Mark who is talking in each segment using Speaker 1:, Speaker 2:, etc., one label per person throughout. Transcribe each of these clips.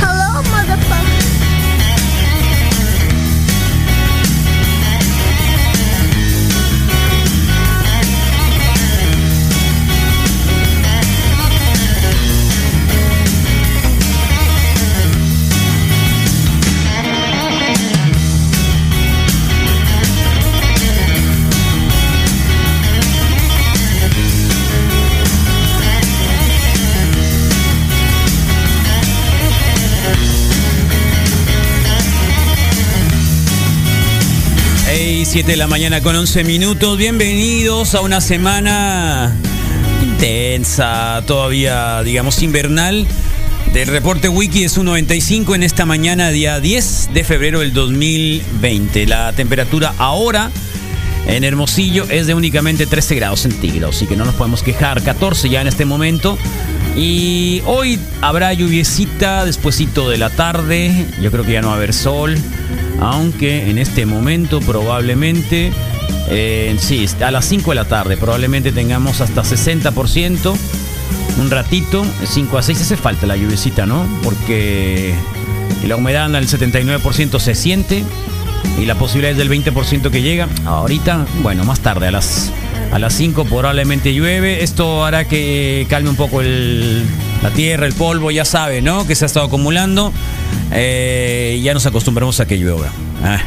Speaker 1: Hello, motherfucker.
Speaker 2: Hey, 7 de la mañana con 11 minutos. Bienvenidos a una semana intensa, todavía, digamos, invernal. Del reporte Wiki es un 95 en esta mañana, día 10 de febrero del 2020. La temperatura ahora en Hermosillo es de únicamente 13 grados centígrados, así que no nos podemos quejar. 14 ya en este momento. Y hoy habrá lluviecita despuesito de la tarde. Yo creo que ya no va a haber sol. Aunque en este momento probablemente, eh, sí, a las 5 de la tarde probablemente tengamos hasta 60%. Un ratito, 5 a 6 hace falta la lluviecita, ¿no? Porque la humedad anda al 79% se siente y la posibilidad es del 20% que llega. Ahorita, bueno, más tarde, a las, a las 5 probablemente llueve. Esto hará que calme un poco el, la tierra, el polvo, ya sabe, ¿no? Que se ha estado acumulando. Eh, ya nos acostumbramos a que llueva. Ah.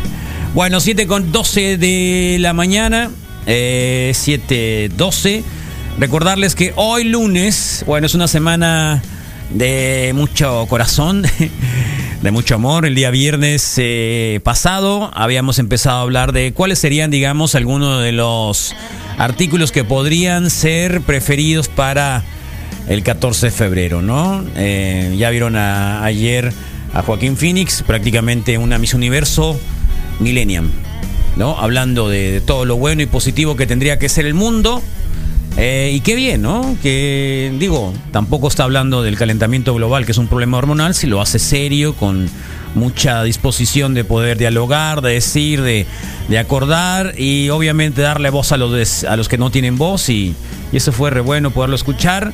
Speaker 2: Bueno, 7 con 12 de la mañana. Eh, 7.12. Recordarles que hoy lunes, bueno, es una semana de mucho corazón, de mucho amor. El día viernes eh, pasado habíamos empezado a hablar de cuáles serían, digamos, algunos de los artículos que podrían ser preferidos para el 14 de febrero, ¿no? Eh, ya vieron a- ayer a Joaquín Phoenix, prácticamente una Miss Universo Millennium, ¿no? Hablando de, de todo lo bueno y positivo que tendría que ser el mundo. Eh, y qué bien, ¿no? Que digo, tampoco está hablando del calentamiento global, que es un problema hormonal, si lo hace serio, con mucha disposición de poder dialogar, de decir, de, de acordar y obviamente darle voz a los, des- a los que no tienen voz y, y eso fue re bueno poderlo escuchar.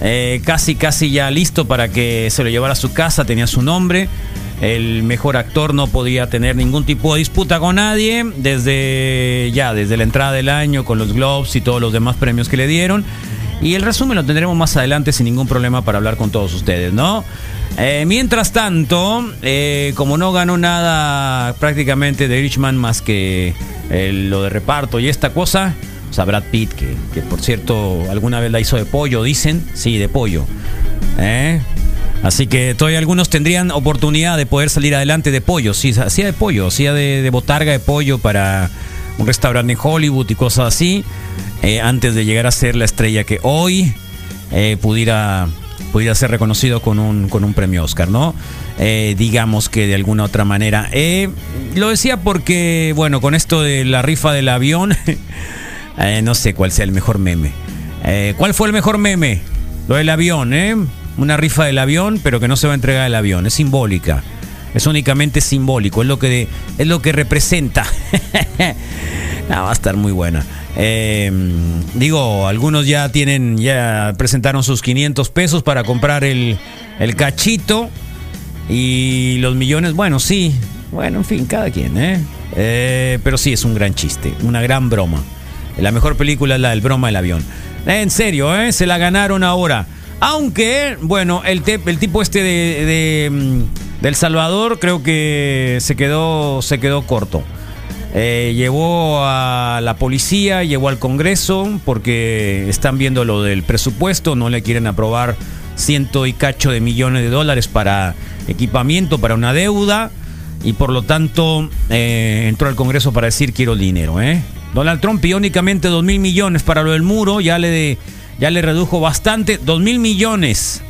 Speaker 2: Eh, casi, casi ya listo para que se lo llevara a su casa, tenía su nombre. El mejor actor no podía tener ningún tipo de disputa con nadie desde ya, desde la entrada del año con los Globes y todos los demás premios que le dieron. Y el resumen lo tendremos más adelante sin ningún problema para hablar con todos ustedes, ¿no? Eh, mientras tanto, eh, como no ganó nada prácticamente de Richman más que eh, lo de reparto y esta cosa, o sea, Brad Pitt, que, que por cierto alguna vez la hizo de pollo, dicen, sí, de pollo. ¿Eh? Así que todavía algunos tendrían oportunidad de poder salir adelante de pollo, sí, hacía de pollo, hacía de, de botarga de pollo para un restaurante en Hollywood y cosas así, eh, antes de llegar a ser la estrella que hoy eh, pudiera, pudiera ser reconocido con un, con un premio Oscar, ¿no? Eh, digamos que de alguna otra manera. Eh, lo decía porque, bueno, con esto de la rifa del avión, eh, no sé cuál sea el mejor meme. Eh, ¿Cuál fue el mejor meme? Lo del avión, ¿eh? Una rifa del avión, pero que no se va a entregar el avión. Es simbólica. Es únicamente simbólico. Es lo que, es lo que representa. Ah, va a estar muy buena. Eh, digo, algunos ya tienen, ya presentaron sus 500 pesos para comprar el, el cachito. Y los millones, bueno, sí. Bueno, en fin, cada quien, ¿eh? Eh, Pero sí, es un gran chiste, una gran broma. La mejor película es la del broma del avión. En serio, ¿eh? Se la ganaron ahora. Aunque, bueno, el, te- el tipo este de, de, mm, de El Salvador creo que se quedó, se quedó corto. Eh, llevó a la policía, llevó al Congreso, porque están viendo lo del presupuesto, no le quieren aprobar ciento y cacho de millones de dólares para equipamiento para una deuda y por lo tanto eh, entró al Congreso para decir quiero el dinero. ¿eh? Donald Trump pidió únicamente 2 mil millones para lo del muro, ya le, ya le redujo bastante, 2 mil millones,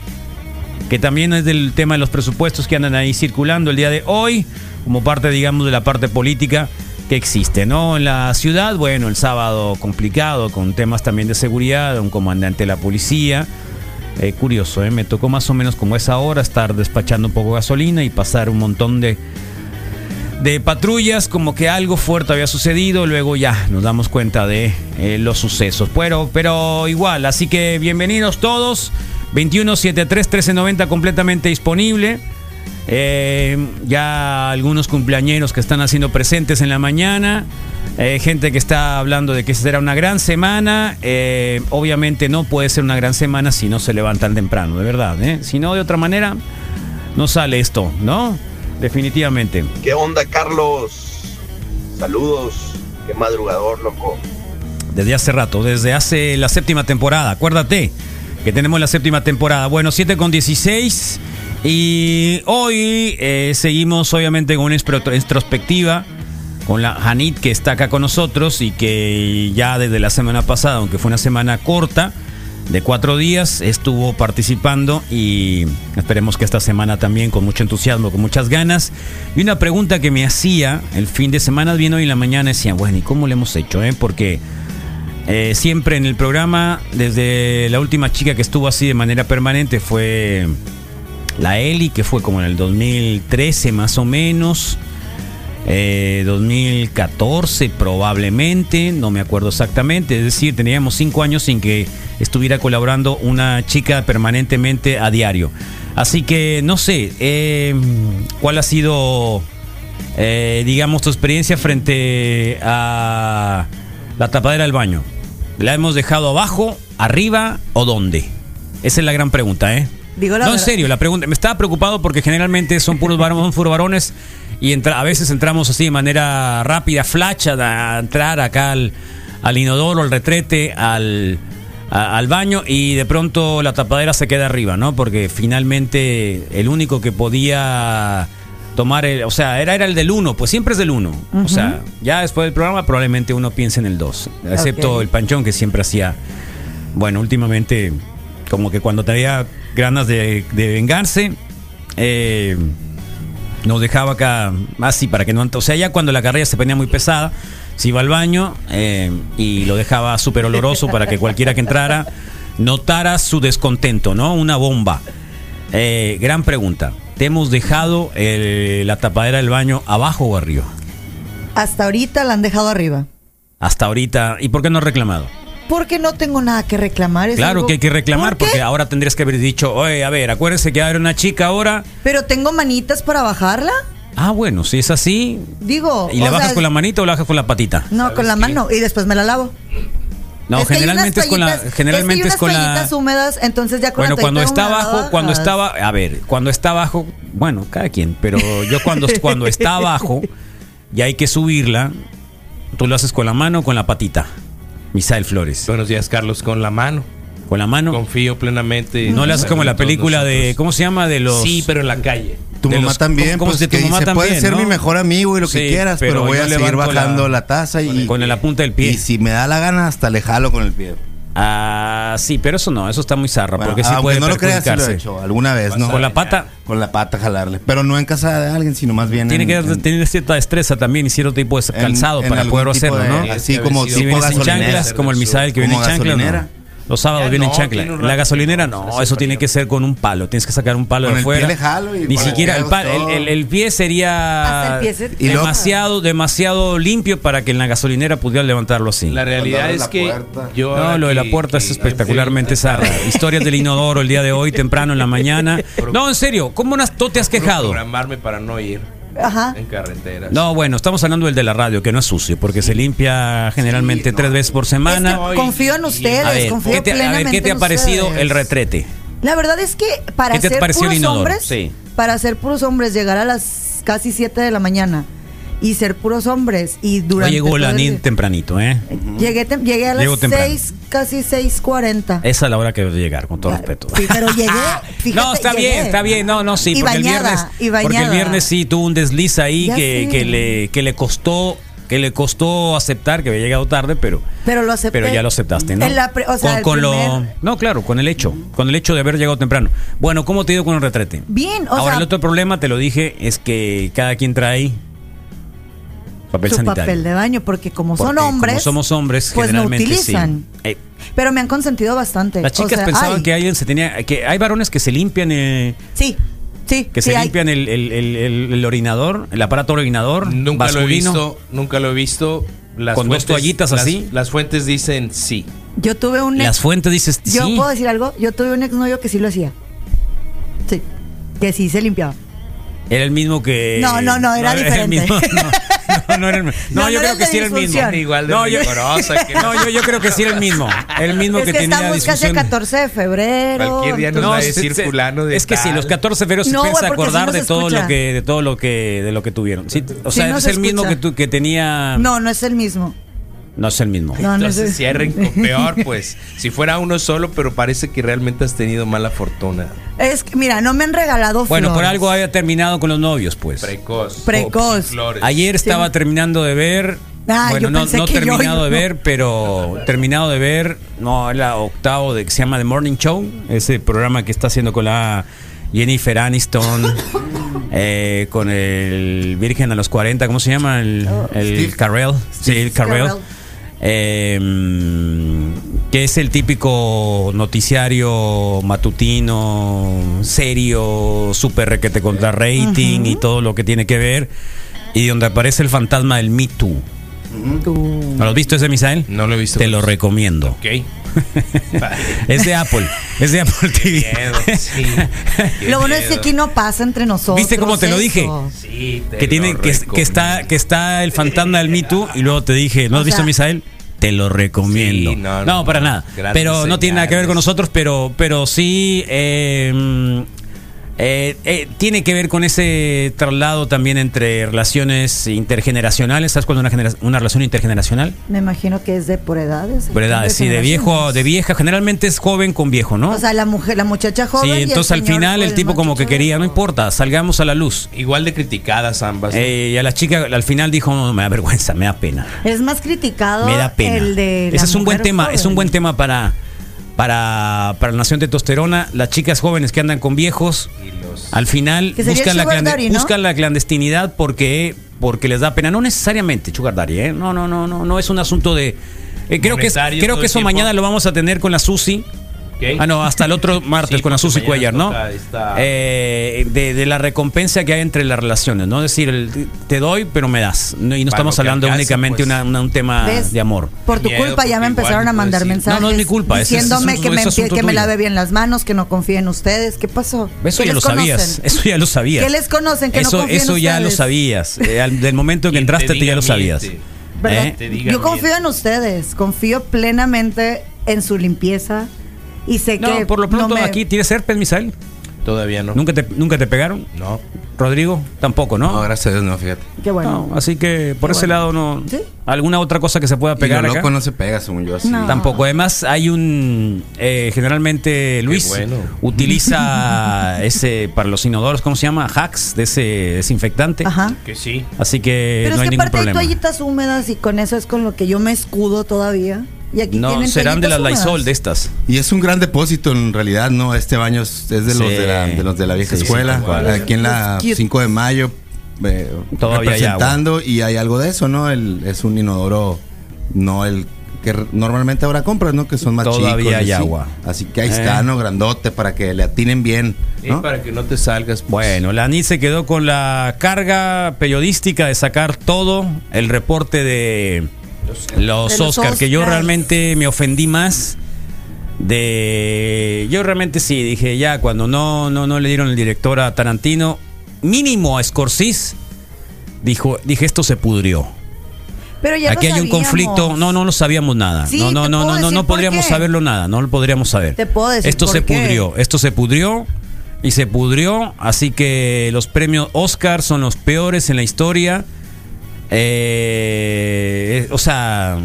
Speaker 2: que también es del tema de los presupuestos que andan ahí circulando el día de hoy, como parte, digamos, de la parte política que existe, ¿no? En la ciudad, bueno, el sábado complicado, con temas también de seguridad, un comandante de la policía. Eh, curioso, ¿eh? me tocó más o menos como es ahora estar despachando un poco de gasolina y pasar un montón de, de patrullas, como que algo fuerte había sucedido, luego ya nos damos cuenta de eh, los sucesos. Pero, pero igual, así que bienvenidos todos. 2173-1390 completamente disponible. Eh, ya algunos cumpleañeros que están haciendo presentes en la mañana. eh, gente que está hablando de que será una gran semana. eh, obviamente no puede ser una gran semana si no se levantan temprano, de verdad. ¿eh? Si no, de otra manera, no sale esto, ¿no? Definitivamente.
Speaker 3: ¿Qué onda, Carlos? Saludos. Qué madrugador, loco.
Speaker 2: Desde hace rato, desde hace la séptima temporada. Acuérdate que tenemos la séptima temporada. Bueno, 7 con 16. Y hoy eh, seguimos obviamente con una instro- introspectiva con la Hanit que está acá con nosotros y que ya desde la semana pasada, aunque fue una semana corta, de cuatro días, estuvo participando y esperemos que esta semana también con mucho entusiasmo, con muchas ganas. Y una pregunta que me hacía el fin de semana, vino hoy en la mañana, decía, bueno, ¿y cómo le hemos hecho? Eh? Porque eh, siempre en el programa, desde la última chica que estuvo así de manera permanente fue la Eli, que fue como en el 2013 más o menos. eh, 2014 probablemente, no me acuerdo exactamente, es decir, teníamos cinco años sin que estuviera colaborando una chica permanentemente a diario. Así que no sé, eh, ¿cuál ha sido eh, digamos, tu experiencia frente a la tapadera del baño. ¿La hemos dejado abajo, arriba o dónde? Esa es la gran pregunta, ¿eh?
Speaker 4: Digo la
Speaker 2: no, en
Speaker 4: verdad.
Speaker 2: serio, la pregunta. Me estaba preocupado porque generalmente son puros varones, son puros varones y entra- a veces entramos así de manera rápida, flash, a, a entrar acá al, al inodoro, al retrete, al, a- al baño y de pronto la tapadera se queda arriba, ¿no? Porque finalmente el único que podía tomar, el, o sea, era, era el del 1, pues siempre es del 1. O sea, ya después del programa probablemente uno piense en el 2, excepto
Speaker 4: Ok.
Speaker 2: el panchón que siempre hacía, bueno, últimamente como que cuando tenía ganas de, de vengarse, eh, nos dejaba acá así para que no... ant- O sea, ya cuando la carrera se ponía muy pesada, se iba al baño eh, y lo dejaba súper oloroso para que cualquiera que entrara notara su descontento, ¿no? Una bomba. Eh, gran pregunta. ¿Te hemos dejado el- la tapadera del baño abajo o arriba?
Speaker 4: Hasta ahorita la han dejado arriba.
Speaker 2: Hasta ahorita. ¿Y por qué no has reclamado?
Speaker 4: Porque no tengo nada que reclamar. es
Speaker 2: Claro
Speaker 4: algo-
Speaker 2: que hay que reclamar
Speaker 4: ¿Por qué?
Speaker 2: porque ahora tendrías que haber dicho, oye, a ver, acuérdense que ahora una chica ahora.
Speaker 4: Pero tengo manitas para bajarla.
Speaker 2: Ah, bueno, si es así.
Speaker 4: Digo.
Speaker 2: ¿Y la
Speaker 4: o
Speaker 2: bajas
Speaker 4: sea,
Speaker 2: con la manita o la bajas con la patita?
Speaker 4: No, con la mano. Y después me la lavo.
Speaker 2: No,
Speaker 4: Es que hay
Speaker 2: generalmente
Speaker 4: unas
Speaker 2: es con la.
Speaker 4: toallitas-
Speaker 2: Generalmente es,
Speaker 4: es que
Speaker 2: con
Speaker 4: hay unas
Speaker 2: la.
Speaker 4: toallitas húmedas, entonces ya con la
Speaker 2: Bueno, cuando
Speaker 4: toallita
Speaker 2: está
Speaker 4: húmeda
Speaker 2: abajo, cuando
Speaker 4: bajas.
Speaker 2: estaba, a ver, cuando está abajo, bueno, cada quien, pero yo cuando, cuando está abajo y hay que subirla, tú lo haces con la mano o con la patita, Misael Flores.
Speaker 5: Buenos días, Carlos, con la mano.
Speaker 2: Con la mano.
Speaker 5: Confío plenamente.
Speaker 2: No le haces como la película de, ¿cómo se llama? De los...
Speaker 5: Sí, pero en la calle.
Speaker 6: Tu
Speaker 2: de
Speaker 6: mamá
Speaker 2: los-
Speaker 6: también,
Speaker 2: ¿cómo- cómo
Speaker 6: pues
Speaker 2: se- tu
Speaker 6: que
Speaker 2: mamá
Speaker 6: dice,
Speaker 2: también,
Speaker 6: puedes ser
Speaker 2: ¿no?
Speaker 6: mi mejor amigo y lo
Speaker 2: Sí,
Speaker 6: que quieras,
Speaker 2: pero
Speaker 6: pero, voy
Speaker 2: yo
Speaker 6: a seguir
Speaker 2: levanto la-
Speaker 6: bajando la, taza y
Speaker 2: con la punta del pie.
Speaker 6: Y si me da la gana hasta le jalo con el pie.
Speaker 2: Ah, sí, pero eso no, eso está muy zarra,
Speaker 6: Bueno,
Speaker 2: porque sí
Speaker 6: aunque
Speaker 2: puede
Speaker 6: no lo creas, sí lo he
Speaker 2: perjudicarse.
Speaker 6: hecho alguna vez, ¿no?
Speaker 2: Con la pata.
Speaker 6: Con la pata jalarle, pero no en casa de alguien, sino más bien
Speaker 2: Tiene
Speaker 6: en-
Speaker 2: que
Speaker 6: en-
Speaker 2: tener cierta destreza también y cierto tipo de
Speaker 6: en-
Speaker 2: calzado
Speaker 6: en
Speaker 2: para
Speaker 6: algún
Speaker 2: poder
Speaker 6: tipo
Speaker 2: hacerlo,
Speaker 6: de-
Speaker 2: ¿no?
Speaker 6: Así
Speaker 5: Sí,
Speaker 6: como
Speaker 5: sí,
Speaker 2: Si
Speaker 6: tipo
Speaker 2: vienes en
Speaker 6: gasolinera.
Speaker 2: chanclas, como el Misael que viene en
Speaker 6: Como
Speaker 2: chanclas.
Speaker 6: gasolinera.
Speaker 2: ¿no? Los sábados
Speaker 5: Ya
Speaker 2: viene en
Speaker 5: Ah, no,
Speaker 2: chanclas.
Speaker 5: tiene un
Speaker 2: La
Speaker 5: rato
Speaker 2: gasolinera
Speaker 5: que no, pues,
Speaker 2: no,
Speaker 5: se
Speaker 2: eso tiene
Speaker 5: separaron.
Speaker 2: que ser con un palo. Tienes que sacar un palo
Speaker 6: Con
Speaker 2: de
Speaker 6: el
Speaker 2: afuera.
Speaker 6: pie le jalo y
Speaker 2: Ni
Speaker 6: con el
Speaker 2: siquiera
Speaker 6: pie
Speaker 2: el, pal-
Speaker 6: hago todo.
Speaker 2: el- el- el pie
Speaker 4: Hasta
Speaker 2: sería
Speaker 4: el pie se-
Speaker 6: Y luego-
Speaker 2: demasiado, demasiado limpio para que en la gasolinera pudiera levantarlo así.
Speaker 5: La realidad
Speaker 6: Cuando
Speaker 5: es
Speaker 6: abre
Speaker 5: que
Speaker 6: la puerta.
Speaker 5: yo.
Speaker 2: No,
Speaker 5: ahora
Speaker 2: lo de la
Speaker 5: que-
Speaker 2: puerta es
Speaker 5: que-
Speaker 2: espectacularmente zarra. Historias del inodoro el día de hoy, temprano en la mañana. No, en serio, ¿cómo no has- no te has quejado?
Speaker 5: Programarme para no ir
Speaker 4: Ajá.
Speaker 5: en carretera.
Speaker 2: No, bueno, estamos hablando del de la radio, que no es sucio, porque se limpia generalmente tres veces por semana.
Speaker 4: Es que confío en ustedes,
Speaker 2: a, ver,
Speaker 4: confío
Speaker 2: ¿qué te, a ver,
Speaker 4: plenamente
Speaker 2: ¿qué te
Speaker 4: en
Speaker 2: ha parecido
Speaker 4: ustedes.
Speaker 2: el retrete?
Speaker 4: La verdad es que para
Speaker 2: ¿Qué te
Speaker 4: ser
Speaker 2: pareció el
Speaker 4: puros
Speaker 2: inodoro?
Speaker 4: hombres,
Speaker 2: Sí.
Speaker 4: para ser puros hombres, llegar a las casi 7 de la mañana y ser puros hombres. Y
Speaker 2: Yo
Speaker 4: durante.
Speaker 2: llegó
Speaker 4: todo
Speaker 2: la
Speaker 4: el
Speaker 2: NIN
Speaker 4: día-
Speaker 2: tempranito, ¿eh?
Speaker 4: Llegué, tem- llegué a
Speaker 2: Llego
Speaker 4: las
Speaker 2: temprano.
Speaker 4: 6, casi 6.40.
Speaker 2: Esa es la hora que debe llegar, con todo
Speaker 4: Ya,
Speaker 2: respeto.
Speaker 4: Sí, pero llegué. fíjate,
Speaker 2: Ah, no, está
Speaker 4: llegué.
Speaker 2: bien, está bien. No, no, sí,
Speaker 4: Y
Speaker 2: porque el
Speaker 4: bañada,
Speaker 2: viernes.
Speaker 4: y
Speaker 2: Porque el
Speaker 4: bañada.
Speaker 2: viernes sí tuvo un desliz ahí
Speaker 4: Ya
Speaker 2: que,
Speaker 4: sé.
Speaker 2: que le, que le costó. Que le costó aceptar que había llegado tarde, pero.
Speaker 4: Pero lo acepté.
Speaker 2: Pero ya lo aceptaste, ¿no?
Speaker 4: En la pre- o sea, el
Speaker 2: con, con lo,
Speaker 4: primer-
Speaker 2: no, claro, con el hecho, con el hecho de haber llegado temprano. Bueno, ¿cómo te ha ido con el retrete?
Speaker 4: Bien, o
Speaker 2: Ahora
Speaker 4: sea,
Speaker 2: el otro problema, te lo dije, es que cada quien trae papel
Speaker 4: su
Speaker 2: sanitario.
Speaker 4: papel de baño, porque como
Speaker 2: Porque
Speaker 4: son hombres.
Speaker 2: Como somos hombres,
Speaker 4: pues no
Speaker 2: generalmente
Speaker 4: utilizan.
Speaker 2: sí. Eh,
Speaker 4: Pero me han consentido bastante.
Speaker 2: las
Speaker 4: o
Speaker 2: chicas
Speaker 4: sea,
Speaker 2: pensaban
Speaker 4: ay,
Speaker 2: que alguien se tenía, que hay varones que se limpian, eh,
Speaker 4: Sí, sí.
Speaker 2: que
Speaker 4: sí
Speaker 2: se
Speaker 4: hay.
Speaker 2: limpian el, el- el- el- el orinador, el aparato orinador,
Speaker 5: Nunca lo he
Speaker 2: masculino.
Speaker 5: visto, nunca lo he visto. Las
Speaker 2: Con dos toallitas
Speaker 5: las-
Speaker 2: así.
Speaker 5: Las fuentes dicen sí.
Speaker 4: Yo tuve un.
Speaker 2: Las
Speaker 4: ex-
Speaker 2: fuentes dices,
Speaker 4: Yo
Speaker 2: sí.
Speaker 4: puedo decir algo. Yo tuve un exnovio que sí lo hacía. Sí. Que sí se limpiaba.
Speaker 2: Era el mismo que.
Speaker 4: No, no, no, era
Speaker 2: el
Speaker 4: diferente.
Speaker 2: mismo, no, no, no era el mismo. No,
Speaker 4: No, no
Speaker 2: yo
Speaker 4: era
Speaker 2: creo
Speaker 4: el
Speaker 2: que
Speaker 4: de
Speaker 2: sí era el mismo.
Speaker 4: disfunción.
Speaker 5: Igual de
Speaker 2: no, yo,
Speaker 5: rigorosa que-
Speaker 2: no yo, yo creo que sí era el mismo. El mismo
Speaker 4: es
Speaker 2: que,
Speaker 4: que,
Speaker 2: tenía
Speaker 4: estamos casi a
Speaker 2: disfunción.
Speaker 4: 14 de febrero.
Speaker 5: Cualquier día nos
Speaker 2: No,
Speaker 5: va a
Speaker 2: se-
Speaker 5: decir
Speaker 2: se-
Speaker 5: fulano de
Speaker 2: es que sí,
Speaker 5: tal.
Speaker 2: los 14 de febrero se
Speaker 4: No, güey,
Speaker 2: piensa
Speaker 4: porque
Speaker 2: acordar
Speaker 4: sí nos
Speaker 2: de todo
Speaker 4: escucha.
Speaker 2: lo que de todo lo que de lo que tuvieron. Sí, o
Speaker 4: Sí
Speaker 2: sea,
Speaker 4: nos
Speaker 2: es el mismo
Speaker 4: escucha.
Speaker 2: que tú que tenía
Speaker 4: No, no es el mismo.
Speaker 2: no es el mismo.
Speaker 4: No, no
Speaker 5: Entonces
Speaker 4: es-
Speaker 5: cierren con peor, pues. Si fuera uno solo, pero parece que realmente has tenido mala fortuna.
Speaker 4: Es que, mira, no me han regalado
Speaker 2: Bueno, por
Speaker 4: flores.
Speaker 2: algo había terminado con los novios, pues.
Speaker 5: Precoz.
Speaker 4: Precoz.
Speaker 5: Flores.
Speaker 2: Ayer
Speaker 4: Sí.
Speaker 2: estaba terminando de ver.
Speaker 4: Ah,
Speaker 2: bueno,
Speaker 4: yo
Speaker 2: no,
Speaker 4: pensé
Speaker 2: no
Speaker 4: que yo
Speaker 2: terminado
Speaker 4: iba-
Speaker 2: de ver, pero terminado de ver, no, es la octavo de que se llama The Morning Show, ese programa que está haciendo con la Jennifer Aniston, eh, con el Virgen a los 40, ¿cómo se llama? El, el
Speaker 6: Steve.
Speaker 2: Carell. Sí, el Carell.
Speaker 4: Carell.
Speaker 2: Eh, que es el típico noticiario matutino, serio, súper requete contra rating y todo lo que tiene que ver. Y donde aparece el fantasma del Me Too. ¿No lo has visto ese, Misael?
Speaker 5: No lo he visto.
Speaker 2: Te lo recomiendo.
Speaker 5: Ok.
Speaker 2: Es de Apple. Es de Apple TV.
Speaker 5: miedo, sí. Qué
Speaker 4: Lo bueno es que
Speaker 5: miedo.
Speaker 4: aquí no pasa entre nosotros.
Speaker 2: ¿Viste cómo te lo dije?
Speaker 4: eso.
Speaker 5: Sí, te
Speaker 2: Que, tiene,
Speaker 5: lo
Speaker 2: que, que está,
Speaker 5: recomiendo.
Speaker 2: que está el fantasma del Me Too. Y luego te dije, ¿no
Speaker 4: O
Speaker 2: has visto,
Speaker 4: sea-
Speaker 2: Misael? Te lo recomiendo.
Speaker 5: Sí,
Speaker 2: no,
Speaker 5: no, no,
Speaker 2: para
Speaker 5: no.
Speaker 2: nada.
Speaker 5: Grandes
Speaker 2: Pero no tiene nada que ver con
Speaker 5: señales.
Speaker 2: nosotros, pero, pero sí eh, eh, eh, tiene que ver con ese traslado también entre relaciones intergeneracionales. ¿Sabes cuándo una, genera- una relación intergeneracional?
Speaker 4: Me imagino que es de por edades.
Speaker 2: Por edades, sí, de viejo, de vieja. Generalmente es joven con viejo, ¿no?
Speaker 4: O sea, la mujer, la muchacha joven. y
Speaker 2: sí,
Speaker 4: el
Speaker 2: entonces al
Speaker 4: señor
Speaker 2: final
Speaker 4: o
Speaker 2: el tipo como que
Speaker 4: muchacho
Speaker 2: quería, no
Speaker 4: viejo.
Speaker 2: importa, salgamos a la luz.
Speaker 5: Igual de criticadas ambas. ¿no?
Speaker 2: Eh, y a la chica al final dijo, no, me da vergüenza, me da pena.
Speaker 4: Es más criticado
Speaker 2: Me da pena.
Speaker 4: Oh, el de. la
Speaker 2: Ese es un buen
Speaker 4: mujer
Speaker 2: tema,
Speaker 4: joven.
Speaker 2: es un buen tema para para para la Nación de Tosterona, las chicas jóvenes que andan con viejos. Al final
Speaker 4: Que sería
Speaker 2: buscan la,
Speaker 4: sugar
Speaker 2: clande-
Speaker 4: daddy, ¿no?
Speaker 2: buscan la clandestinidad porque porque les da pena, no necesariamente sugar daddy, ¿eh? No, no, no, no, no es un asunto de eh, creo que es-
Speaker 5: Monetario
Speaker 2: creo
Speaker 5: todo
Speaker 2: que
Speaker 5: el
Speaker 2: eso
Speaker 5: tiempo.
Speaker 2: mañana lo vamos a tener con la Susi.
Speaker 5: Ok.
Speaker 2: Ah, no, hasta el otro martes
Speaker 5: Sí,
Speaker 2: con la
Speaker 5: porque
Speaker 2: Susi
Speaker 5: mañana
Speaker 2: Cuellar, ¿no?
Speaker 5: toca esta-
Speaker 2: Eh, de, de la recompensa que hay entre las relaciones, ¿no? Es decir, el- te doy, pero me das. ¿no? Y no
Speaker 5: Para
Speaker 2: estamos
Speaker 5: lo que
Speaker 2: hablando
Speaker 5: alcance,
Speaker 2: únicamente
Speaker 5: pues.
Speaker 2: una- una- un tema
Speaker 4: ¿Ves?
Speaker 2: Ah, de amor.
Speaker 4: Por tu
Speaker 5: Miedo,
Speaker 4: culpa ya me
Speaker 5: porque igual
Speaker 4: empezaron a
Speaker 5: no
Speaker 4: mandar
Speaker 5: puedes ir.
Speaker 4: mensajes.
Speaker 2: No, no es mi culpa, ese es
Speaker 4: Diciéndome
Speaker 2: asunto-
Speaker 4: que, me,
Speaker 2: es asunto
Speaker 4: empie- que me
Speaker 2: tuyo.
Speaker 4: la bebe en las manos, que no confía en ustedes. ¿Qué pasó?
Speaker 2: Eso
Speaker 4: ¿Qué
Speaker 2: ya
Speaker 4: les
Speaker 2: lo sabías.
Speaker 4: conocen?
Speaker 2: Eso ya lo sabías.
Speaker 4: ¿Qué les conocen? Que no
Speaker 2: eso
Speaker 4: confían
Speaker 2: eso ya lo
Speaker 4: ustedes.
Speaker 2: sabías. Eh, al- del momento que
Speaker 5: Quien te
Speaker 2: entraste, tú ya
Speaker 5: diga
Speaker 2: lo sabías.
Speaker 5: miente.
Speaker 4: ¿Verdad?
Speaker 2: ¿Eh?
Speaker 5: Te digan
Speaker 4: Yo confío
Speaker 5: bien.
Speaker 4: en ustedes, confío plenamente en su limpieza y sé que...
Speaker 2: No, por lo pronto
Speaker 4: no me-
Speaker 2: aquí tienes herpes, Misael.
Speaker 5: Todavía no.
Speaker 2: ¿Nunca te, ¿Nunca te pegaron?
Speaker 5: No.
Speaker 2: Rodrigo, tampoco,
Speaker 6: No,
Speaker 2: ¿no?
Speaker 6: gracias a Dios, no, fíjate.
Speaker 4: Qué bueno.
Speaker 2: No, así que por
Speaker 4: Qué
Speaker 2: ese
Speaker 4: bueno.
Speaker 2: lado no.
Speaker 4: Sí.
Speaker 2: ¿Alguna otra cosa que se pueda
Speaker 6: Y lo
Speaker 2: pegar? acá?
Speaker 6: loco no se pega, según yo. Así.
Speaker 4: No.
Speaker 2: Tampoco. Además, hay un. eh, generalmente Luis
Speaker 5: bueno.
Speaker 2: utiliza ese. Para los inodoros, ¿cómo se llama? Hacks de ese desinfectante.
Speaker 4: Ajá.
Speaker 5: Que sí.
Speaker 2: Así que
Speaker 4: Pero
Speaker 2: Eh, no
Speaker 4: es
Speaker 2: hay
Speaker 4: que
Speaker 2: ningún
Speaker 4: aparte hay
Speaker 2: problema.
Speaker 4: toallitas húmedas y con eso es con lo que yo me escudo todavía. Y aquí
Speaker 2: No,
Speaker 4: tienen
Speaker 2: serán de las
Speaker 4: toallitas
Speaker 2: Lysol,
Speaker 4: húmedas.
Speaker 2: de estas.
Speaker 6: Y es un gran depósito en realidad, ¿no? Este baño es, es de, los
Speaker 2: Sí.
Speaker 6: de, la, de los de la vieja
Speaker 2: Sí, sí,
Speaker 6: escuela.
Speaker 2: tal cual.
Speaker 6: aquí en la
Speaker 4: Los cute.
Speaker 6: 5 de mayo, eh,
Speaker 2: Todavía hay
Speaker 6: representando. y hay algo de eso, ¿no? El, es un inodoro, no el que r- normalmente ahora compras, ¿no? Que son más
Speaker 2: Todavía
Speaker 6: chicos. así.
Speaker 2: hay agua.
Speaker 6: Así que ahí
Speaker 2: Eh.
Speaker 6: está, ¿no? Grandote para que le atinen bien,
Speaker 5: Sí,
Speaker 6: ¿no?
Speaker 5: para que no te salgas. pues.
Speaker 2: Bueno, la ANIT se quedó con la carga periodística de sacar todo el reporte de los
Speaker 4: De los
Speaker 2: Oscar, que yo
Speaker 4: Oscars.
Speaker 2: realmente me ofendí más de yo realmente sí dije ya cuando no no no le dieron el director a Tarantino, mínimo a Scorsese dijo dije esto se pudrió.
Speaker 4: Pero ya lo
Speaker 2: este- Aquí hay un
Speaker 4: sabíamos.
Speaker 2: conflicto, no no lo sabíamos nada.
Speaker 4: Sí,
Speaker 2: no no
Speaker 4: te
Speaker 2: no no
Speaker 4: puedo
Speaker 2: no
Speaker 4: decir
Speaker 2: no
Speaker 4: por
Speaker 2: podríamos
Speaker 4: qué.
Speaker 2: saberlo nada, no lo podríamos saber.
Speaker 4: Te puedo decir
Speaker 2: Esto
Speaker 4: por
Speaker 2: se
Speaker 4: qué.
Speaker 2: pudrió, esto se pudrió y se pudrió, así que los premios Oscar son los peores en la historia. eh, o sea,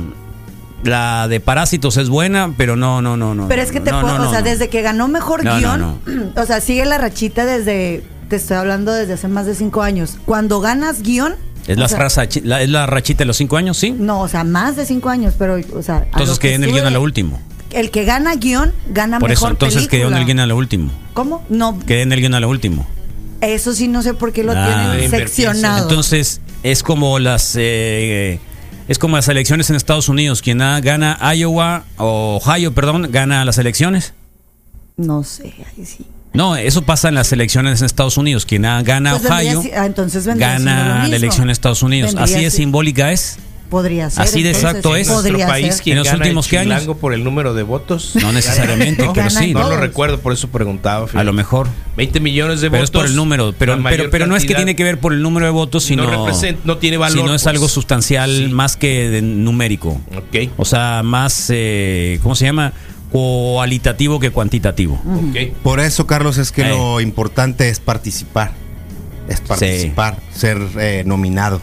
Speaker 2: la de Parásitos es buena, pero no, no, no, no.
Speaker 4: Pero es que te
Speaker 2: no,
Speaker 4: puedo,
Speaker 2: no,
Speaker 4: o
Speaker 2: no,
Speaker 4: sea,
Speaker 2: no.
Speaker 4: desde que ganó mejor
Speaker 2: No, no,
Speaker 4: guión, o sea, sigue la rachita desde, te estoy hablando desde hace más de cinco años. Cuando ganas guión.
Speaker 2: ¿Es
Speaker 4: o
Speaker 2: la,
Speaker 4: sea,
Speaker 2: raza- la- es la rachita de los cinco años, sí.
Speaker 4: No, o sea, más de cinco años, pero, o sea. a
Speaker 2: Entonces
Speaker 4: lo que
Speaker 2: quedó en el
Speaker 4: estuve-
Speaker 2: guión a lo último.
Speaker 4: El que gana guión, gana
Speaker 2: Por eso,
Speaker 4: mejor
Speaker 2: entonces quedó en
Speaker 4: película.
Speaker 2: el guión a lo último.
Speaker 4: ¿Cómo? No,
Speaker 2: Quedé en el guión a lo último.
Speaker 4: eso sí no sé por qué lo
Speaker 2: Ah. Debe
Speaker 4: tienen
Speaker 5: invertirse.
Speaker 4: seccionado.
Speaker 2: Entonces, es como las eh, es como las elecciones en Estados Unidos. Quien ah, gana Iowa o Ohio, perdón, gana las elecciones.
Speaker 4: no sé, ahí sí.
Speaker 2: No, eso pasa en las elecciones en Estados Unidos. Quien ah, gana
Speaker 4: Pues vendría
Speaker 2: Ohio
Speaker 4: si- ah, entonces vendría siendo lo
Speaker 2: gana
Speaker 4: mismo.
Speaker 2: la elección en Estados Unidos.
Speaker 4: Vendría
Speaker 2: Así de
Speaker 4: si-
Speaker 2: simbólica es.
Speaker 4: Podría ser.
Speaker 2: Así de
Speaker 4: entonces,
Speaker 2: exacto
Speaker 4: sí,
Speaker 2: es.
Speaker 5: nuestro
Speaker 4: Podría
Speaker 5: país
Speaker 4: ser.
Speaker 5: quien
Speaker 2: En los
Speaker 5: gana el
Speaker 2: últimos, ¿qué años?
Speaker 5: chilango por el número de votos.
Speaker 2: No necesariamente, pero
Speaker 4: Ganan
Speaker 2: sí.
Speaker 5: No lo
Speaker 4: todos.
Speaker 5: recuerdo, por eso preguntaba. fíjate.
Speaker 2: A lo mejor.
Speaker 5: 20 millones de
Speaker 2: Pero
Speaker 5: votos.
Speaker 2: es por el número. Pero,
Speaker 5: la mayor
Speaker 2: pero, pero no es que
Speaker 5: cantidad.
Speaker 2: tiene que ver por el número de votos, sino.
Speaker 5: No represent- no tiene valor,
Speaker 2: Sino es
Speaker 5: pues.
Speaker 2: algo sustancial
Speaker 5: Sí.
Speaker 2: más que de numérico.
Speaker 5: Ok.
Speaker 2: O sea, más. eh, ¿Cómo se llama? Cualitativo que cuantitativo.
Speaker 5: Ok.
Speaker 6: Por eso, Carlos, es que
Speaker 2: Eh.
Speaker 6: lo importante es participar. Es participar, ser eh, nominado,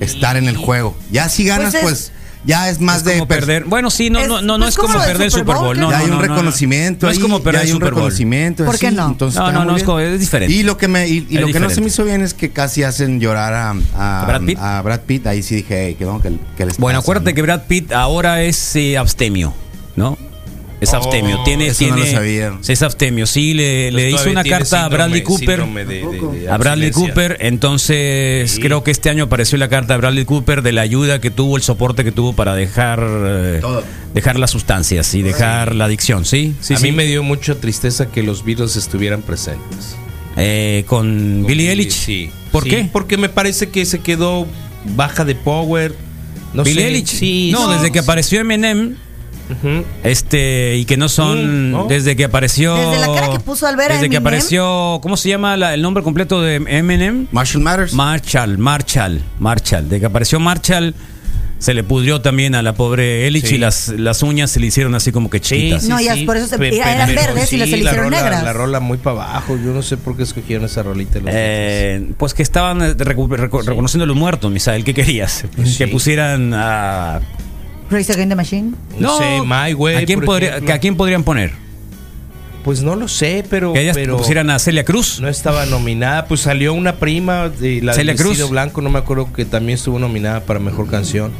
Speaker 6: estar en el juego. Ya si ganas,
Speaker 4: Pues es-
Speaker 6: pues, ya es más
Speaker 2: Es
Speaker 6: de
Speaker 2: como
Speaker 6: pers-
Speaker 2: perder. Bueno, sí, no,
Speaker 4: Es-
Speaker 2: no, no, no
Speaker 4: pues
Speaker 2: es
Speaker 4: como
Speaker 2: como
Speaker 4: el
Speaker 2: perder el Super Bowl. No,
Speaker 6: ya hay
Speaker 2: no,
Speaker 6: un
Speaker 2: no, no.
Speaker 6: reconocimiento.
Speaker 2: No es
Speaker 6: ahí,
Speaker 2: como
Speaker 6: ya
Speaker 2: perder
Speaker 6: hay
Speaker 2: el
Speaker 6: un
Speaker 2: Super Bowl.
Speaker 6: reconocimiento.
Speaker 4: ¿Por qué
Speaker 6: sí,
Speaker 4: no?
Speaker 6: entonces
Speaker 2: No,
Speaker 6: está
Speaker 2: no,
Speaker 6: muy
Speaker 2: no, es
Speaker 6: bien.
Speaker 2: como- es diferente.
Speaker 6: Y lo que me, y, y
Speaker 2: Es
Speaker 6: lo que no se
Speaker 2: diferente.
Speaker 6: me hizo bien es que casi hacen llorar a, a-
Speaker 2: ¿A Brad Pitt?
Speaker 6: a Brad Pitt. Ahí sí dije, hey, que no, que, que les
Speaker 2: Bueno,
Speaker 6: pasa,
Speaker 2: acuérdate
Speaker 6: ¿no?
Speaker 2: que Brad Pitt ahora es eh, abstemio, ¿no? Es
Speaker 5: Oh,
Speaker 2: abstemio, tiene,
Speaker 6: eso no
Speaker 2: tiene,
Speaker 6: lo sabía.
Speaker 2: es abstemio, sí, le, le
Speaker 5: Entonces,
Speaker 2: hizo
Speaker 5: todavía
Speaker 2: una
Speaker 5: tiene
Speaker 2: carta a Bradley
Speaker 5: síndrome-
Speaker 2: Cooper,
Speaker 5: síndrome de- de- de
Speaker 2: a Bradley
Speaker 5: abstinencia.
Speaker 2: Cooper, entonces
Speaker 5: Sí.
Speaker 2: creo que este año apareció la carta de Bradley Cooper de la ayuda que tuvo, el soporte que tuvo para dejar, eh, dejar las sustancias y dejar la adicción, ¿sí? sí
Speaker 5: a
Speaker 2: sí.
Speaker 5: mí me dio mucha tristeza que los Beatles estuvieran presentes.
Speaker 2: Eh, con,
Speaker 5: Con
Speaker 2: Billy Eilish,
Speaker 5: Sí.
Speaker 2: ¿por
Speaker 5: Sí,
Speaker 2: qué?
Speaker 5: Porque me parece que se quedó baja de power. No
Speaker 2: Billie
Speaker 5: sé.
Speaker 2: Eilish.
Speaker 5: Sí,
Speaker 2: no,
Speaker 5: sí.
Speaker 2: desde que apareció Eminem,
Speaker 5: Ujú.
Speaker 2: Este, y que no son.
Speaker 5: Mm, ¿no?
Speaker 2: Desde que apareció.
Speaker 4: Desde la cara que puso al ver a
Speaker 2: Desde que
Speaker 4: Eminem.
Speaker 2: apareció. ¿Cómo se llama la- el nombre completo de Eminem?
Speaker 6: Marshall Matters.
Speaker 2: Marshall, Marshall, Marshall. Desde que apareció Marshall, se le pudrió también a la pobre Elich
Speaker 5: Sí.
Speaker 2: y las, las uñas se le hicieron así como que chiquitas.
Speaker 4: sí. No, y es por eso se- eh,
Speaker 5: Pe-
Speaker 4: eran
Speaker 5: pero
Speaker 4: verdes y las
Speaker 5: la
Speaker 4: eligieron
Speaker 5: rola-
Speaker 4: negras.
Speaker 5: La rola muy para abajo. Yo no sé por qué escogieron esa rolita. los Beatles.
Speaker 2: Eh, pues que estaban eh, recu- reco- reconociendo a los muertos, Misael. ¿Qué querías?
Speaker 5: Sí.
Speaker 2: Que pusieran a.
Speaker 4: Race Against the Machine.
Speaker 5: no, sé, My Way.
Speaker 2: ¿a quién,
Speaker 5: por
Speaker 2: podría-
Speaker 5: ejemplo.
Speaker 2: ¿A quién podrían poner?
Speaker 5: Pues no lo sé, pero.
Speaker 2: Que ellas
Speaker 5: pero
Speaker 2: pusieran a Celia Cruz.
Speaker 5: No estaba nominada. Pues salió una prima de la
Speaker 2: Celia
Speaker 5: del
Speaker 2: Cruz.
Speaker 5: vestido blanco. No me acuerdo que también estuvo nominada para mejor canción.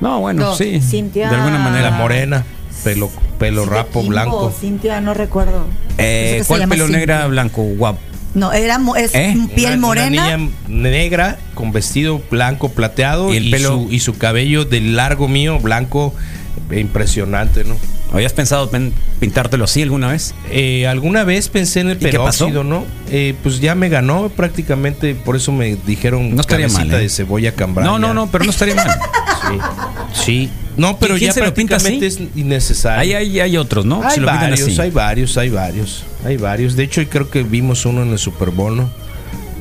Speaker 2: No, bueno,
Speaker 4: No,
Speaker 2: sí.
Speaker 4: Cintia-
Speaker 2: De alguna manera.
Speaker 5: La morena. Pelo, pelo
Speaker 4: Sí,
Speaker 5: rapo
Speaker 4: Kimbo,
Speaker 5: blanco.
Speaker 4: Cintia, no recuerdo.
Speaker 2: Eh,
Speaker 4: Eso que Pues se
Speaker 2: ¿Cuál
Speaker 4: llama
Speaker 2: pelo
Speaker 4: Cintia.
Speaker 2: negra, blanco, guapo?
Speaker 4: No, era mo- es
Speaker 2: ¿Eh?
Speaker 4: piel
Speaker 5: Una- una
Speaker 4: morena.
Speaker 5: niña negra con vestido blanco plateado
Speaker 2: Y
Speaker 5: y,
Speaker 2: el pelo-
Speaker 5: su, y su cabello de largo mío blanco eh, impresionante, ¿no?
Speaker 2: ¿Habías pensado pen- pintártelo así alguna vez?
Speaker 5: Eh, alguna vez pensé en el
Speaker 2: ¿Y qué pasó?
Speaker 5: peróxido, ¿no? Eh, pues ya me ganó prácticamente, por eso me dijeron
Speaker 2: No estaría
Speaker 5: cabecita
Speaker 2: mal, ¿eh?
Speaker 5: de cebolla cambrana.
Speaker 2: No, no, no, pero no estaría mal.
Speaker 5: Sí. sí. No, pero
Speaker 2: ¿Quién
Speaker 5: ya
Speaker 2: se lo pinta
Speaker 5: prácticamente es innecesario.
Speaker 2: Ahí hay, hay otros, ¿no?
Speaker 5: Hay
Speaker 2: Se lo pintan
Speaker 5: varios,
Speaker 2: así.
Speaker 5: hay varios, hay varios, hay varios. De hecho, creo que vimos uno en el Super Bowl, ¿no?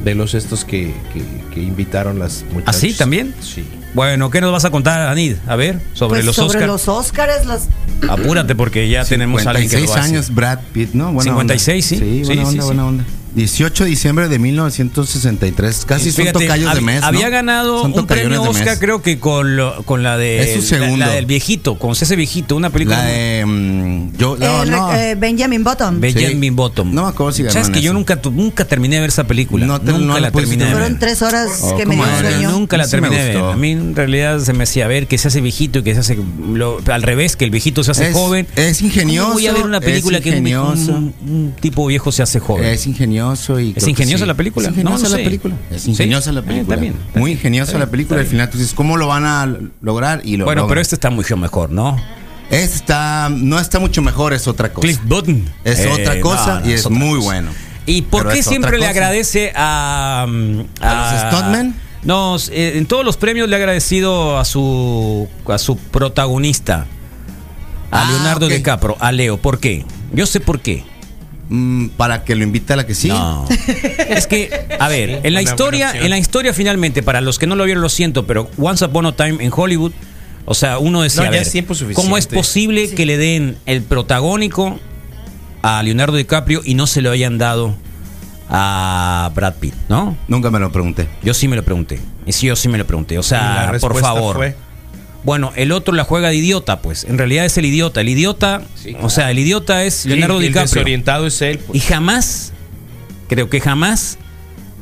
Speaker 5: De los estos que, que- que invitaron las muchachas.
Speaker 2: ¿Así ¿Ah, también?
Speaker 5: Sí.
Speaker 2: Bueno, ¿qué nos vas a contar, Anid? A ver, sobre
Speaker 4: Pues
Speaker 2: los
Speaker 4: sobre
Speaker 2: Oscars.
Speaker 4: los Óscares, los-
Speaker 2: Apúrate porque ya tenemos a alguien que lo
Speaker 6: 56
Speaker 2: va a hacer.
Speaker 6: años Brad Pitt, ¿no? Buena
Speaker 2: 56, sí.
Speaker 6: onda.
Speaker 2: Sí,
Speaker 6: Sí, buena
Speaker 2: sí,
Speaker 6: onda,
Speaker 2: sí.
Speaker 6: buena onda. 18 de diciembre de 1963, casi
Speaker 2: Fíjate,
Speaker 6: son tocayos de
Speaker 2: hab-
Speaker 6: mes. ¿no?
Speaker 2: Había ganado
Speaker 6: Son
Speaker 2: un premio
Speaker 6: tocayones de
Speaker 2: Oscar,
Speaker 6: mes.
Speaker 2: creo que con, lo- con la de
Speaker 6: Es su
Speaker 2: la-
Speaker 6: segundo.
Speaker 2: La, del viejito, con ese viejito, una película.
Speaker 6: La de. mm, yo, no,
Speaker 4: el,
Speaker 6: no.
Speaker 4: eh, Benjamin Button.
Speaker 2: Benjamin
Speaker 6: Sí.
Speaker 2: Bottom.
Speaker 6: No me acuerdo si ganó
Speaker 2: Sabes
Speaker 6: en
Speaker 2: que yo
Speaker 6: eso.
Speaker 2: nunca tu- nunca terminé de ver esa película.
Speaker 6: No te-
Speaker 2: nunca
Speaker 6: no
Speaker 2: la
Speaker 6: la pusiste
Speaker 2: terminé de
Speaker 6: tú.
Speaker 2: ver.
Speaker 4: Fueron tres horas
Speaker 6: Oh,
Speaker 4: que me dio
Speaker 6: ¿cómo era?
Speaker 4: sueño.
Speaker 2: Nunca la
Speaker 6: Sí me
Speaker 2: terminé de ver.
Speaker 6: gustó.
Speaker 2: A mí en realidad se me hacía ver que se hace viejito y que se hace lo- al revés, que el viejito se hace
Speaker 6: Es-
Speaker 2: joven.
Speaker 6: es ingenioso,
Speaker 2: ¿Cómo Voy a ver una
Speaker 6: es
Speaker 2: película que un,
Speaker 6: ingenioso.
Speaker 2: un- un tipo viejo se hace joven.
Speaker 6: Es ingenioso y. creo que
Speaker 2: ingeniosa
Speaker 6: sí.
Speaker 2: la película?
Speaker 6: Es ingeniosa
Speaker 2: No, no
Speaker 6: la
Speaker 2: sé.
Speaker 6: película. Es
Speaker 2: ¿Sí?
Speaker 6: ingeniosa la
Speaker 2: Eh,
Speaker 6: película.
Speaker 2: está bien, está
Speaker 6: Muy
Speaker 2: bien,
Speaker 6: ingeniosa
Speaker 2: está
Speaker 6: la
Speaker 2: bien,
Speaker 6: película.
Speaker 2: está
Speaker 6: Al final tú dices, ¿cómo lo van a lograr? Y lo
Speaker 2: bueno,
Speaker 6: logran.
Speaker 2: pero este está mucho mejor, ¿no?
Speaker 6: Este está. No está mucho mejor, es otra cosa.
Speaker 2: Cliff Eh, Button.
Speaker 6: Es otra cosa y es
Speaker 2: otra
Speaker 6: muy
Speaker 2: cosa.
Speaker 6: bueno.
Speaker 2: ¿Y por
Speaker 6: Pero
Speaker 2: qué
Speaker 6: es
Speaker 2: siempre
Speaker 6: otra
Speaker 2: le
Speaker 6: cosa.
Speaker 2: agradece a. mm,
Speaker 6: ¿A los stuntmen?
Speaker 2: No, s- eh, en todos los premios le ha agradecido a su, a su protagonista, a
Speaker 6: Ah,
Speaker 2: Leonardo
Speaker 6: ok.
Speaker 2: DiCaprio, a Leo. ¿Por qué? Yo sé por qué.
Speaker 6: Mm, para que lo invite a la que sí.
Speaker 2: No. es que, a ver, en
Speaker 5: una
Speaker 2: la
Speaker 5: buena
Speaker 2: historia,
Speaker 5: opción.
Speaker 2: en la historia finalmente, para los que no lo vieron, lo siento, pero Once Upon a Time en Hollywood, o sea, uno decía,
Speaker 5: No,
Speaker 2: a
Speaker 5: ya
Speaker 2: ver,
Speaker 5: es tiempo suficiente.
Speaker 2: ¿cómo es posible que le den el protagónico a Leonardo DiCaprio y no se lo hayan dado a Brad Pitt, no?
Speaker 6: Nunca me lo pregunté.
Speaker 2: Yo sí me lo pregunté. Y sí, yo sí me lo pregunté. O
Speaker 5: Y la
Speaker 2: sea, por
Speaker 5: respuesta
Speaker 2: favor.
Speaker 5: fue-
Speaker 2: Bueno, el otro la juega de idiota, pues. En realidad es el idiota. El idiota,
Speaker 5: Sí,
Speaker 2: o
Speaker 5: claro.
Speaker 2: sea, el idiota es
Speaker 5: Sí,
Speaker 2: Leonardo
Speaker 5: y el
Speaker 2: DiCaprio.
Speaker 5: desorientado es él.
Speaker 2: Y
Speaker 5: pues.
Speaker 2: jamás, creo que jamás,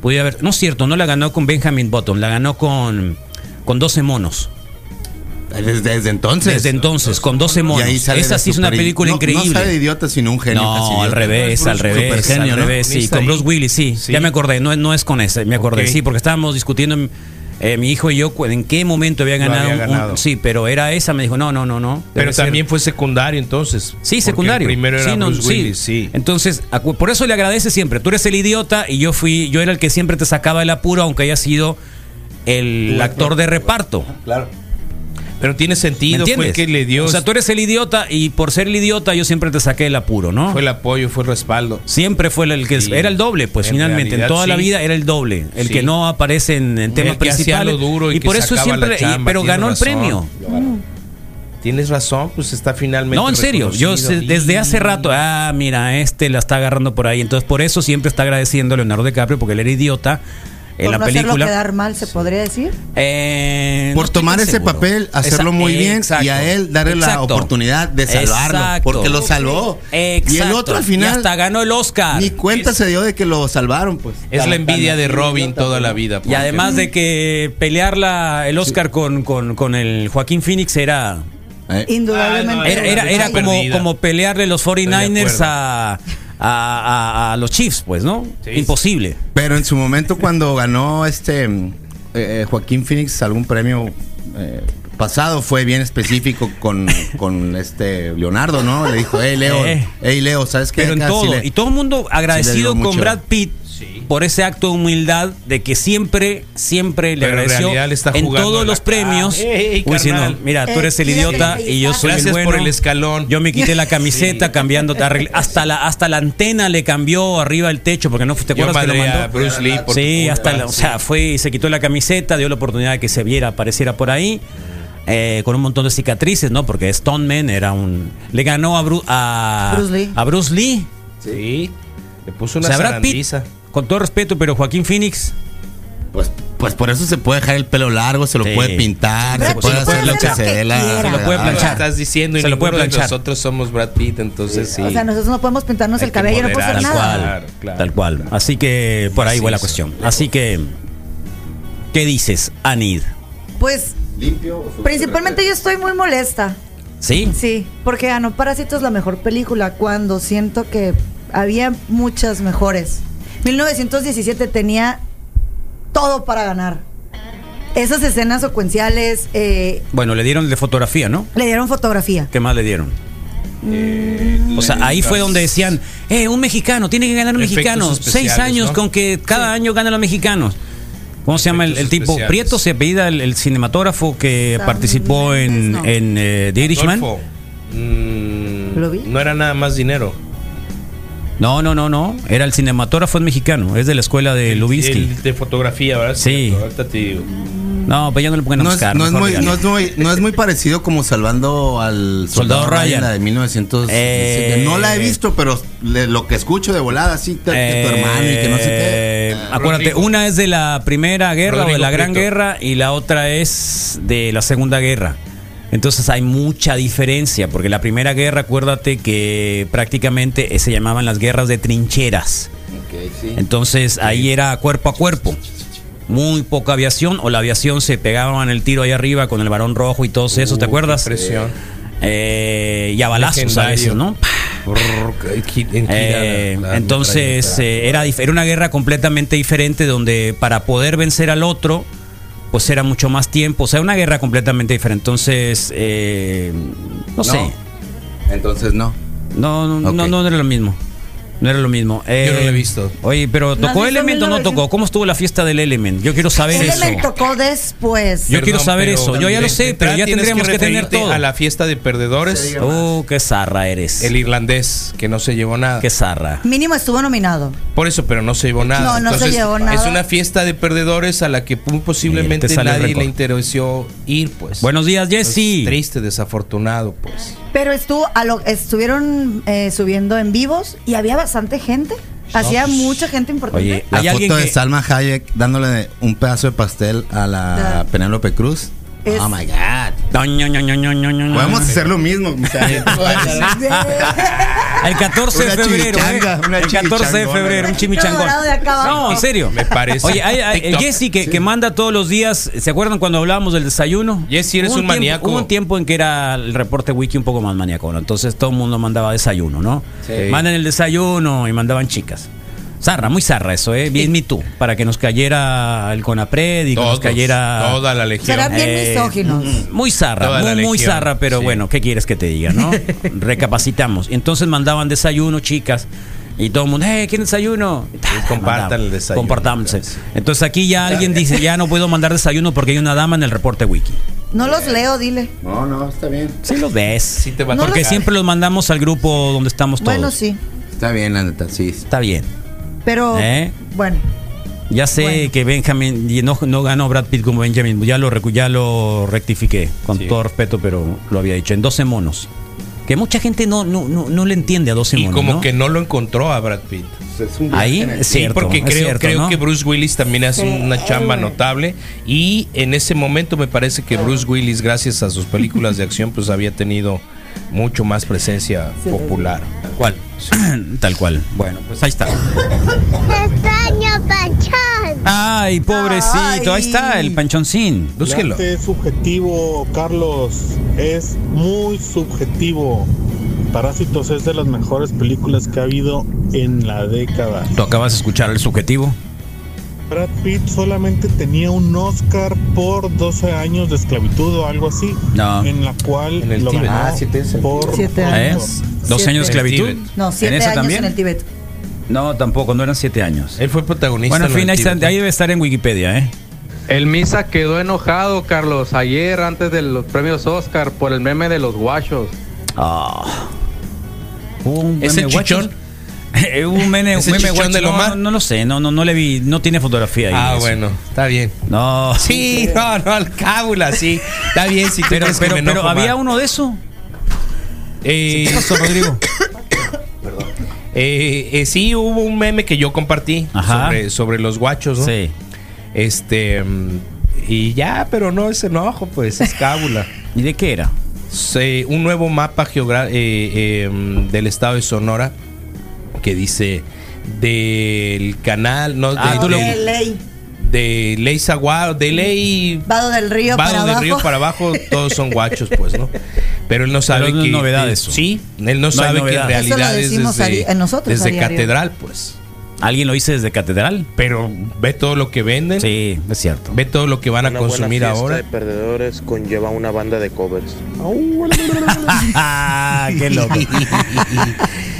Speaker 2: podía haber. No es cierto, no la ganó con Benjamin Button, la ganó con, con 12 monos.
Speaker 6: Desde, desde entonces.
Speaker 2: Desde entonces, con 12 monos. Esa
Speaker 6: de
Speaker 2: sí es una
Speaker 6: super-
Speaker 2: película
Speaker 6: no-
Speaker 2: increíble.
Speaker 6: No sale de idiota, sino un genio. casi
Speaker 2: No,
Speaker 6: idiota.
Speaker 2: al revés,
Speaker 6: Es
Speaker 2: al
Speaker 6: super
Speaker 2: revés,
Speaker 6: genio,
Speaker 2: al
Speaker 6: ¿no?
Speaker 2: revés, sí,
Speaker 5: Está
Speaker 2: con
Speaker 5: ahí.
Speaker 2: Bruce Willis, sí,
Speaker 5: Sí.
Speaker 2: ya me acordé, no, es- no es con ese, me acordé,
Speaker 5: Ok.
Speaker 2: sí, porque estábamos discutiendo eh, mi hijo y yo cu- en qué momento había
Speaker 5: Lo
Speaker 2: ganado,
Speaker 5: había
Speaker 2: un- un-
Speaker 5: ganado.
Speaker 2: sí, pero era esa, me dijo, no, no, no, no.
Speaker 5: Pero
Speaker 2: debe ser-
Speaker 5: también fue secundario entonces. porque
Speaker 2: Sí,
Speaker 5: el
Speaker 2: secundario.
Speaker 5: Primero era
Speaker 2: sí, no,
Speaker 5: Bruce
Speaker 2: sí.
Speaker 5: Willis, sí.
Speaker 2: Entonces, acu- por eso le agradece siempre. Tú eres el idiota y yo fui, yo era el que siempre te sacaba el apuro, aunque haya sido el actor de reparto.
Speaker 6: Claro.
Speaker 5: Pero tiene
Speaker 2: ¿Me
Speaker 5: sentido, fue
Speaker 2: entiendes?
Speaker 5: el que le dio.
Speaker 2: O sea, tú eres el idiota y por ser el idiota yo siempre te saqué el apuro, ¿no?
Speaker 5: Fue el apoyo, fue el respaldo.
Speaker 2: Siempre fue el que
Speaker 5: Sí.
Speaker 2: era el doble, pues
Speaker 5: En
Speaker 2: finalmente en
Speaker 5: realidad,
Speaker 2: toda la
Speaker 5: sí.
Speaker 2: vida era el doble, el
Speaker 5: Sí.
Speaker 2: que no aparece en, en temas
Speaker 5: que hacía
Speaker 2: principales
Speaker 5: lo duro y que
Speaker 2: por eso
Speaker 5: sacaba la
Speaker 2: siempre, y-
Speaker 5: chamba,
Speaker 2: pero
Speaker 5: tiene
Speaker 2: ganó el
Speaker 5: razón.
Speaker 2: premio.
Speaker 5: Tienes razón, pues está finalmente.
Speaker 2: No, en serio, yo sé-
Speaker 5: reconocido.
Speaker 2: desde hace rato, ah, mira, este la está agarrando por ahí, entonces por eso siempre está agradeciendo a Leonardo DiCaprio porque él era idiota en
Speaker 4: Por
Speaker 2: la
Speaker 4: no hacerlo
Speaker 2: película.
Speaker 4: quedar mal, ¿se podría decir?
Speaker 2: Eh, no
Speaker 6: Por
Speaker 2: estoy
Speaker 6: tomar
Speaker 2: tan
Speaker 6: ese
Speaker 2: seguro.
Speaker 6: papel, hacerlo
Speaker 2: Esa-
Speaker 6: muy bien y
Speaker 2: exacto,
Speaker 6: a él darle la
Speaker 2: exacto,
Speaker 6: oportunidad de salvarlo.
Speaker 2: exacto,
Speaker 6: Porque lo salvó. Y el
Speaker 2: exacto,
Speaker 6: otro al
Speaker 2: y
Speaker 6: final
Speaker 2: hasta ganó el Oscar.
Speaker 6: ni cuenta se dio de que lo salvaron, pues.
Speaker 5: Es la envidia de Robin toda la vida.
Speaker 2: Y
Speaker 5: porque-
Speaker 2: además de que pelear la, el Oscar con, con, con el Joaquín Phoenix era.
Speaker 6: Eh,
Speaker 5: Ah, no,
Speaker 4: Indudablemente.
Speaker 2: Era, era, era
Speaker 4: Ay,
Speaker 2: como,
Speaker 5: perdida.
Speaker 2: como pelearle los 49ers
Speaker 5: Estoy de
Speaker 2: a, a, a- a los Chiefs, pues, ¿no?
Speaker 5: Sí.
Speaker 2: Imposible.
Speaker 6: Pero en su momento cuando ganó este mm, eh, eh, Joaquín Phoenix algún premio eh, pasado fue bien específico con, con este Leonardo, ¿no? Le dijo, hey Leo,
Speaker 2: Eh.
Speaker 6: hey Leo, ¿sabes qué?
Speaker 2: Pero en
Speaker 6: Acá sí
Speaker 2: todo.
Speaker 6: le-
Speaker 2: Y todo el mundo agradecido
Speaker 6: dio
Speaker 2: con
Speaker 6: mucho.
Speaker 2: Brad Pitt
Speaker 5: Sí.
Speaker 2: por ese acto de humildad de que siempre, siempre le
Speaker 5: Pero en
Speaker 2: agradeció
Speaker 5: realidad le está
Speaker 2: en
Speaker 5: jugando
Speaker 2: todos
Speaker 5: la
Speaker 2: los
Speaker 5: cara.
Speaker 2: premios.
Speaker 5: Ey, ey,
Speaker 2: Uy, si no,
Speaker 5: carnal.
Speaker 2: mira, tú
Speaker 4: Eh,
Speaker 2: eres el
Speaker 4: mira,
Speaker 2: idiota y yo soy
Speaker 5: Ah, Gracias
Speaker 2: el bueno.
Speaker 5: por el escalón.
Speaker 2: Yo me quité la camiseta cambiando, te arreglé- hasta la hasta la antena le cambió arriba el techo porque no te
Speaker 5: Yo
Speaker 2: acuerdas que lo
Speaker 5: madré
Speaker 2: mandó.
Speaker 5: a Bruce Lee por
Speaker 2: Sí,
Speaker 5: tu
Speaker 2: hasta
Speaker 5: culpa.
Speaker 2: la- o sea, fue y se quitó la camiseta, dio la oportunidad de que se viera, apareciera por ahí. eh, con un montón de cicatrices, ¿no? Porque Stoneman era un. Le ganó a, Bru- a
Speaker 4: Bruce Lee.
Speaker 2: A Bruce Lee.
Speaker 5: Sí. Le
Speaker 2: O
Speaker 5: puso una
Speaker 2: sea, Brad Pitt,
Speaker 5: zarandiza.
Speaker 2: con todo respeto, pero Joaquín Phoenix.
Speaker 6: Pues, pues por eso se puede dejar el pelo largo, se lo
Speaker 2: Sí.
Speaker 6: puede pintar,
Speaker 4: Brad
Speaker 6: se puede
Speaker 4: Pitt puede
Speaker 6: hacer lo
Speaker 4: hacer
Speaker 6: que
Speaker 4: lo
Speaker 6: se
Speaker 4: que
Speaker 6: dé la.
Speaker 4: quiera.
Speaker 2: Se lo puede
Speaker 6: Ah,
Speaker 5: Lo que
Speaker 2: planchar.
Speaker 5: estás diciendo y
Speaker 2: Se lo puede
Speaker 5: ninguno de
Speaker 2: planchar.
Speaker 5: nosotros somos Brad Pitt, entonces sí.
Speaker 4: O sea, nosotros no podemos pintarnos
Speaker 5: Hay
Speaker 4: el
Speaker 5: que
Speaker 4: cabello, no puedo
Speaker 5: moderar,
Speaker 4: hacer
Speaker 2: Tal
Speaker 4: nada.
Speaker 2: cual.
Speaker 5: Claro, claro,
Speaker 2: tal cual.
Speaker 5: claro.
Speaker 2: Así que por ahí
Speaker 5: Así
Speaker 2: va la
Speaker 5: es.
Speaker 2: cuestión. Así que. ¿Qué dices, Anid?
Speaker 4: Pues, principalmente yo estoy muy molesta.
Speaker 2: ¿Sí?
Speaker 4: Sí, porque ah, ganó Parásitos la mejor película cuando siento que había muchas mejores. 1917 tenía todo para ganar. Esas escenas secuenciales eh,
Speaker 2: Bueno, le dieron de fotografía, ¿no?
Speaker 4: le dieron fotografía.
Speaker 2: ¿Qué más le dieron?
Speaker 5: Eh,
Speaker 2: o sea, ahí fue donde decían, eh, un mexicano, tiene que ganar un
Speaker 5: Efectos
Speaker 2: mexicano.
Speaker 5: especiales,
Speaker 2: Seis años
Speaker 5: ¿no?
Speaker 2: con que cada año ganan los mexicanos. ¿Cómo se llama el, el
Speaker 5: Efectos
Speaker 2: tipo?
Speaker 5: especiales.
Speaker 2: Prieto se apellida el, el cinematógrafo que
Speaker 4: Sam
Speaker 2: participó en,
Speaker 4: Mendes, no.
Speaker 2: en eh, The Irishman.
Speaker 5: Adolfo, mm,
Speaker 4: ¿Lo vi?
Speaker 5: No era nada más dinero.
Speaker 2: No, no, no, no. Era el cinematógrafo es mexicano. Es de la escuela de Lubinsky.
Speaker 5: El de fotografía, ¿verdad?
Speaker 2: Sí.
Speaker 5: Ahorita te digo.
Speaker 2: No, pues ya no le pongan a
Speaker 6: No es,
Speaker 2: Oscar.
Speaker 6: no es
Speaker 2: mejor
Speaker 6: muy,
Speaker 2: regalo.
Speaker 6: no, es muy, no es muy parecido como salvando al
Speaker 2: Soldado
Speaker 6: soldado,
Speaker 2: Ryan.
Speaker 6: Ryan, la de 1917.
Speaker 2: Eh.
Speaker 6: no la he visto, pero le- lo que escucho de volada, así que tu hermano y que no sé
Speaker 2: Eh,
Speaker 6: qué.
Speaker 2: Acuérdate,
Speaker 5: Rodrigo.
Speaker 2: una es de la Primera Guerra o de
Speaker 5: Rodrigo
Speaker 2: la Gran
Speaker 5: Prieto.
Speaker 2: Guerra y la otra es de la Segunda Guerra. Entonces hay mucha diferencia, porque la Primera Guerra, acuérdate que prácticamente eh, se llamaban las guerras de trincheras. Entonces ahí era cuerpo a cuerpo. Muy poca aviación, o la aviación se pegaban el tiro ahí arriba con el varón rojo y todo eso, ¿te
Speaker 5: Uh,
Speaker 2: acuerdas?
Speaker 5: qué presión.
Speaker 2: Eh, y a balazos a
Speaker 5: Legendario.
Speaker 2: veces, ¿no?
Speaker 5: Brrr, en gi- en
Speaker 2: Eh,
Speaker 5: girada, la
Speaker 2: entonces
Speaker 5: metralleta.
Speaker 2: eh, era, dif- era una guerra completamente diferente donde para poder vencer al otro pues era mucho más tiempo, o sea, una guerra completamente diferente. Entonces, eh, no, sé,
Speaker 6: Entonces no.
Speaker 2: no, no,
Speaker 6: Ok.
Speaker 2: no, no era lo mismo. No era lo mismo. Eh,
Speaker 5: no lo he visto.
Speaker 2: Oye, pero
Speaker 4: ¿No has
Speaker 2: ¿tocó
Speaker 4: visto
Speaker 2: Element o no
Speaker 4: 1900?
Speaker 2: tocó? ¿Cómo estuvo la fiesta del Element? Yo quiero saber
Speaker 4: Él
Speaker 2: eso.
Speaker 4: me tocó después.
Speaker 2: Yo- quiero saber
Speaker 5: pero
Speaker 2: eso. Yo ya lo
Speaker 5: de-
Speaker 2: sé,
Speaker 5: de
Speaker 2: pero
Speaker 5: entrada
Speaker 2: ya
Speaker 5: tienes
Speaker 2: tendríamos que tener
Speaker 5: referirte
Speaker 2: todo.
Speaker 5: A la fiesta de perdedores,
Speaker 2: Oh, qué zarra eres.
Speaker 5: el irlandés que no se llevó nada.
Speaker 2: Qué zarra.
Speaker 4: Mínimo estuvo nominado.
Speaker 5: Por eso, pero no se llevó nada.
Speaker 4: No, no se llevó nada.
Speaker 5: Es una fiesta de perdedores a la que muy
Speaker 2: Mira,
Speaker 5: posiblemente
Speaker 2: te sale el
Speaker 5: nadie
Speaker 2: récord.
Speaker 5: le interesó ir, pues.
Speaker 2: Buenos días,
Speaker 5: Pues,
Speaker 2: Jesse.
Speaker 5: Triste, desafortunado, pues.
Speaker 4: Pero estuvo a lo, estuvieron eh, subiendo en vivos y había bastante gente. Hacía
Speaker 2: pues,
Speaker 4: mucha gente importante.
Speaker 6: Oye, la
Speaker 2: Hay alguien
Speaker 6: foto de
Speaker 2: que-
Speaker 6: Salma Hayek dándole un pedazo de pastel a la
Speaker 4: Ah.
Speaker 6: Penélope Cruz.
Speaker 4: Es-
Speaker 6: Oh my God.
Speaker 2: Ño, Ño, Ño, Ño, Ño, Ño.
Speaker 6: Podemos hacer lo mismo. o sea,
Speaker 2: El 14 de
Speaker 6: Una
Speaker 2: febrero, ¿eh?
Speaker 6: chimichanga, una
Speaker 2: El 14 de
Speaker 6: chimichangona.
Speaker 2: febrero, un chimichangón.
Speaker 4: Dorado de acá abajo.
Speaker 2: No, en serio.
Speaker 5: Me parece.
Speaker 2: Oye, hay, hay-
Speaker 5: TikTok.
Speaker 2: Jesse que, que manda todos los días, ¿se acuerdan cuando hablábamos del desayuno?
Speaker 5: Jesse, eres
Speaker 2: Hubo
Speaker 5: un
Speaker 2: tiempo-
Speaker 5: maníaco.
Speaker 2: Hubo un tiempo en que era el reporte wiki un poco más maníaco, ¿no? Entonces todo el mundo mandaba desayuno, ¿no?
Speaker 5: Sí.
Speaker 2: Mandan el desayuno y mandaban chicas. Zarra, muy zarra eso, ¿eh? Bien Me Too, para que nos cayera el Conapred y que
Speaker 5: Todos,
Speaker 2: nos cayera...
Speaker 5: toda la legión.
Speaker 4: Será bien
Speaker 2: Eh,
Speaker 4: misóginos.
Speaker 2: Muy zarra,
Speaker 5: Toda la
Speaker 2: muy, muy
Speaker 5: legión,
Speaker 2: zarra, pero
Speaker 5: sí.
Speaker 2: bueno, ¿qué quieres que te diga, no? Recapacitamos. Entonces mandaban desayuno, chicas. Y todo el mundo, "Eh, ¿quién desayuno?
Speaker 5: Y compartan
Speaker 2: Mandaban,
Speaker 5: el desayuno.
Speaker 2: Compartámosle. Entonces aquí ya alguien dice, ya no puedo mandar desayuno porque hay una dama en el reporte wiki.
Speaker 4: No los leo, dile.
Speaker 6: No, no, está bien.
Speaker 2: Sí los ves.
Speaker 5: Sí te va a
Speaker 2: porque
Speaker 5: tocar.
Speaker 2: siempre los mandamos al grupo donde estamos pues todos.
Speaker 4: Bueno, sí.
Speaker 6: Está bien, la neta, sí.
Speaker 2: Está bien.
Speaker 4: Pero,
Speaker 2: ¿Eh?
Speaker 4: bueno.
Speaker 2: Ya sé
Speaker 4: Bueno.
Speaker 2: que Benjamin y no, no ganó Brad Pitt como Benjamin. Ya lo, recu- ya lo rectifiqué, con
Speaker 5: Sí.
Speaker 2: todo respeto, pero lo había dicho. En 12 monos. Que mucha gente no, no, no, no le entiende a 12
Speaker 5: Y
Speaker 2: monos.
Speaker 5: como
Speaker 2: ¿no?
Speaker 5: que no lo encontró a Brad Pitt.
Speaker 2: Ahí es
Speaker 5: Sí,
Speaker 2: cierto.
Speaker 5: porque
Speaker 2: es
Speaker 5: creo,
Speaker 2: cierto,
Speaker 5: creo
Speaker 2: ¿no?
Speaker 5: que Bruce Willis también hace una chamba notable. Y en ese momento me parece que Bruce Willis, gracias a sus películas de acción, pues había tenido mucho más presencia popular.
Speaker 2: ¿Cuál? Tal cual. Bueno, pues ahí está.
Speaker 1: Extraño Pachón.
Speaker 2: Ay, pobrecito. Ahí
Speaker 4: Ay.
Speaker 2: está el panchoncín.
Speaker 5: Búsquelo.
Speaker 7: Este Es subjetivo, Carlos. Es muy subjetivo. Parásitos es de las mejores películas que ha habido en la década.
Speaker 2: Tú acabas de escuchar el subjetivo.
Speaker 7: Brad Pitt solamente tenía un Oscar por 12 años de esclavitud o algo así,
Speaker 2: No.
Speaker 7: en la cual
Speaker 5: Ah. En el
Speaker 7: lo
Speaker 5: Tíbet.
Speaker 7: ganó
Speaker 5: Ah, siete es el-
Speaker 7: por
Speaker 4: Siete
Speaker 7: voto.
Speaker 2: ¿Eh?
Speaker 4: años.
Speaker 2: ¿Dos
Speaker 4: Siete.
Speaker 2: años de esclavitud?
Speaker 5: Tíbet.
Speaker 4: No, siete
Speaker 2: ¿En esa
Speaker 4: años
Speaker 2: también?
Speaker 4: en el Tíbet.
Speaker 2: No, tampoco, no eran siete años.
Speaker 5: Él fue protagonista.
Speaker 2: Bueno, en
Speaker 5: lo
Speaker 2: fin, ahí,
Speaker 5: del
Speaker 2: está-
Speaker 5: Tíbet.
Speaker 2: ahí debe estar en Wikipedia, ¿eh?
Speaker 7: El Misa quedó enojado, Carlos, ayer antes de los premios Oscar por el meme de los guachos.
Speaker 2: Hubo un
Speaker 5: ¿Es
Speaker 2: meme
Speaker 5: el
Speaker 2: guacho.
Speaker 5: Ah. chichón?
Speaker 2: Eh, hubo un meme,
Speaker 5: ¿Es el
Speaker 2: meme
Speaker 5: chichón
Speaker 2: guacho.
Speaker 5: del
Speaker 2: No,
Speaker 5: Omar?
Speaker 2: No, no lo sé, no, no, no le vi, no tiene fotografía ahí.
Speaker 5: Ah,
Speaker 2: eso.
Speaker 5: bueno, está bien.
Speaker 2: No.
Speaker 5: Sí, no, no, al cábula, sí. Está bien, sí,
Speaker 2: Pero, pero, pero había
Speaker 5: un
Speaker 2: uno de eso.
Speaker 5: Eh,
Speaker 2: ¿Qué pasó, Rodrigo?
Speaker 5: eh, eh, sí, hubo un meme que yo compartí
Speaker 2: Ajá.
Speaker 5: sobre, sobre los guachos, ¿no?
Speaker 2: Sí.
Speaker 5: Este. mm, Y ya, pero no es enojo, pues, es cábula.
Speaker 2: ¿Y de qué era?
Speaker 5: Se- un nuevo mapa geogra- eh, eh, mm, del estado de Sonora que dice del canal, no, de,
Speaker 2: Ah, tú lo-
Speaker 5: del-
Speaker 4: Ley.
Speaker 5: de Ley Zaguaro, de Ley
Speaker 4: Vado del Río
Speaker 5: Vado
Speaker 4: para
Speaker 5: del
Speaker 4: abajo.
Speaker 5: río para abajo, todos son guachos, pues, ¿no? Pero él no sabe
Speaker 2: no es
Speaker 5: que.
Speaker 2: novedad
Speaker 5: eh,
Speaker 2: eso.
Speaker 5: Sí, él no,
Speaker 2: hay
Speaker 5: sabe que en
Speaker 2: novedad.
Speaker 4: Eso lo
Speaker 5: realidad es
Speaker 4: decimos
Speaker 5: desde,
Speaker 4: a di- nosotros a
Speaker 5: desde
Speaker 4: diario.
Speaker 5: catedral, pues.
Speaker 2: ¿Alguien lo hizo desde catedral?
Speaker 5: Pero ve todo lo que venden,
Speaker 2: Sí, es cierto.
Speaker 5: ve todo lo que van a consumir ahora.
Speaker 7: perdedores conlleva una banda de covers.
Speaker 2: ah, qué loco.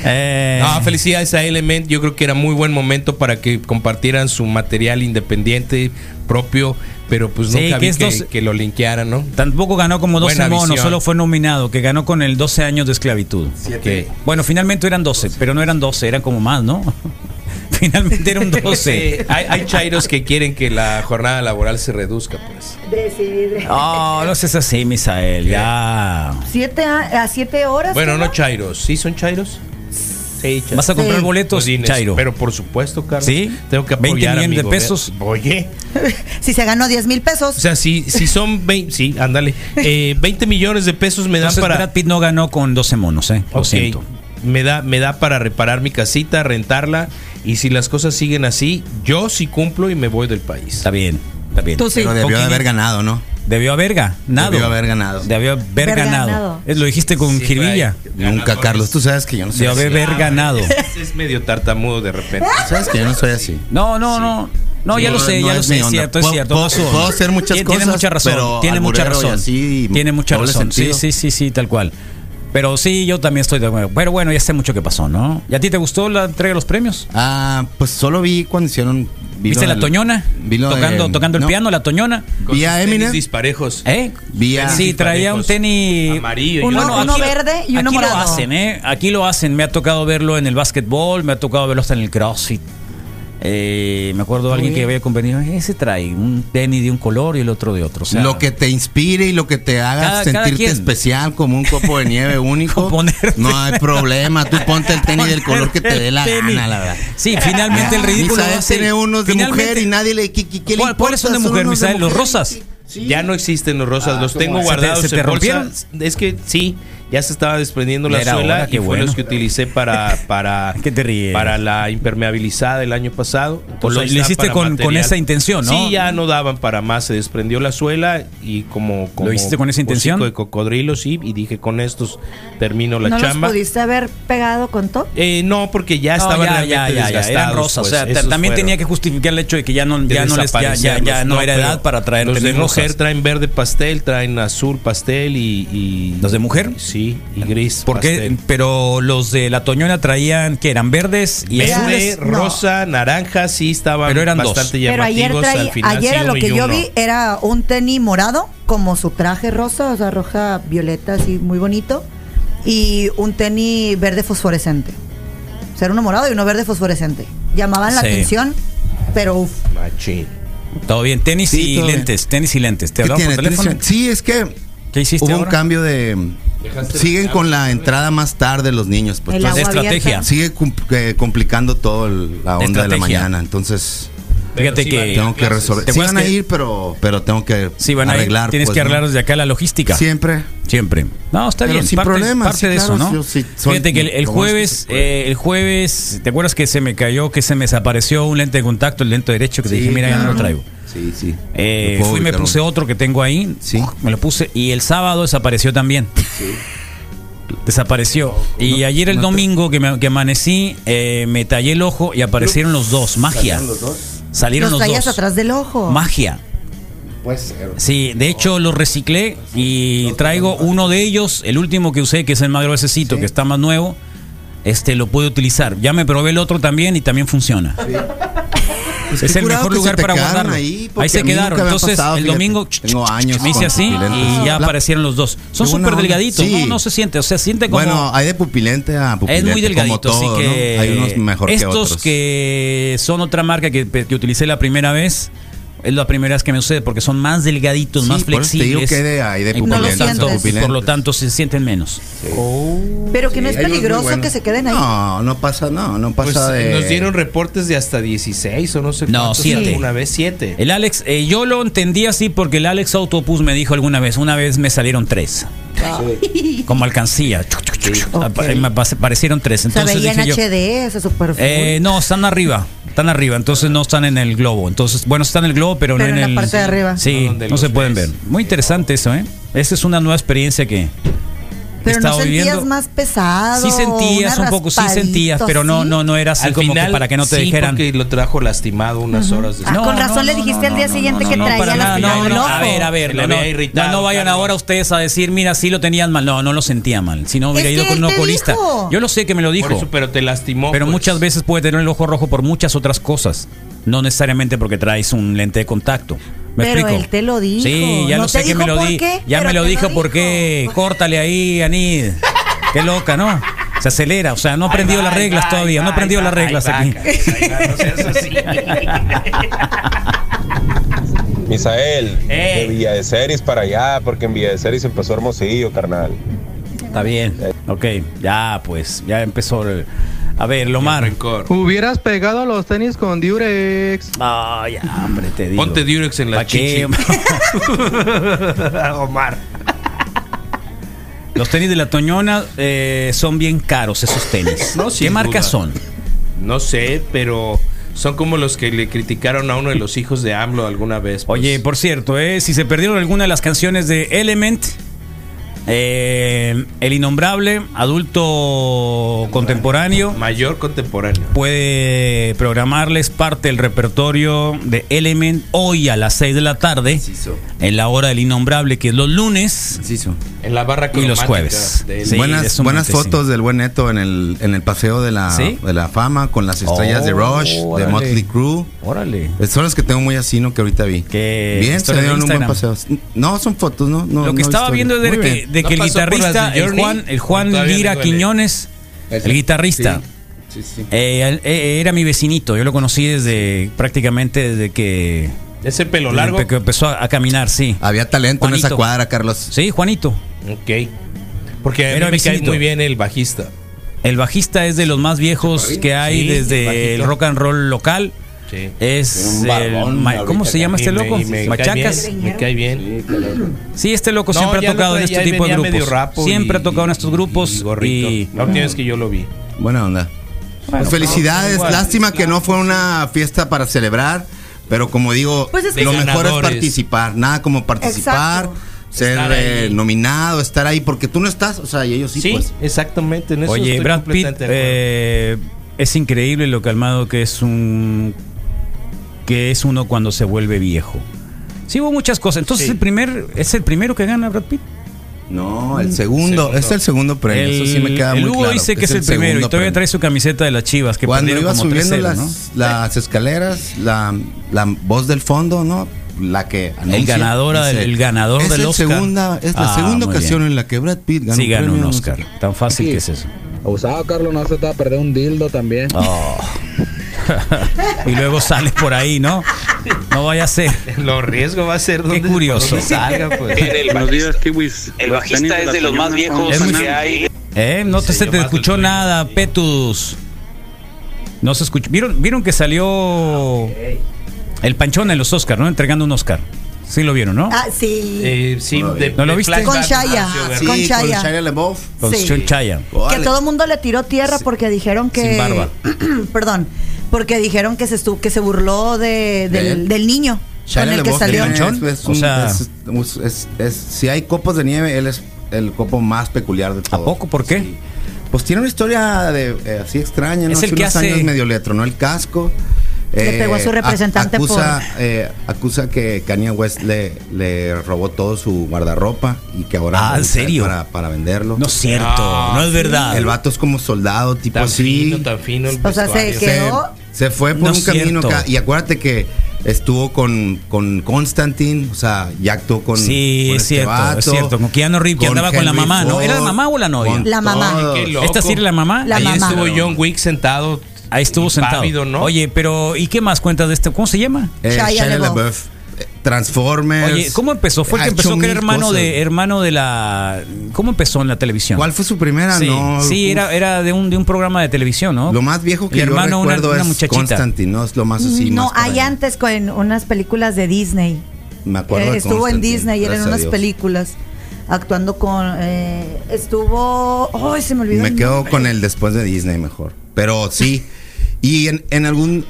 Speaker 2: Eh,
Speaker 5: Ah, felicidades a Element. Yo creo que era muy buen momento para que compartieran su material independiente, propio, pero pues
Speaker 2: Sí,
Speaker 5: nunca
Speaker 2: que
Speaker 5: vi que,
Speaker 2: estos-
Speaker 5: que lo linkearan, ¿no?
Speaker 2: Tampoco ganó como 12
Speaker 5: Buena
Speaker 2: monos,
Speaker 5: visión.
Speaker 2: solo fue nominado, que ganó con el 12 años de esclavitud.
Speaker 5: Que-
Speaker 2: Bueno, finalmente eran 12, pero no eran 12, eran como más, ¿no? finalmente eran 12.
Speaker 5: Sí, hay, hay chairos que quieren que la jornada laboral se reduzca, pues.
Speaker 4: Decidir.
Speaker 2: Oh, no seas así, Misael, ya.
Speaker 4: Siete a, a siete horas.
Speaker 5: Bueno, no
Speaker 4: ¿no?
Speaker 5: chairos. ¿Sí son chairos? Sí, chairos.
Speaker 2: ¿Vas a comprar
Speaker 4: Sí.
Speaker 2: boletos,
Speaker 5: Godines,
Speaker 2: Chairo?
Speaker 5: Pero por supuesto, Carlos.
Speaker 2: ¿Sí?
Speaker 5: Tengo que
Speaker 2: 20
Speaker 5: apoyar a mi
Speaker 2: millones de
Speaker 5: gober-
Speaker 2: pesos.
Speaker 5: Oye.
Speaker 4: Si se ganó 10 mil pesos.
Speaker 5: O sea, si, si son 20, sí, ándale. Eh, 20 millones de pesos me dan
Speaker 2: Entonces,
Speaker 5: para
Speaker 2: Brad Pitt no ganó con 12 monos, ¿eh? Lo
Speaker 5: Ok.
Speaker 2: siento.
Speaker 5: Me da, me da para reparar mi casita, rentarla. Y si las cosas siguen así, yo sí cumplo y me voy del país.
Speaker 2: Está bien, está bien.
Speaker 4: Tú sí.
Speaker 6: Pero debió de haber ganado, ¿no?
Speaker 2: Debió haber ganado.
Speaker 6: Debió haber ganado.
Speaker 2: Debió haber
Speaker 4: Haber
Speaker 2: ganado.
Speaker 4: ganado.
Speaker 2: Es- lo dijiste con
Speaker 5: Sí,
Speaker 2: jirvilla.
Speaker 6: Nunca, Carlos. Tú sabes que yo no soy
Speaker 2: Debió
Speaker 6: así.
Speaker 2: pues. haber ganado.
Speaker 5: Es, es medio tartamudo de repente.
Speaker 6: Tú sabes que yo no soy así.
Speaker 2: No, no, no. No,
Speaker 6: Sí,
Speaker 2: ya lo
Speaker 6: no,
Speaker 2: sé,
Speaker 6: no
Speaker 2: ya lo
Speaker 6: es
Speaker 2: sé,
Speaker 6: mi
Speaker 2: es
Speaker 6: onda.
Speaker 2: cierto, es
Speaker 6: Puedo-
Speaker 2: cierto.
Speaker 6: puedo-
Speaker 2: razón.
Speaker 6: puedo hacer muchas
Speaker 2: tiene, Tiene
Speaker 6: cosas,
Speaker 2: mucha razón,
Speaker 6: pero
Speaker 2: tiene mucha
Speaker 6: alburero y
Speaker 2: razón.
Speaker 6: así,
Speaker 2: tiene mucha
Speaker 6: doble
Speaker 2: razón.
Speaker 6: sentido.
Speaker 2: Sí, sí, sí, sí, tal cual. Pero sí, yo también estoy de acuerdo. Pero bueno, ya sé mucho que pasó, ¿no? ¿Y a ti te gustó la entrega de los premios?
Speaker 6: Ah, pues solo vi cuando hicieron. vi
Speaker 2: ¿Viste
Speaker 6: lo
Speaker 2: la
Speaker 6: del-
Speaker 2: Toñona?
Speaker 6: vi lo
Speaker 2: tocando,
Speaker 6: de-
Speaker 2: tocando el
Speaker 6: no,
Speaker 2: piano, la Toñona.
Speaker 5: Con
Speaker 6: Vi a
Speaker 5: sus tenis
Speaker 6: Eminem.
Speaker 5: disparejos.
Speaker 2: ¿Eh?
Speaker 6: Vi a-
Speaker 2: sí,
Speaker 5: Tenis
Speaker 2: traía
Speaker 5: parejos.
Speaker 2: un tenis
Speaker 5: Amarillo y
Speaker 4: Uno-
Speaker 5: otro.
Speaker 4: uno verde y uno
Speaker 2: aquí
Speaker 4: morado.
Speaker 2: lo hacen, ¿eh? Aquí lo hacen. Me ha tocado verlo en el básquetbol, me ha tocado verlo hasta en el crossfit. Eh, me acuerdo de alguien que había convenido, ese trae un tenis de un color y el otro de otro. O sea,
Speaker 6: lo que te inspire y lo que te haga
Speaker 2: Cada- cada
Speaker 6: sentirte
Speaker 2: quien.
Speaker 6: especial como un copo de nieve único.
Speaker 2: Ponerte-
Speaker 6: No hay problema. Tú ponte el tenis del color que te dé la
Speaker 2: Tenis.
Speaker 6: gana, la verdad. Ah,
Speaker 2: Sí, finalmente el ridículo.
Speaker 6: Misael
Speaker 2: va a ser-
Speaker 6: tiene unos de
Speaker 2: finalmente-
Speaker 6: mujer y nadie le. ¿qué- qué- qué le
Speaker 2: ¿Cuál- ¿Cuáles son de
Speaker 6: importa?
Speaker 2: mujer,
Speaker 6: unos de
Speaker 2: Misael? ¿Los
Speaker 6: mujer.
Speaker 2: rosas?
Speaker 5: Ya no existen los rosas,
Speaker 2: Ah,
Speaker 5: los
Speaker 2: ¿cómo
Speaker 5: tengo
Speaker 2: es? ¿Se te-
Speaker 5: guardados
Speaker 2: se te
Speaker 5: en bolsa.
Speaker 2: rompieron?
Speaker 5: Es que sí, ya se estaba desprendiendo la
Speaker 2: Era
Speaker 5: suela
Speaker 2: hora,
Speaker 5: y
Speaker 2: qué
Speaker 5: fue
Speaker 2: bueno.
Speaker 5: los que utilicé para para
Speaker 2: ¿Qué te ríes?
Speaker 5: para la impermeabilizada el año pasado.
Speaker 2: O lo-
Speaker 5: ahí
Speaker 2: lo
Speaker 5: está
Speaker 2: hiciste
Speaker 5: para
Speaker 2: con-
Speaker 5: material.
Speaker 2: con esa intención, ¿no?
Speaker 5: Sí, ya no daban para más, se desprendió la suela y como, como
Speaker 2: hiciste con esa
Speaker 5: hocico
Speaker 2: intención?
Speaker 5: de cocodrilo, sí, y dije con estos termino la
Speaker 4: ¿No
Speaker 5: chamba.
Speaker 4: los pudiste haber pegado con todo?
Speaker 5: Eh, no, porque ya
Speaker 2: No,
Speaker 5: estaban
Speaker 2: ya,
Speaker 5: realmente
Speaker 2: ya, ya, ya,
Speaker 5: desgastados.
Speaker 2: eran rosas.
Speaker 5: pues,
Speaker 2: o sea, ta-
Speaker 5: esos
Speaker 2: también
Speaker 5: fueron
Speaker 2: tenía que justificar el hecho de que ya no,
Speaker 5: de
Speaker 2: ya no, les, ya, ya, ya
Speaker 5: desaparecerlos.
Speaker 2: no era
Speaker 5: pero
Speaker 2: edad para traer
Speaker 5: los de
Speaker 2: tenis
Speaker 5: mujer
Speaker 2: rosas.
Speaker 5: traen verde pastel traen azul pastel y, y-
Speaker 2: ¿Los de mujer?
Speaker 5: sí y gris
Speaker 2: ¿Por qué?
Speaker 5: pastel.
Speaker 2: Pero los de la Toñona traían que eran verdes y
Speaker 5: verde
Speaker 2: azules.
Speaker 4: no.
Speaker 5: rosa naranja sí estaban
Speaker 2: Pero eran dos.
Speaker 5: bastante
Speaker 4: Pero ayer
Speaker 5: llamativos
Speaker 4: traí-
Speaker 5: al final
Speaker 4: ayer
Speaker 5: sí,
Speaker 4: a lo
Speaker 5: uno y
Speaker 4: que yo
Speaker 5: uno.
Speaker 4: vi eh, era un tenis morado, como su traje rosa, o sea, roja, violeta, así muy bonito, y un tenis verde fosforescente. O sea, era uno morado y uno verde fosforescente. Llamaban la
Speaker 2: Sí.
Speaker 4: atención, pero uff.
Speaker 5: Machín.
Speaker 2: Todo bien, tenis
Speaker 6: Sí,
Speaker 2: y
Speaker 6: todo bien.
Speaker 2: lentes, tenis y lentes. ¿Te
Speaker 6: ¿Qué
Speaker 2: hablamos por
Speaker 6: tiene?
Speaker 2: teléfono?
Speaker 6: Tiene- Sí, es que
Speaker 2: ¿Qué hiciste
Speaker 6: hubo
Speaker 2: ahora?
Speaker 6: un cambio de. Siguen con la entrada más tarde los niños, pues.
Speaker 4: El
Speaker 6: entonces,
Speaker 4: agua abierta.
Speaker 2: estrategia.
Speaker 6: sigue cum- eh, complicando todo el- la onda de la
Speaker 2: Estrategia.
Speaker 6: mañana, entonces
Speaker 2: Fíjate que
Speaker 6: tengo que resolver.
Speaker 2: ¿Te
Speaker 6: Sí
Speaker 2: acuerdas
Speaker 6: van a
Speaker 2: que-
Speaker 6: ir, pero pero tengo que
Speaker 2: Sí, van a
Speaker 6: arreglar.
Speaker 2: ir. Tienes
Speaker 6: pues,
Speaker 2: que
Speaker 6: ¿no?
Speaker 2: arreglar desde acá la logística.
Speaker 6: Siempre.
Speaker 2: Siempre. No, está
Speaker 6: Pero
Speaker 2: bien.
Speaker 6: sin
Speaker 2: parte,
Speaker 6: problemas,
Speaker 2: parte
Speaker 6: sí,
Speaker 2: de eso,
Speaker 6: claro,
Speaker 2: ¿no?
Speaker 6: yo sí soy-
Speaker 2: Fíjate que el, el
Speaker 6: lo más que
Speaker 2: jueves,
Speaker 6: se puede.
Speaker 2: eh, el jueves, ¿te acuerdas que se me cayó, que se me desapareció un lente de contacto, el lente derecho, que te
Speaker 6: Sí,
Speaker 2: dije, mira, ya no lo
Speaker 6: claro.
Speaker 2: traigo?
Speaker 6: Sí, sí.
Speaker 2: Eh,
Speaker 6: Lo puedo
Speaker 2: fui y me
Speaker 6: ubicar,
Speaker 2: puse
Speaker 6: ¿no?
Speaker 2: otro que tengo ahí.
Speaker 6: Sí.
Speaker 2: Me lo puse y el sábado desapareció también. Desapareció. Y
Speaker 6: No,
Speaker 2: ayer el
Speaker 6: no te-
Speaker 2: domingo que, me- que amanecí, eh, me tallé el ojo y aparecieron los dos. Magia. ¿Salieron los dos?
Speaker 4: Los traías atrás del ojo.
Speaker 2: Magia. Sí, de hecho los reciclé y traigo uno de ellos, el último que usé, que es el más gruesecito, que está más nuevo. Este lo pude utilizar. Ya me probé el otro también y también funciona.
Speaker 6: Pues
Speaker 2: es
Speaker 6: qué
Speaker 2: el
Speaker 6: curado
Speaker 2: mejor
Speaker 6: que se
Speaker 2: lugar
Speaker 6: te
Speaker 2: para
Speaker 6: quedaron
Speaker 2: guardarlo. Ahí,
Speaker 6: Ahí, porque
Speaker 2: se
Speaker 6: a mí nunca
Speaker 2: quedaron.
Speaker 6: me ha
Speaker 2: Entonces
Speaker 6: pasado,
Speaker 2: el
Speaker 6: fíjate.
Speaker 2: domingo
Speaker 6: tengo años
Speaker 2: me hice
Speaker 6: con
Speaker 2: así
Speaker 6: pupilentes.
Speaker 2: y ya
Speaker 6: La-
Speaker 2: aparecieron los dos. Son
Speaker 6: Qué buena
Speaker 2: súper
Speaker 6: onda.
Speaker 2: delgaditos,
Speaker 6: Sí.
Speaker 2: no, no se siente, o sea, siente como
Speaker 6: Bueno, hay de pupilente a
Speaker 2: es
Speaker 6: pupilente.
Speaker 2: muy delgadito,
Speaker 6: como todo,
Speaker 2: así
Speaker 6: ¿no?
Speaker 2: que
Speaker 6: Hay unos mejor
Speaker 2: estos
Speaker 6: que otros.
Speaker 2: que son otra marca que, que utilicé la primera vez es la primera vez que me sucede porque son más delgaditos,
Speaker 6: Sí,
Speaker 2: más
Speaker 6: por eso te
Speaker 2: flexibles.
Speaker 6: digo que de- hay de
Speaker 2: Y por lo
Speaker 4: pupilentes,
Speaker 2: tanto,
Speaker 4: de
Speaker 6: pupilentes.
Speaker 2: por lo tanto se sienten menos.
Speaker 4: Pero que no es
Speaker 6: Hay unos muy
Speaker 4: peligroso
Speaker 6: buenos.
Speaker 4: que se queden ahí.
Speaker 6: No, no pasa, no, no
Speaker 5: Pues,
Speaker 6: pasa de.
Speaker 5: nos dieron reportes de hasta 16 o no sé
Speaker 2: No,
Speaker 5: cuántos
Speaker 2: siete.
Speaker 5: alguna vez 7
Speaker 2: El Alex, eh, yo lo entendí así porque el Alex Autopus me dijo alguna vez, una vez me salieron tres. Como alcancía. Chuc, chuc, chuc, chuc.
Speaker 4: Ok.
Speaker 2: Apa- Me pas- parecieron tres.
Speaker 4: se
Speaker 2: Entonces
Speaker 4: veía en
Speaker 2: dije yo,
Speaker 4: HD, ese super
Speaker 2: eh, no, están arriba. Están arriba, entonces no están en el globo. Entonces, bueno, están en el globo, pero,
Speaker 4: Pero
Speaker 2: no en,
Speaker 4: en la
Speaker 2: el.
Speaker 4: parte de arriba.
Speaker 2: Sí,
Speaker 5: No, donde
Speaker 2: no se
Speaker 5: los
Speaker 2: pueden ver.
Speaker 5: ves.
Speaker 2: Muy interesante eso, ¿eh? Esa es una nueva experiencia que. he
Speaker 4: pero no
Speaker 2: estado
Speaker 4: sentías
Speaker 2: viviendo.
Speaker 4: más pesado.
Speaker 2: Sí sentías
Speaker 4: una
Speaker 2: un poco, sí
Speaker 4: raspadito,
Speaker 2: sentías, pero no,
Speaker 4: ¿sí?
Speaker 2: no, no era así
Speaker 5: Al
Speaker 2: como
Speaker 5: final,
Speaker 2: que para que no te
Speaker 5: sí,
Speaker 2: dijeran.
Speaker 5: porque lo trajo lastimado unas
Speaker 4: Ah,
Speaker 5: horas después.
Speaker 2: No,
Speaker 4: con
Speaker 2: no,
Speaker 4: razón le
Speaker 2: no,
Speaker 4: dijiste
Speaker 2: no,
Speaker 4: al día
Speaker 2: no,
Speaker 4: siguiente
Speaker 2: no,
Speaker 4: que
Speaker 2: no,
Speaker 4: traía
Speaker 2: para
Speaker 4: la
Speaker 2: nada,
Speaker 4: fila
Speaker 2: no,
Speaker 4: del
Speaker 2: no,
Speaker 4: ojo.
Speaker 2: A ver, a ver,
Speaker 5: Se le
Speaker 2: no, no,
Speaker 5: había irritado,
Speaker 2: no, no vayan
Speaker 5: Carlos.
Speaker 2: ahora ustedes a decir, mira, sí lo tenían mal. No, no lo sentían mal. Si no hubiera
Speaker 4: Es
Speaker 2: ido
Speaker 4: que
Speaker 2: con
Speaker 4: él
Speaker 2: un
Speaker 4: te
Speaker 2: oculista.
Speaker 4: dijo.
Speaker 2: Yo lo sé que me lo dijo.
Speaker 5: Por eso, pero te lastimó.
Speaker 2: Pero
Speaker 5: pues.
Speaker 2: muchas veces puede tener el ojo rojo por muchas otras cosas. No necesariamente porque traes un lente de contacto. ¿Me
Speaker 4: Pero
Speaker 2: explico?
Speaker 4: él te lo dijo.
Speaker 2: Sí, ya
Speaker 4: ¿No
Speaker 2: lo
Speaker 4: te
Speaker 2: sé que me
Speaker 4: dijo
Speaker 2: lo
Speaker 4: por
Speaker 2: di.
Speaker 4: qué?
Speaker 2: Ya
Speaker 4: Pero
Speaker 2: me lo
Speaker 4: te lo
Speaker 2: dijo
Speaker 4: dijo.
Speaker 2: porque. Córtale ahí, Anid. Qué loca, ¿no? Se acelera, o sea, no ha aprendido
Speaker 5: Ahí va,
Speaker 2: las
Speaker 5: ahí
Speaker 2: reglas
Speaker 5: va,
Speaker 2: todavía,
Speaker 5: ahí
Speaker 2: no
Speaker 5: va,
Speaker 2: ha aprendido
Speaker 5: ahí
Speaker 2: las
Speaker 5: va,
Speaker 2: reglas
Speaker 5: ahí va,
Speaker 2: aquí.
Speaker 5: Carlos, ahí va, no seas así.
Speaker 7: Misael,
Speaker 5: Ey.
Speaker 7: de Villa de Ceres para allá, porque en Villa de Ceres empezó Hermosillo, carnal.
Speaker 2: Está bien. Ok, ya pues, ya empezó el- A ver, Lomar.
Speaker 8: Hubieras pegado los tenis con Durex.
Speaker 2: Ay, hombre, te digo.
Speaker 5: Ponte Durex en la
Speaker 2: ¿Pa' qué,
Speaker 5: chichi.
Speaker 2: hombre?
Speaker 5: Omar.
Speaker 2: Los tenis de la Toñona eh, son bien caros esos tenis.
Speaker 5: No,
Speaker 2: ¿Qué
Speaker 5: sin
Speaker 2: marcas
Speaker 5: duda.
Speaker 2: son?
Speaker 6: Pues-
Speaker 5: No sé, pero son como los que le criticaron a uno de los hijos de AMLO alguna vez. pues.
Speaker 2: Oye, por cierto, eh, si se perdieron alguna de las canciones de Element, eh, El Innombrable, Adulto Contemporáneo,
Speaker 5: Mayor contemporáneo.
Speaker 2: puede programarles parte del repertorio de Element hoy a las 6 de la tarde,
Speaker 6: Inciso.
Speaker 2: en la hora del Innombrable, que es los lunes.
Speaker 6: Inciso.
Speaker 5: En la barra
Speaker 2: Y los
Speaker 5: cromática
Speaker 2: jueves.
Speaker 5: del-
Speaker 2: Sí,
Speaker 6: buenas
Speaker 2: es un
Speaker 6: buenas
Speaker 2: momento,
Speaker 6: fotos del buen Neto en el, en el paseo de la,
Speaker 2: ¿Sí? Oh,
Speaker 6: de la fama con las estrellas de Rush,
Speaker 2: Órale.
Speaker 6: de Motley Crue.
Speaker 2: Órale.
Speaker 6: Eh, Son las que tengo muy así, ¿no? Que ahorita vi.
Speaker 2: ¿Qué?
Speaker 6: Bien, se
Speaker 2: Eh, ¿Historia de
Speaker 6: dieron un buen
Speaker 2: Instagram?
Speaker 6: paseo. No, son fotos, ¿no? no
Speaker 2: Lo que
Speaker 6: no
Speaker 2: estaba
Speaker 6: historia.
Speaker 2: viendo es de
Speaker 6: Muy
Speaker 2: que,
Speaker 6: bien.
Speaker 2: de
Speaker 5: ¿No
Speaker 2: que el
Speaker 5: pasó por las de
Speaker 2: guitarrista, el
Speaker 5: Journey?
Speaker 2: Juan, el
Speaker 5: Todavía
Speaker 2: Juan
Speaker 5: me
Speaker 2: Lira
Speaker 5: duele.
Speaker 2: Quiñones, el guitarrista,
Speaker 6: Sí, Sí, sí.
Speaker 2: Eh, él- eh, era mi vecinito, yo lo conocí desde prácticamente desde que...
Speaker 5: Ese pelo
Speaker 2: desde
Speaker 5: largo. Ah.
Speaker 2: Que empezó a, a caminar, sí.
Speaker 6: Había talento en esa
Speaker 2: Juanito.
Speaker 6: cuadra, Carlos.
Speaker 2: Sí, Juanito.
Speaker 5: Ok. Porque a
Speaker 2: Era
Speaker 5: mí me cae
Speaker 2: vecinito.
Speaker 5: muy bien el bajista.
Speaker 2: El bajista es de los más viejos que hay
Speaker 5: Sí,
Speaker 2: desde el
Speaker 5: bajito.
Speaker 2: rock and roll local.
Speaker 5: Sí.
Speaker 2: Es
Speaker 6: Un
Speaker 2: el
Speaker 6: barbón
Speaker 2: ma-
Speaker 6: ahorita
Speaker 2: ¿Cómo se llama
Speaker 5: Y
Speaker 2: este
Speaker 5: me-
Speaker 2: loco?
Speaker 5: y me
Speaker 2: Machacas.
Speaker 5: Cae bien, me cae bien.
Speaker 2: Sí, este loco
Speaker 5: No,
Speaker 2: siempre
Speaker 5: ya
Speaker 2: ha
Speaker 5: el
Speaker 2: tocado
Speaker 5: otro
Speaker 2: en
Speaker 5: día
Speaker 2: este tipo de
Speaker 5: venía medio
Speaker 2: grupos.
Speaker 5: rapo
Speaker 2: Siempre
Speaker 5: y-
Speaker 2: ha togado en estos
Speaker 5: y
Speaker 2: grupos
Speaker 5: gorrito.
Speaker 2: y
Speaker 5: La última vez que yo lo vi.
Speaker 6: Buena onda. Pues felicidades, lástima que no fue una fiesta para celebrar, pero como digo,
Speaker 4: Pues es que
Speaker 6: lo
Speaker 4: sí.
Speaker 6: mejor es
Speaker 5: Ganadores.
Speaker 6: participar, nada como participar,
Speaker 4: Exacto.
Speaker 6: ser
Speaker 5: Estar
Speaker 6: eh,
Speaker 5: ahí.
Speaker 6: nominado, estar ahí, porque tú no estás, o sea, y ellos sí,
Speaker 5: Sí,
Speaker 6: pues.
Speaker 5: exactamente. En eso
Speaker 2: Oye,
Speaker 5: estoy
Speaker 2: Brad Pitt
Speaker 5: completamente de acuerdo.
Speaker 2: eh, es increíble lo calmado que es un que es uno cuando se vuelve viejo. Sí hubo muchas cosas. Entonces
Speaker 5: Sí.
Speaker 2: el primer es el primero que gana Brad Pitt.
Speaker 6: No, el segundo,
Speaker 5: Segundo.
Speaker 6: es el segundo premio,
Speaker 2: el,
Speaker 6: eso sí me queda
Speaker 2: Mm. el
Speaker 6: muy
Speaker 2: Hugo
Speaker 6: claro.
Speaker 2: dice que es el, primero y
Speaker 6: segundo
Speaker 2: todavía
Speaker 6: premio.
Speaker 2: trae su camiseta de las Chivas que
Speaker 6: Cuando
Speaker 2: perdieron
Speaker 6: iba
Speaker 2: como
Speaker 6: subiendo
Speaker 2: 3-0,
Speaker 6: las,
Speaker 2: ¿no?
Speaker 6: las escaleras, la, la voz del fondo, ¿no? La que anuncia,
Speaker 2: ganadora del- el ganador
Speaker 6: es
Speaker 2: del
Speaker 6: el
Speaker 2: Oscar".
Speaker 6: Segunda, es la
Speaker 2: Ah,
Speaker 6: segunda
Speaker 2: muy
Speaker 6: ocasión
Speaker 2: bien.
Speaker 6: en la que Brad Pitt ganó
Speaker 2: Sí ganó un
Speaker 6: premio, no sé
Speaker 2: Oscar. Tan fácil que es eso.
Speaker 9: Abusado, Carlos, no se te va a perder un dildo también.
Speaker 2: Oh. y luego sales por ahí, ¿no? No vaya a ser.
Speaker 5: Lo riesgo va a ser donde
Speaker 2: curioso.
Speaker 5: donde salga, pues.
Speaker 8: Buenos días, Kiwis.
Speaker 3: El bajista es de los más viejos
Speaker 2: Es muy-
Speaker 3: que hay.
Speaker 2: Eh, no te,
Speaker 5: Sí,
Speaker 2: se
Speaker 5: yo
Speaker 2: te
Speaker 5: más
Speaker 2: escuchó
Speaker 5: del tuyo,
Speaker 2: nada, Petus. No se escuchó. ¿Vieron, vieron que salió el panchón en los Oscar, ¿no? Entregando un Oscar. Sí lo vieron, ¿no?
Speaker 4: Ah, sí.
Speaker 5: Eh, sí,
Speaker 6: No lo
Speaker 5: de-
Speaker 6: vi.
Speaker 2: ¿No lo
Speaker 5: de
Speaker 2: viste?
Speaker 5: flashback,
Speaker 4: Con Shaya.
Speaker 5: Horacio
Speaker 6: Ah,
Speaker 5: Guerrero.
Speaker 6: sí,
Speaker 4: Con
Speaker 6: con
Speaker 4: Shaya.
Speaker 6: Shia LaBeouf.
Speaker 2: Con
Speaker 4: Sí.
Speaker 2: Sean Chaya.
Speaker 6: Órale.
Speaker 4: Que todo el mundo le tiró tierra porque dijeron que.
Speaker 2: Sin barba.
Speaker 4: perdón. Porque dijeron que se estu- que se burló
Speaker 6: ¿De
Speaker 4: de, del,
Speaker 6: él?
Speaker 4: del niño
Speaker 6: Shia
Speaker 4: con el que
Speaker 6: LaBeouf
Speaker 4: salió.
Speaker 6: tiene-
Speaker 2: Manchón.
Speaker 6: es- es
Speaker 2: O
Speaker 6: un-
Speaker 2: sea-
Speaker 6: es- es- es- es- si hay copos de nieve, él es el copo más peculiar de todos.
Speaker 2: poco? ¿Por qué?
Speaker 6: Sí. Pues tiene una historia de, eh, así extraña, ¿no?
Speaker 2: Es el
Speaker 6: Hace
Speaker 2: que
Speaker 6: unos
Speaker 2: hace-
Speaker 6: años medio le tronó el casco. Eh,
Speaker 4: Le pegó a su
Speaker 6: ac-
Speaker 4: representante
Speaker 6: acusa, eh, acusa que Kanye West le, le robó todo su guardarropa y que ahora
Speaker 2: Ah,
Speaker 6: lo
Speaker 2: ¿en
Speaker 6: usa
Speaker 2: serio?
Speaker 6: para, para venderlo.
Speaker 2: No es cierto,
Speaker 5: Ah,
Speaker 2: no es verdad.
Speaker 6: el vato es como soldado, tipo
Speaker 5: Tan
Speaker 6: así.
Speaker 5: fino, tan fino el
Speaker 4: O sea, se
Speaker 5: vestuario.
Speaker 4: que-
Speaker 6: Se-
Speaker 4: quedó.
Speaker 6: Em, Se, fue por
Speaker 2: No
Speaker 6: un
Speaker 2: es
Speaker 6: camino
Speaker 2: cierto.
Speaker 6: acá. Y acuérdate que estuvo con, con Constantine, o sea, ya actuó con.
Speaker 2: Sí,
Speaker 6: con este
Speaker 2: es cierto, es cierto, con Keanu Reeves, que andaba con la mamá, ¿no? ¿Era la mamá o la novia?
Speaker 6: con
Speaker 4: La mamá.
Speaker 6: todos.
Speaker 5: Ay, qué loco.
Speaker 2: Esta sí era la mamá.
Speaker 4: La
Speaker 5: Ahí
Speaker 4: mamá.
Speaker 5: estuvo John Wick sentado.
Speaker 2: Ahí estuvo
Speaker 5: y
Speaker 2: sentado.
Speaker 5: pálido, ¿no?
Speaker 2: Oye, pero ¿y qué más cuentas de este? ¿Cómo se llama?
Speaker 6: Eh,
Speaker 4: Shia
Speaker 6: Shia
Speaker 4: LaBeouf.
Speaker 6: LaBeouf, eh, Transformers.
Speaker 2: Oye, ¿cómo empezó? Fue el
Speaker 6: Ha
Speaker 2: que empezó
Speaker 6: hecho
Speaker 2: que era
Speaker 6: mil
Speaker 2: hermano
Speaker 6: cosas.
Speaker 2: de hermano de la ¿Cómo empezó en la televisión?
Speaker 6: ¿Cuál fue su primera?
Speaker 2: Sí,
Speaker 6: no,
Speaker 2: sí,
Speaker 6: uf.
Speaker 2: era era de un de un programa de televisión, ¿no?
Speaker 6: Lo más viejo que
Speaker 2: El
Speaker 6: yo
Speaker 2: hermano, una-
Speaker 6: recuerdo
Speaker 2: una
Speaker 6: es
Speaker 2: muchachita.
Speaker 6: Constantine, ¿no? Es lo más así.
Speaker 4: no,
Speaker 6: más por
Speaker 4: hay
Speaker 6: ahí.
Speaker 4: antes con unas películas de Disney.
Speaker 6: Me acuerdo
Speaker 4: Eh,
Speaker 6: de
Speaker 4: estuvo en
Speaker 6: Constantine,
Speaker 4: Disney y eran
Speaker 6: gracias a
Speaker 4: unas
Speaker 6: Dios.
Speaker 4: películas actuando con eh, estuvo ay se me olvidó
Speaker 6: Me
Speaker 4: el
Speaker 6: quedo
Speaker 4: nombre.
Speaker 6: con el después de Disney mejor. Pero sí. Y en, en algún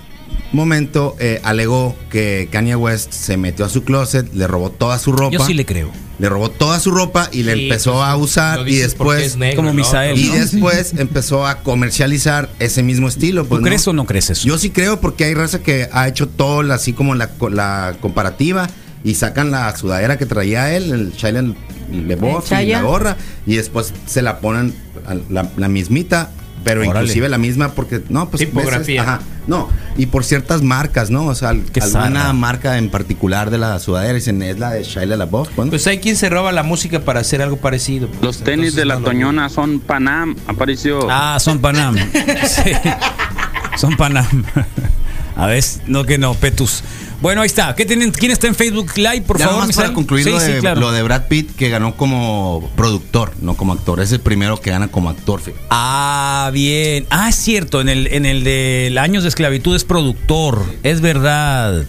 Speaker 6: momento eh, alegó que Kanye West se metió a su closet, le robó toda su ropa.
Speaker 2: Yo sí le creo.
Speaker 6: Le robó toda su ropa y le
Speaker 5: Sí,
Speaker 6: empezó
Speaker 5: pues,
Speaker 6: a
Speaker 5: lo
Speaker 6: usar y
Speaker 5: dices porque es
Speaker 6: después.
Speaker 5: negro,
Speaker 2: Como
Speaker 5: ¿no?
Speaker 2: Misael,
Speaker 6: Y
Speaker 2: ¿no?
Speaker 6: después empezó a comercializar ese mismo estilo.
Speaker 2: ¿Tú
Speaker 6: pues,
Speaker 2: crees o no crees eso?
Speaker 6: Yo sí creo porque hay raza que ha hecho todo la- así como la, co- la comparativa y sacan la sudadera que traía él, el Shia LaBeouf
Speaker 4: El
Speaker 6: y
Speaker 4: Shia.
Speaker 6: la gorra y después se la ponen a la, la mismita, pero
Speaker 2: Órale.
Speaker 6: inclusive la misma porque no pues
Speaker 5: Tipografía.
Speaker 6: veces- ajá, no y por ciertas marcas, ¿no? O sea, al-
Speaker 2: Qué
Speaker 6: alguna
Speaker 2: zarra.
Speaker 6: marca en particular de la sudadera dicen es la de Shia LaBeouf, bueno,
Speaker 5: Pues hay quien se roba la música para hacer algo parecido. pues.
Speaker 9: Los tenis
Speaker 5: Entonces,
Speaker 9: de la
Speaker 5: no lo-
Speaker 9: Toñona son Panam, apareció.
Speaker 2: Ah, son Panam. Sí. Son Panam. A ver, no que no, Petus. Bueno, ahí está. ¿Qué tienen, ¿Quién está en Facebook Live, por
Speaker 6: Ya
Speaker 2: favor?
Speaker 6: nomás para
Speaker 2: Misael?
Speaker 6: concluir
Speaker 2: Sí,
Speaker 6: lo,
Speaker 2: sí,
Speaker 6: de,
Speaker 2: claro.
Speaker 6: lo de Brad Pitt que ganó como productor, no como actor, es el primero que gana como actor. fíjate.
Speaker 2: Ah, bien. Ah, es cierto, en el, en el de Años de Esclavitud es productor. Es verdad.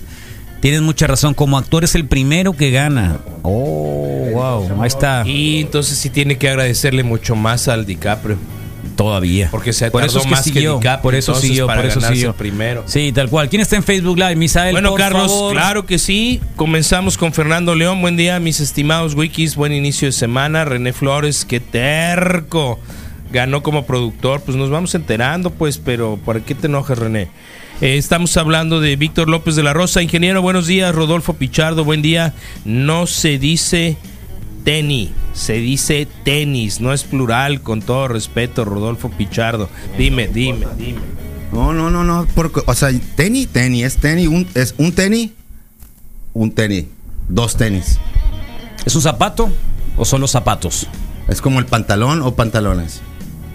Speaker 2: Tienes mucha razón. Como actor es el primero que gana. Oh, wow. Ahí está.
Speaker 5: Y entonces sí tiene que agradecerle mucho más al DiCaprio.
Speaker 2: Todavía.
Speaker 5: Porque se
Speaker 2: por eso
Speaker 5: tardó
Speaker 2: es que
Speaker 5: más que
Speaker 2: siguió,
Speaker 5: DiCaprio,
Speaker 2: Por eso
Speaker 5: entonces,
Speaker 2: siguió,
Speaker 5: para
Speaker 2: por eso
Speaker 5: ganarse
Speaker 2: siguió.
Speaker 5: el primero.
Speaker 2: Sí, tal cual. ¿Quién está en Facebook Live? Misael,
Speaker 5: Bueno,
Speaker 2: por
Speaker 5: Carlos,
Speaker 2: favor.
Speaker 5: claro que sí. Comenzamos con Fernando León. Buen día, mis estimados wikis. Buen inicio de semana. René Flores, qué terco. Ganó como productor. Pues nos vamos enterando, pues, pero ¿para qué te enojas, René? Eh, estamos hablando de Víctor López de la Rosa. Ingeniero, buenos días. Rodolfo Pichardo, buen día. No se dice tenis, se dice tenis, no es plural, con todo respeto, Rodolfo Pichardo. Dime, dime, dime.
Speaker 6: No, no, no, no. Porque, o sea, tenis, tenis, es tenis, un, es un tenis, un tenis, dos tenis.
Speaker 2: ¿Es un zapato o son los zapatos?
Speaker 6: Es como el pantalón o pantalones.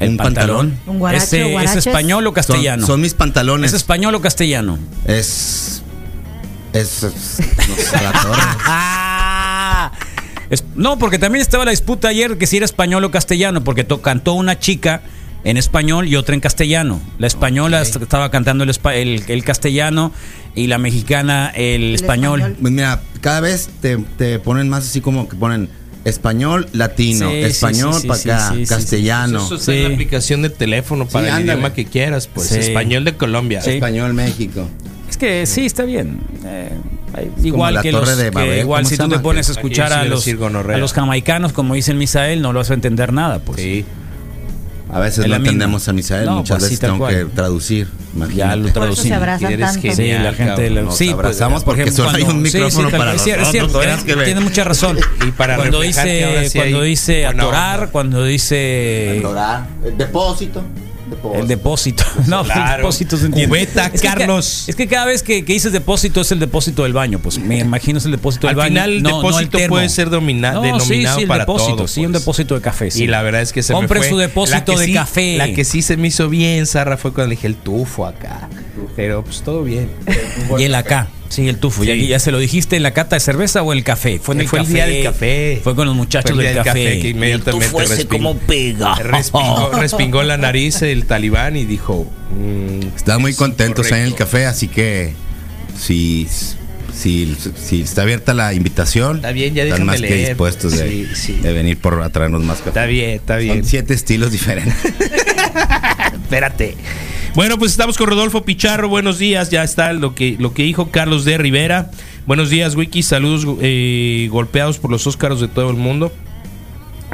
Speaker 6: ¿Un pantalón?
Speaker 4: Un guaracho,
Speaker 2: ¿Ese- ¿Es,
Speaker 4: guaraches.
Speaker 2: español o castellano?
Speaker 6: Son, son mis pantalones.
Speaker 2: ¿Es español o castellano?
Speaker 6: Es. Es. es- no sé, la torre. Ah.
Speaker 2: Es- no, porque también estaba la disputa ayer que si era español o castellano, porque to- cantó una chica en español y otra en castellano. La española est- estaba cantando el, espa- el- el castellano y la mexicana el, español.
Speaker 6: Pues mira, cada vez te, te ponen más así como que ponen español, latino,
Speaker 2: Sí, sí,
Speaker 6: español
Speaker 2: sí, sí,
Speaker 6: para acá,
Speaker 2: sí, sí, sí. Ah,
Speaker 6: castellano.
Speaker 5: Eso está en la aplicación de teléfono para el
Speaker 6: ándale.
Speaker 5: idioma que quieras, pues.
Speaker 2: Sí.
Speaker 5: Español de Colombia.
Speaker 2: Sí.
Speaker 6: Español México.
Speaker 2: Es que sí, está bien. Eh, hay- igual
Speaker 6: la
Speaker 2: que,
Speaker 6: Torre
Speaker 2: los-
Speaker 6: de
Speaker 2: que
Speaker 6: Babel,
Speaker 2: igual
Speaker 6: ¿cómo
Speaker 2: si
Speaker 6: se
Speaker 2: tú te
Speaker 6: llama?
Speaker 2: pones a
Speaker 6: Aquí
Speaker 2: escuchar
Speaker 6: sí
Speaker 2: a
Speaker 6: iba a
Speaker 2: los,
Speaker 6: decir gonorrea.
Speaker 2: a los jamaicanos, como dice el Misael, no lo vas a entender nada, pues.
Speaker 6: A veces
Speaker 2: Es
Speaker 6: no
Speaker 2: la misma.
Speaker 6: entendemos a Misael,
Speaker 2: No,
Speaker 6: muchas
Speaker 2: pues sí,
Speaker 6: veces
Speaker 2: tal
Speaker 6: tengo
Speaker 2: cual.
Speaker 6: que traducir.
Speaker 2: Ya lo
Speaker 6: Imagínate.
Speaker 2: traducimos.
Speaker 4: abrazan
Speaker 2: Eres
Speaker 4: tanto.
Speaker 2: genial, Sí, la gente
Speaker 6: cabrón.
Speaker 2: lo-
Speaker 6: Nos
Speaker 2: sí, pues,
Speaker 6: abrazamos
Speaker 2: por
Speaker 6: porque
Speaker 2: ejemplo,
Speaker 6: solo hay
Speaker 2: cuando-
Speaker 6: un
Speaker 2: sí, sí,
Speaker 6: micrófono
Speaker 2: tal-
Speaker 6: para
Speaker 2: sí, es
Speaker 6: nosotros.
Speaker 2: cierto,
Speaker 6: ¿verdad? Que-
Speaker 2: tiene mucha razón.
Speaker 5: Y para
Speaker 2: cuando
Speaker 5: reflejar que ahora
Speaker 2: dice,
Speaker 5: sí
Speaker 2: cuando
Speaker 5: hay
Speaker 2: dice
Speaker 5: buena
Speaker 2: atorar,
Speaker 5: onda.
Speaker 2: cuando
Speaker 5: Eh,
Speaker 2: dice
Speaker 6: Dorar, el depósito.
Speaker 2: el depósito. No, el
Speaker 5: Claro.
Speaker 2: depósito se entiende.
Speaker 5: Cubeta,
Speaker 2: que ca-
Speaker 5: Carlos.
Speaker 2: es que cada vez que, que dices depósito es el depósito del baño, pues me imagino es el depósito del
Speaker 5: Al
Speaker 2: baño.
Speaker 5: final el
Speaker 2: no, no
Speaker 5: depósito
Speaker 2: termo.
Speaker 5: puede ser domina-
Speaker 2: No, sí,
Speaker 5: denominado
Speaker 2: sí, el
Speaker 5: para
Speaker 2: depósito,
Speaker 5: todo,
Speaker 2: Sí, un
Speaker 5: pues.
Speaker 2: depósito de café. sí.
Speaker 5: Y la verdad es que se
Speaker 2: Compre
Speaker 5: me fue.
Speaker 2: su
Speaker 5: La que
Speaker 2: depósito de
Speaker 5: sí-
Speaker 2: café.
Speaker 5: La que sí se me hizo bien, Sarra, fue cuando dije el tufo acá. Pero pues todo bien.
Speaker 2: Y el acá. Sí, el tufo. Ya, ya se lo dijiste en la cata de cerveza o en el café. Fue en el,
Speaker 5: Eh, Fue el
Speaker 2: café.
Speaker 5: día del café.
Speaker 2: Fue con los muchachos
Speaker 5: Fue el
Speaker 2: del
Speaker 5: día del
Speaker 2: café.
Speaker 5: café que inmediatamente
Speaker 2: Y el tufo ese
Speaker 5: resping-
Speaker 2: como pega.
Speaker 5: Respingó, respingó la nariz el talibán y dijo. mm,
Speaker 6: Están muy
Speaker 5: es
Speaker 6: contentos ahí en el
Speaker 5: correcto.
Speaker 6: café, así que si, si, si está abierta la invitación,
Speaker 5: Está bien, ya
Speaker 6: están
Speaker 5: déjame
Speaker 6: más que
Speaker 5: leer.
Speaker 6: dispuestos de,
Speaker 5: Sí, sí.
Speaker 6: de venir por a traernos más café.
Speaker 5: Está bien, está bien.
Speaker 6: Son siete estilos diferentes.
Speaker 5: Espérate. Bueno, pues estamos con Rodolfo Picharro. Buenos días. Ya está lo que, lo que dijo Carlos de Rivera. Buenos días, Wiki. Saludos eh, golpeados por los Óscaros de todo el mundo.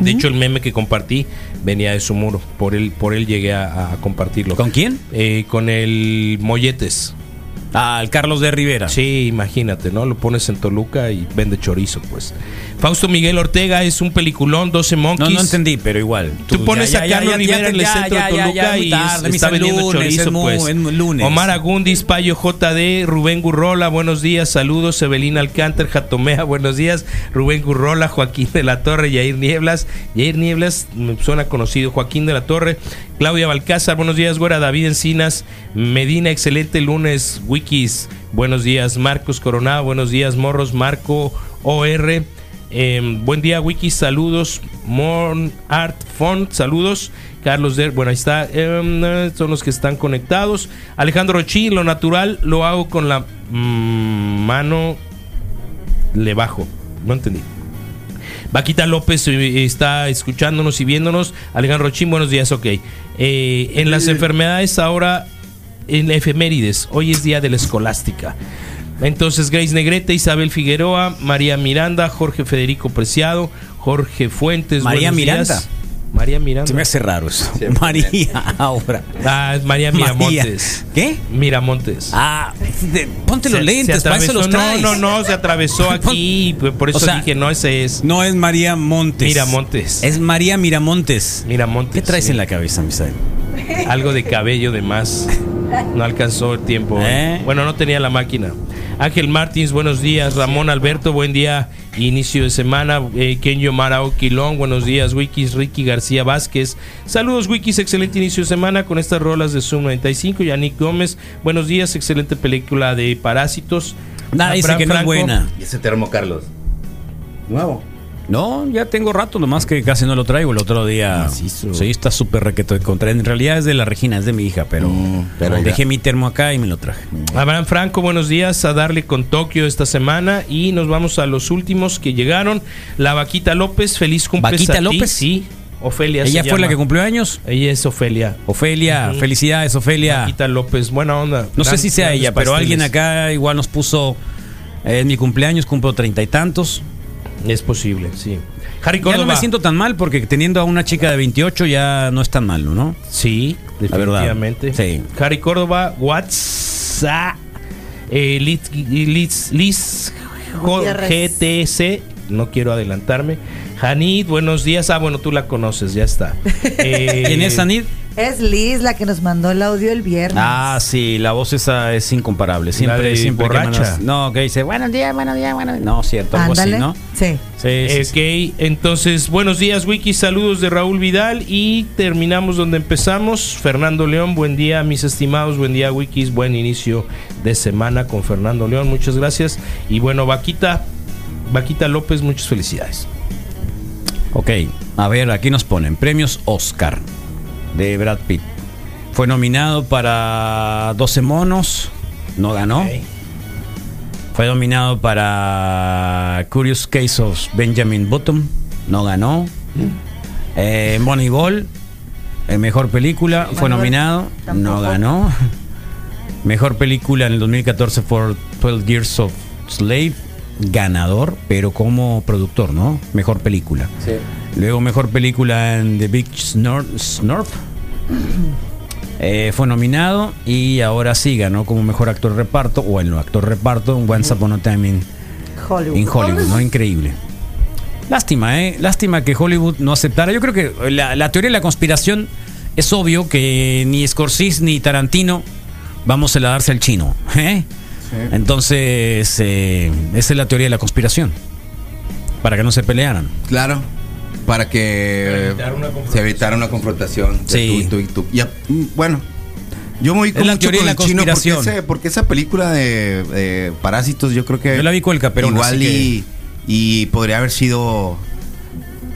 Speaker 5: De hecho, el meme que compartí venía de su muro. Por él, por él llegué a, a compartirlo.
Speaker 2: ¿Con quién?
Speaker 5: Eh, con el Molletes.
Speaker 2: Al Carlos de Rivera.
Speaker 5: Sí, imagínate, ¿no? Lo pones en Toluca y vende chorizo, pues. Fausto Miguel Ortega es un peliculón, 12
Speaker 2: No,
Speaker 5: Monkeys.
Speaker 2: no entendí, pero igual.
Speaker 5: Tú pones
Speaker 2: ya,
Speaker 5: a
Speaker 2: ya,
Speaker 5: Carlos
Speaker 2: ya,
Speaker 5: Rivera
Speaker 2: ya,
Speaker 5: en el
Speaker 2: ya, ya,
Speaker 5: centro de
Speaker 2: ya,
Speaker 5: Toluca
Speaker 2: ya,
Speaker 5: y
Speaker 2: muy tarde,
Speaker 5: está
Speaker 2: mis
Speaker 5: vendiendo
Speaker 2: lunes,
Speaker 5: chorizo,
Speaker 2: es mu-
Speaker 5: pues.
Speaker 2: es mu- lunes.
Speaker 5: Omar Agundis, Payo JD, Rubén Gurrola, buenos días, saludos, Evelina Alcántar, Jatomea, buenos días, Rubén Gurrola, Joaquín de la Torre, Yair Nieblas, Yair Nieblas, me suena conocido, Joaquín de la Torre, Claudia Balcázar, buenos días, Güera, David Encinas, Medina, excelente lunes, Wikis, buenos días, Marcos Coronado, buenos días, Morros, Marco, OR, eh, buen día, Wiki. Saludos. Morn Art Font. Saludos. Carlos Der. Bueno, ahí está. em, eh, son los que están conectados. Alejandro Chi. Lo natural lo hago con la mm, mano. Le bajo. No entendí. Vaquita López eh, está escuchándonos y viéndonos. Alejandro Chin, buenos días, ok. Eh, en las enfermedades ahora, en efemérides, hoy es día de la escolástica. Entonces, Grace Negrete, Isabel Figueroa, María Miranda, Jorge Federico Preciado, Jorge Fuentes.
Speaker 2: María
Speaker 5: buenos días.
Speaker 2: Miranda.
Speaker 5: María Miranda.
Speaker 2: Se me hace raro eso. María, ahora.
Speaker 5: Ah, es María
Speaker 2: María.
Speaker 5: Miramontes.
Speaker 2: ¿Qué?
Speaker 5: Miramontes.
Speaker 2: Ah, de- ponte los
Speaker 5: Se- se
Speaker 2: lentes, para eso
Speaker 5: atravesó-
Speaker 2: los traes.
Speaker 5: No, no, no, se atravesó aquí. y Por eso
Speaker 2: O sea,
Speaker 5: dije, no, ese es
Speaker 2: No es María Montes.
Speaker 5: Miramontes.
Speaker 2: Es María Miramontes.
Speaker 5: Miramontes.
Speaker 2: ¿Qué traes
Speaker 5: sí.
Speaker 2: en la cabeza, Misael?
Speaker 5: Algo de cabello de más. No alcanzó el tiempo.
Speaker 2: ¿Eh?
Speaker 5: Bueno, no tenía la máquina. Ángel Martins, buenos días. Ramón Alberto, buen día. Inicio de semana. Eh, Kenyo Marao Quilón, buenos días. Wikis, Ricky García Vázquez. Saludos, Wikis. Excelente inicio de semana con estas rolas de Zoom 95. Yannick Gómez, buenos días. Excelente película de Parásitos.
Speaker 2: Nada, dice
Speaker 5: Abraham
Speaker 2: que no es
Speaker 5: Ah, Franco,
Speaker 2: buena.
Speaker 6: ¿Y ese termo, Carlos? Nuevo.
Speaker 2: No, ya tengo rato, nomás que casi no lo traigo. El otro día.
Speaker 6: Macizo.
Speaker 2: Sí, está súper requeto contra. En realidad es de la Regina, es de mi hija, pero.
Speaker 6: Mm, pero ya.
Speaker 2: dejé mi termo acá y me lo traje.
Speaker 5: Abraham Franco, buenos días. A darle con Tokio esta semana. Y nos vamos a los últimos que llegaron. La Vaquita López, feliz cumpleaños.
Speaker 2: ¿Vaquita
Speaker 5: a ti.
Speaker 2: López?
Speaker 5: Sí, Ofelia.
Speaker 2: ¿Ella
Speaker 5: se
Speaker 2: fue la
Speaker 5: llama.
Speaker 2: que cumplió años?
Speaker 5: Ella es Ofelia.
Speaker 2: Ofelia,
Speaker 5: Ujú.
Speaker 2: felicidades, Ofelia.
Speaker 5: Vaquita López, buena onda.
Speaker 2: No sé
Speaker 5: Gran-
Speaker 2: si sea
Speaker 5: grandes
Speaker 2: ella, pero
Speaker 5: pasteles.
Speaker 2: alguien acá igual nos puso. eh, en mi cumpleaños cumplo treinta y tantos.
Speaker 5: Es posible, sí. Harry
Speaker 2: Ya
Speaker 5: Córdoba.
Speaker 2: no me siento tan mal porque teniendo a una chica de 28 ya no es tan malo, ¿no?
Speaker 5: Sí,
Speaker 2: La verdad.
Speaker 5: definitivamente.
Speaker 2: Sí.
Speaker 5: Harry Córdoba, WhatsApp. Eh, Liz, Liz, Liz Jo-
Speaker 4: Gutiérrez.
Speaker 5: GTC. No quiero adelantarme. Janid, buenos días. Ah, bueno, tú la conoces, ya está. Eh,
Speaker 2: ¿Quién es Anid?
Speaker 4: Es Liz la que nos mandó el audio el viernes.
Speaker 2: Ah, sí, la voz esa es incomparable. Siempre,
Speaker 5: de
Speaker 2: siempre que
Speaker 5: borracha.
Speaker 2: manos- no, que dice, buenos días, buenos días, buenos días. No, cierto, algo así,
Speaker 4: Ándale.
Speaker 2: ¿no?
Speaker 4: Sí.
Speaker 2: Sí, sí, sí.
Speaker 5: Ok, entonces, buenos días, Wiki. Saludos de Raúl Vidal. Y terminamos donde empezamos. Fernando León, buen día, mis estimados. Buen día, Wikis. Buen inicio de semana con Fernando León. Muchas gracias. Y bueno, Vaquita, Vaquita López, muchas felicidades.
Speaker 2: Ok, a ver, aquí nos ponen premios Oscar de Brad Pitt. Fue nominado para 12 monos, no ganó. Fue nominado para Curious Case of Benjamin Button, no ganó.
Speaker 4: Mm.
Speaker 2: Eh, Moneyball, eh, mejor película, fue
Speaker 4: Moneyball,
Speaker 2: nominado, no
Speaker 4: tampoco.
Speaker 2: ganó. Mejor película en el 2014 por 12 Years of Slave, ganador, pero como productor, ¿no? Mejor película. Luego mejor película en The Big Snor- Snort. Eh, fue nominado y ahora sí ganó como mejor actor reparto o en lo actor reparto en Once Upon a Time in,
Speaker 4: Hollywood.
Speaker 2: in Hollywood, ¿no? Increíble. Lástima, ¿eh? Lástima que Hollywood no aceptara. Yo creo que la, la teoría de la conspiración es obvio que ni Scorsese ni Tarantino vamos a la darse al chino, ¿eh? Entonces, eh, esa es la teoría de la conspiración. Para que no se pelearan.
Speaker 6: Claro. Para que se evitara una confrontación. de
Speaker 2: Sí.
Speaker 6: tú y tú. Y a- mm, bueno, yo me voy
Speaker 2: Es la teoría de la
Speaker 6: porque,
Speaker 2: conspiración.
Speaker 6: ese- porque esa película de, de Parásitos, yo creo que.
Speaker 2: Yo la vi con el caperón,
Speaker 6: Igual
Speaker 2: así
Speaker 6: y, y podría haber sido.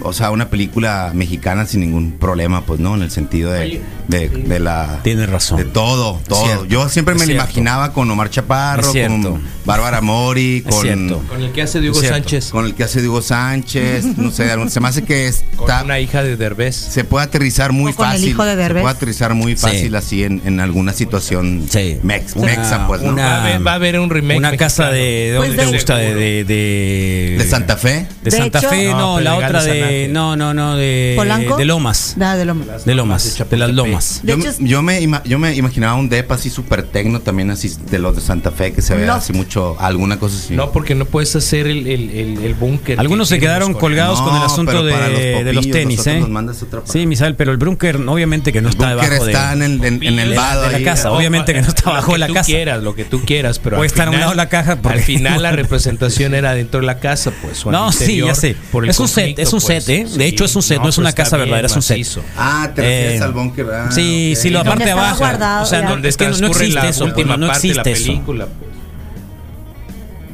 Speaker 6: O sea, una película mexicana sin ningún problema, pues, ¿no? En el sentido de, de, de la.
Speaker 2: Tienes razón.
Speaker 6: De todo, todo.
Speaker 2: cierto,
Speaker 6: Yo siempre
Speaker 2: es
Speaker 6: me lo
Speaker 2: cierto.
Speaker 6: imaginaba con Omar
Speaker 2: Es
Speaker 6: Chaparro,
Speaker 2: cierto.
Speaker 6: con Bárbara Mori,
Speaker 2: Es cierto.
Speaker 6: con
Speaker 5: Con el que hace Diego
Speaker 2: Cierto.
Speaker 5: Sánchez.
Speaker 6: con el que hace Hugo Sánchez, no sé, algún- se me hace que
Speaker 5: Con
Speaker 6: está,
Speaker 5: una hija de Derbez.
Speaker 6: se puede aterrizar muy
Speaker 4: O con el
Speaker 6: fácil,
Speaker 4: hijo de
Speaker 6: se
Speaker 4: Derbez.
Speaker 6: puede aterrizar muy
Speaker 2: Sí.
Speaker 6: fácil así en, en alguna situación
Speaker 2: Sí.
Speaker 6: mex-
Speaker 2: Una-
Speaker 6: mexa, pues, ¿no?
Speaker 2: una-
Speaker 5: Va a haber- va a haber un remake.
Speaker 2: Una casa
Speaker 5: mexicano.
Speaker 2: de. ¿De dónde
Speaker 4: Pues
Speaker 2: te
Speaker 4: de-
Speaker 2: gusta? De, de, de-
Speaker 6: De Santa Fe.
Speaker 2: De
Speaker 4: De
Speaker 2: Santa
Speaker 4: hecho-
Speaker 2: Fe, no,
Speaker 5: No, pero
Speaker 2: la
Speaker 5: de
Speaker 2: otra de.
Speaker 5: Gandhi
Speaker 2: No, no, no, de.
Speaker 4: ¿Polanco?
Speaker 2: eh, De Lomas.
Speaker 4: Nada de Lomas.
Speaker 2: De Lomas. De,
Speaker 5: Lomas, de
Speaker 2: las
Speaker 5: Chapultepec.
Speaker 2: Lomas.
Speaker 4: De
Speaker 6: Yo,
Speaker 4: hecho, es-
Speaker 6: yo me ima- yo me imaginaba un depa así súper tecno también así de los de Santa Fe que se vea
Speaker 4: Loft.
Speaker 6: así mucho alguna cosa así.
Speaker 5: No, porque no puedes hacer el, el, el, el búnker.
Speaker 2: Algunos
Speaker 5: que
Speaker 2: se
Speaker 5: queremos
Speaker 2: quedaron
Speaker 5: con-
Speaker 2: colgados con el
Speaker 6: No,
Speaker 2: asunto
Speaker 6: pero
Speaker 2: de
Speaker 6: para
Speaker 2: de
Speaker 6: los
Speaker 2: los,
Speaker 6: popillos,
Speaker 2: tenis,
Speaker 6: nosotros
Speaker 2: ¿eh?
Speaker 6: nos mandas otra parte.
Speaker 2: sí, Misael, pero el Brunker, obviamente que no
Speaker 6: el
Speaker 2: está
Speaker 6: búnker
Speaker 2: debajo de.
Speaker 6: está en, el, en, en el
Speaker 2: de la-
Speaker 6: vado
Speaker 2: de la
Speaker 6: ahí.
Speaker 2: casa. Obviamente que no está
Speaker 5: Lo
Speaker 2: bajo
Speaker 5: que
Speaker 2: la
Speaker 5: tú
Speaker 2: casa.
Speaker 5: quieras, lo que tú quieras, pero
Speaker 2: Puede
Speaker 5: al
Speaker 2: estar a un
Speaker 5: final-
Speaker 2: lado la caja, porque-
Speaker 5: Al final la representación era dentro de la casa, pues. o al
Speaker 2: No, sí,
Speaker 5: interior,
Speaker 2: ya sé.
Speaker 5: por el
Speaker 2: Es un set,
Speaker 5: conflicto,
Speaker 2: es un
Speaker 5: pues,
Speaker 2: set, ¿eh?
Speaker 5: sí.
Speaker 2: De hecho, es un set, no, es
Speaker 5: pero
Speaker 2: una
Speaker 5: está
Speaker 2: casa
Speaker 5: bien
Speaker 2: verdadera, es un set.
Speaker 5: macizo.
Speaker 6: Ah, te refieres
Speaker 2: Eh,
Speaker 6: al búnker. ah,
Speaker 2: sí,
Speaker 6: ok.
Speaker 2: sí, la
Speaker 4: Donde
Speaker 2: parte de
Speaker 4: estaba
Speaker 2: abajo.
Speaker 4: guardado,
Speaker 2: o sea,
Speaker 4: ya.
Speaker 2: no,
Speaker 5: Donde
Speaker 2: es que no
Speaker 5: transcurre
Speaker 2: existe
Speaker 5: la
Speaker 2: eso,
Speaker 5: última
Speaker 2: Tino, no
Speaker 5: parte de la
Speaker 2: existe eso.
Speaker 5: película, pues.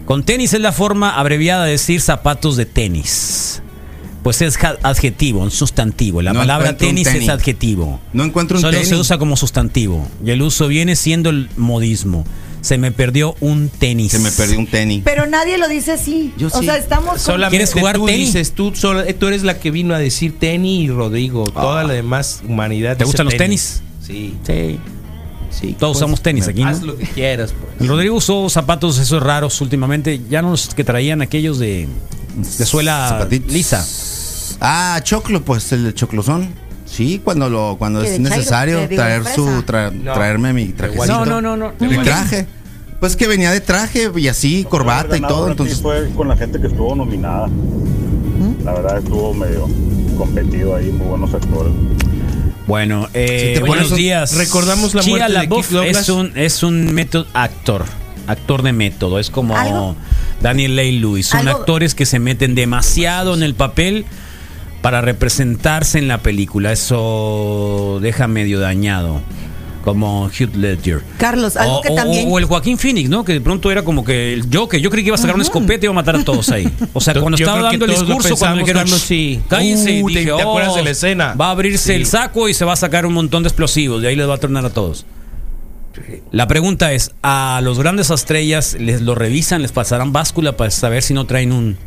Speaker 2: Con tenis es la forma abreviada de decir zapatos de tenis. Pues es ja- adjetivo, un sustantivo. La
Speaker 6: No
Speaker 2: palabra
Speaker 6: encuentro un
Speaker 2: tenis,
Speaker 6: tenis.
Speaker 2: es adjetivo.
Speaker 6: No encuentro un
Speaker 2: Solo se
Speaker 6: tenis.
Speaker 2: usa como sustantivo. Y el uso viene siendo el modismo. Se me perdió un tenis.
Speaker 6: Se me perdió un tenis.
Speaker 4: Pero nadie lo dice así.
Speaker 6: Yo
Speaker 4: o
Speaker 6: sí.
Speaker 4: sea, estamos. con-
Speaker 5: Solamente
Speaker 2: ¿Quieres jugar
Speaker 5: tú
Speaker 2: tenis?
Speaker 5: dices, tú, sola- eh, tú eres la que vino a decir tenis y Rodrigo. Toda la demás humanidad.
Speaker 2: Ah. ¿Te
Speaker 5: dice
Speaker 2: gustan los
Speaker 5: Sí.
Speaker 2: Sí.
Speaker 5: sí.
Speaker 6: pues,
Speaker 2: Todos usamos tenis aquí, ¿no?
Speaker 5: Haz lo que quieras, pues.
Speaker 2: El Rodrigo usó zapatos esos raros últimamente. Ya no los que traían aquellos de, de suela
Speaker 6: Zapatitos.
Speaker 2: lisa.
Speaker 6: Ah, choclo, pues el choclozón. Sí, cuando lo cuando
Speaker 4: ¿Qué,
Speaker 6: es
Speaker 4: de chairo?
Speaker 6: necesario
Speaker 4: ¿De- de
Speaker 6: traer su
Speaker 4: fresa?
Speaker 6: tra-
Speaker 5: No.
Speaker 6: traerme mi traje.
Speaker 5: No,
Speaker 2: no, no, no.
Speaker 6: Mi traje. Pues que venía de traje y así, corbata y
Speaker 7: Ganado
Speaker 6: todo,
Speaker 7: Brad Pitt
Speaker 6: entonces
Speaker 7: fue con la gente que estuvo nominada. La verdad estuvo medio competido ahí, muy buenos actores.
Speaker 2: Bueno, eh,
Speaker 6: Si te
Speaker 2: buenos
Speaker 6: pones un-
Speaker 2: días.
Speaker 5: recordamos la
Speaker 2: Shia
Speaker 5: muerte de
Speaker 2: LaBeouf
Speaker 5: Keith Douglas.
Speaker 2: es un es un método actor, actor de método, es como
Speaker 4: Algo-
Speaker 2: Daniel Lay Lewis, son
Speaker 4: Algo-
Speaker 2: actores que se meten demasiado en el papel para representarse en la película, eso deja medio dañado. Como Hugh Ledger.
Speaker 4: Carlos, Pues algo
Speaker 2: o,
Speaker 4: que
Speaker 2: o-
Speaker 4: también-
Speaker 2: o el Joaquín Phoenix, ¿no? Que de pronto era como que el Joker. Yo creí que iba a sacar una escopeta y iba a matar a todos ahí. O sea,
Speaker 5: Yo-
Speaker 2: cuando
Speaker 5: yo
Speaker 2: estaba
Speaker 5: creo que
Speaker 2: dando el
Speaker 5: todos lo
Speaker 2: discurso, cuando
Speaker 5: pensamos,
Speaker 2: dijeron,
Speaker 5: Carlos,
Speaker 2: "Shh,
Speaker 5: sí.
Speaker 2: cállense",
Speaker 5: Uh, te-
Speaker 2: dije,
Speaker 5: ¿te acuerdas
Speaker 2: "Oh,
Speaker 5: de la escena?"
Speaker 2: Va a abrirse
Speaker 5: Sí.
Speaker 2: el saco y se va a sacar un montón de explosivos. De ahí les va a tronar a todos. La pregunta es, ¿a los grandes estrellas les lo revisan, les pasarán báscula para saber si no traen un,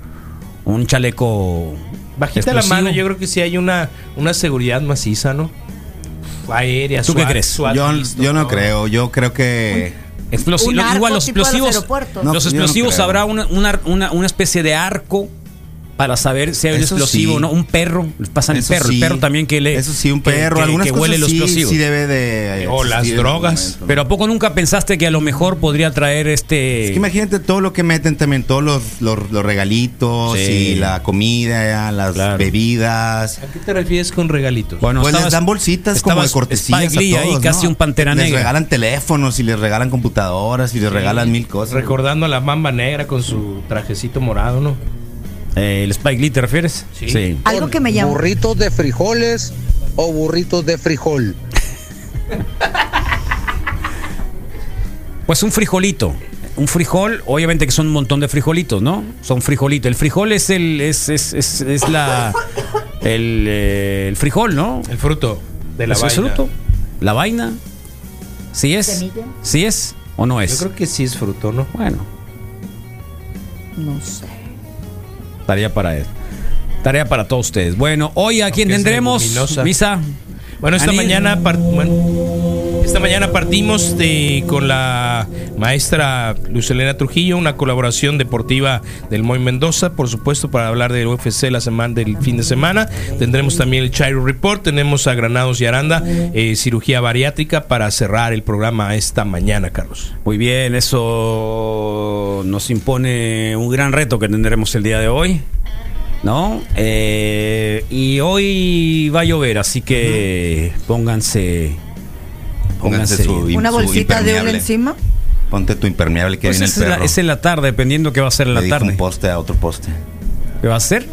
Speaker 2: un chaleco
Speaker 5: Bajita
Speaker 2: explosivo?
Speaker 5: la mano, yo creo que sí hay una, una seguridad maciza, ¿no? Aérea,
Speaker 2: ¿Tú qué
Speaker 5: SWAT,
Speaker 2: crees?
Speaker 5: SWAT
Speaker 6: yo,
Speaker 5: listo,
Speaker 6: yo no creo, yo creo que
Speaker 2: Explosi-
Speaker 4: Un
Speaker 2: lo-
Speaker 4: arco
Speaker 2: igual los
Speaker 4: tipo a los
Speaker 2: explosivos.
Speaker 4: aeropuertos.
Speaker 6: No,
Speaker 2: los
Speaker 6: yo no
Speaker 2: explosivos
Speaker 6: creo.
Speaker 2: habrá una, una- una- una especie de arco para saber si hay un
Speaker 6: Eso
Speaker 2: explosivo
Speaker 6: sí.
Speaker 2: o no. Un perro, pasan el
Speaker 6: Eso
Speaker 2: perro,
Speaker 6: sí.
Speaker 2: el perro también que le.
Speaker 6: Eso sí, un
Speaker 2: que-
Speaker 6: perro,
Speaker 2: que-
Speaker 6: algunas
Speaker 2: que
Speaker 6: cosas
Speaker 2: huele el
Speaker 6: sí-
Speaker 2: explosivo.
Speaker 6: sí debe de
Speaker 5: Eh, O las
Speaker 6: existir en algún
Speaker 5: drogas.
Speaker 6: momento, ¿no?
Speaker 2: Pero ¿a poco nunca pensaste que a lo mejor podría traer este.
Speaker 6: Es que imagínate todo lo que meten también, todos los, los, los regalitos
Speaker 2: Sí.
Speaker 6: y la comida, las bebidas.
Speaker 5: ¿A qué te refieres con regalitos?
Speaker 2: Bueno,
Speaker 6: pues les
Speaker 2: estabas-
Speaker 6: dan bolsitas como de
Speaker 2: estabas
Speaker 6: cortesías
Speaker 2: Spike Lee
Speaker 6: a
Speaker 2: ahí,
Speaker 6: todos,
Speaker 2: casi
Speaker 6: ¿no?
Speaker 2: un Pantera
Speaker 6: Les
Speaker 2: Negra.
Speaker 6: regalan teléfonos y les regalan computadoras y les regalan mil cosas.
Speaker 5: Recordando a la mamba negra con su trajecito morado, ¿no?
Speaker 2: Eh, ¿El Spike Lee te refieres? Sí.
Speaker 4: Algo que me llama.
Speaker 9: ¿Burritos de frijoles o burritos de frijol?
Speaker 2: Pues un frijolito. Un frijol, obviamente que son un montón de frijolitos, ¿no? Son frijolitos. El frijol es el. es, es, es, es la. El, eh, el frijol, ¿no?
Speaker 5: El fruto de la
Speaker 2: ¿Es el
Speaker 5: vaina.
Speaker 2: fruto? ¿La vaina? ¿Sí es?
Speaker 4: ¿Semilla?
Speaker 2: ¿Sí es o no
Speaker 5: Yo
Speaker 2: es?
Speaker 5: creo que sí es fruto, ¿no?
Speaker 2: Bueno,
Speaker 4: No sé.
Speaker 2: tarea para él. Tarea para todos ustedes. Bueno, hoy a quién
Speaker 5: Aunque es
Speaker 2: tendremos,
Speaker 5: leguminosa.
Speaker 2: Misa.
Speaker 5: Bueno, esta
Speaker 2: Anís.
Speaker 5: mañana, par- bueno, esta mañana partimos de- con la maestra Lucelena Trujillo, una colaboración deportiva del Moy Mendoza, por supuesto, para hablar del UFC la semana del fin de semana. Tendremos también el Chairo Report, tenemos a Granados y Aranda, eh, cirugía bariátrica para cerrar el programa esta mañana, Carlos.
Speaker 2: Muy bien, eso nos impone un gran reto que tendremos el día de hoy, ¿no? Eh, y hoy va a llover, así que pónganse, pónganse.
Speaker 6: Pónganse su, im-
Speaker 2: bien.
Speaker 4: Una
Speaker 6: su
Speaker 4: bolsita de uno
Speaker 6: impermeable.
Speaker 4: encima.
Speaker 6: Ponte tu impermeable que
Speaker 2: Pues
Speaker 6: viene el
Speaker 2: es, en la,
Speaker 6: perro.
Speaker 2: es en la tarde, dependiendo qué va a ser en
Speaker 6: Le
Speaker 2: la
Speaker 6: dijo
Speaker 2: tarde.
Speaker 6: un poste a otro poste.
Speaker 2: ¿Qué va a ser?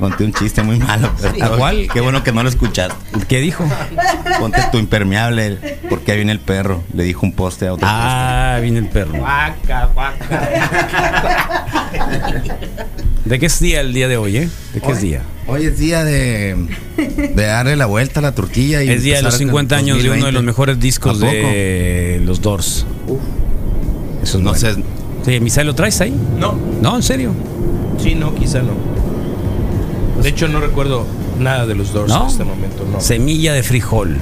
Speaker 6: Conté un chiste muy malo. pero-
Speaker 2: ¿A cuál?
Speaker 6: Qué bueno que no lo escuchaste.
Speaker 2: ¿Qué dijo?
Speaker 6: Ponte tu impermeable porque viene el perro. Le dijo un poste a otro
Speaker 2: Ah, viene el perro. ¿De qué es día el día de hoy, eh? ¿De qué es día?
Speaker 6: poste. Hoy es día de, de darle la vuelta a la tortilla. Y
Speaker 2: Es día de los
Speaker 6: empezar con
Speaker 2: 50 años de uno de los
Speaker 6: 2020.
Speaker 2: mejores discos
Speaker 6: ¿A poco?
Speaker 2: de los Doors. Eso
Speaker 6: No
Speaker 2: bueno.
Speaker 6: sé.
Speaker 2: Sí, Misael, ¿lo traes ahí?
Speaker 5: No,
Speaker 2: No, en serio.
Speaker 5: sí, no, quizá no. De hecho, no recuerdo nada de los Doors
Speaker 2: ¿No?
Speaker 5: en este momento, no.
Speaker 2: Semilla de frijol.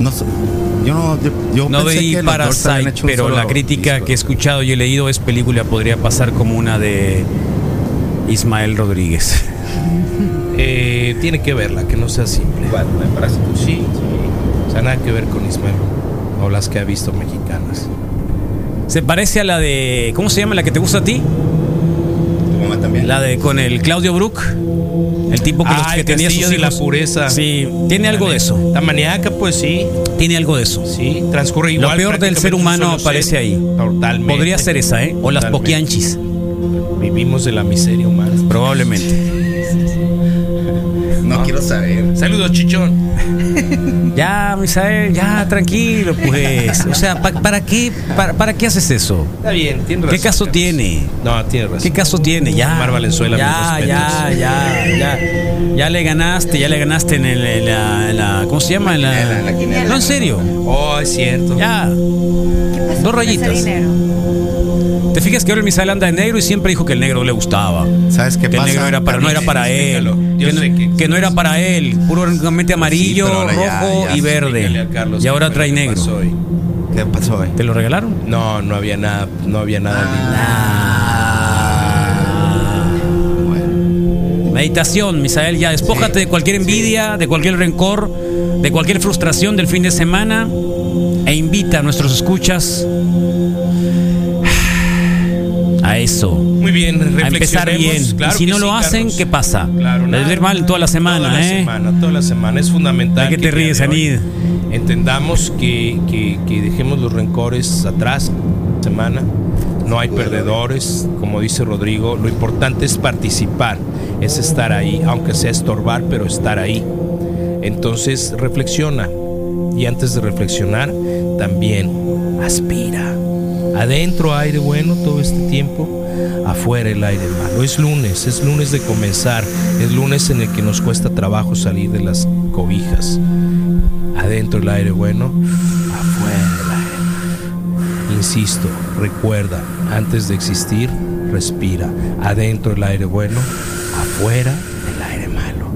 Speaker 6: No sé. Yo no, yo, yo
Speaker 2: No
Speaker 6: pensé
Speaker 2: veí
Speaker 6: que los Doors habían
Speaker 2: Parasite,
Speaker 6: hecho un
Speaker 2: pero
Speaker 6: solo
Speaker 2: la crítica
Speaker 6: disco.
Speaker 2: que he escuchado y he leído es película podría pasar como una de Ismael Rodríguez.
Speaker 5: Eh, tiene que verla, que no sea simple. Sí, O sea, nada que ver con Ismael. O las que ha visto mexicanas.
Speaker 2: Se parece a la de ¿cómo se llama la que te gusta a ti?
Speaker 6: Tu mamá también.
Speaker 2: La de con el Claudio Brook. El tipo que, los,
Speaker 5: Ah,
Speaker 2: que
Speaker 5: el
Speaker 2: tenía
Speaker 5: castillo
Speaker 2: sus
Speaker 5: de la
Speaker 2: hijos.
Speaker 5: pureza.
Speaker 2: Sí, tiene algo de eso.
Speaker 5: La maníaca, pues sí.
Speaker 2: Tiene algo de eso.
Speaker 5: Sí, transcurre
Speaker 2: Lo
Speaker 5: igual.
Speaker 2: peor del ser
Speaker 5: prácticamente
Speaker 2: humano
Speaker 5: un solo
Speaker 2: aparece
Speaker 5: ser.
Speaker 2: ahí.
Speaker 5: Totalmente.
Speaker 2: Podría ser esa, ¿eh? O las
Speaker 5: Totalmente.
Speaker 2: poquianchis.
Speaker 5: Vivimos de la miseria humana.
Speaker 2: Probablemente.
Speaker 6: No quiero saber.
Speaker 5: Saludos, chichón.
Speaker 2: Ya, Misael, ya, tranquilo, pues. O sea, pa- ¿para qué para, para qué haces eso?
Speaker 5: Está bien, tiene razón.
Speaker 2: ¿Qué caso
Speaker 5: Carlos.
Speaker 2: tiene?
Speaker 5: No, tiene razón.
Speaker 2: ¿Qué caso tiene? Ya.
Speaker 5: Omar Valenzuela,
Speaker 2: Ya,
Speaker 5: mis
Speaker 2: ya,
Speaker 5: respetos.
Speaker 2: ya, ya. Ya le ganaste, ya le ganaste en, el- en la, en la- ¿Cómo se llama? En la-
Speaker 6: quiniela, en la quiniela.
Speaker 2: No, en serio.
Speaker 5: Oh, es cierto.
Speaker 2: Ya. Dos rayitas. ¿Te fijas que ahora el Misael anda de negro y siempre dijo que el negro le gustaba?
Speaker 6: ¿Sabes qué
Speaker 2: Que el
Speaker 6: pasa?
Speaker 2: negro era para, no era para él.
Speaker 5: Explícalo. Yo
Speaker 2: Que no,
Speaker 5: sé que-
Speaker 2: que no era para él. Puro únicamente amarillo,
Speaker 6: pero ahora ya-
Speaker 2: rojo
Speaker 6: ya
Speaker 2: y
Speaker 5: Explícale a
Speaker 2: verde.
Speaker 5: Carlos
Speaker 2: Y
Speaker 5: qué
Speaker 2: ahora
Speaker 5: fue
Speaker 2: trae
Speaker 5: lo que
Speaker 2: negro.
Speaker 5: pasó hoy.
Speaker 6: ¿Qué pasó eh? hoy?
Speaker 2: ¿Te lo regalaron?
Speaker 5: No, no había nada. No había nada. lindo.
Speaker 2: Meditación, Misael, ya despójate de cualquier envidia, de cualquier rencor, de cualquier frustración del fin de semana e invita a nuestros escuchas a eso,
Speaker 5: Muy bien,
Speaker 2: a empezar
Speaker 5: reflexionemos.
Speaker 2: bien. Y
Speaker 5: Claro
Speaker 2: si
Speaker 5: que
Speaker 2: no lo
Speaker 5: sí,
Speaker 2: hacen,
Speaker 5: Carlos.
Speaker 2: ¿qué pasa?
Speaker 5: Claro,
Speaker 2: Les va a ir mal toda la semana, ¿eh?
Speaker 5: toda la semana, toda la semana. Es fundamental.
Speaker 2: ¿De qué te
Speaker 5: el día
Speaker 2: ríes,
Speaker 5: de hoy
Speaker 2: Anid?
Speaker 5: Entendamos que, que- que dejemos los rencores atrás semana. No hay perdedores, como dice Rodrigo. Lo importante es participar, es estar ahí, aunque sea estorbar, pero estar ahí. Entonces reflexiona. Y antes de reflexionar, también aspira. Adentro aire bueno todo este tiempo, afuera el aire malo. Es lunes, es lunes de comenzar, es lunes en el que nos cuesta trabajo salir de las cobijas. Adentro el aire bueno, afuera el aire malo. Insisto, recuerda, antes de existir, respira. Adentro el aire bueno, afuera el aire malo.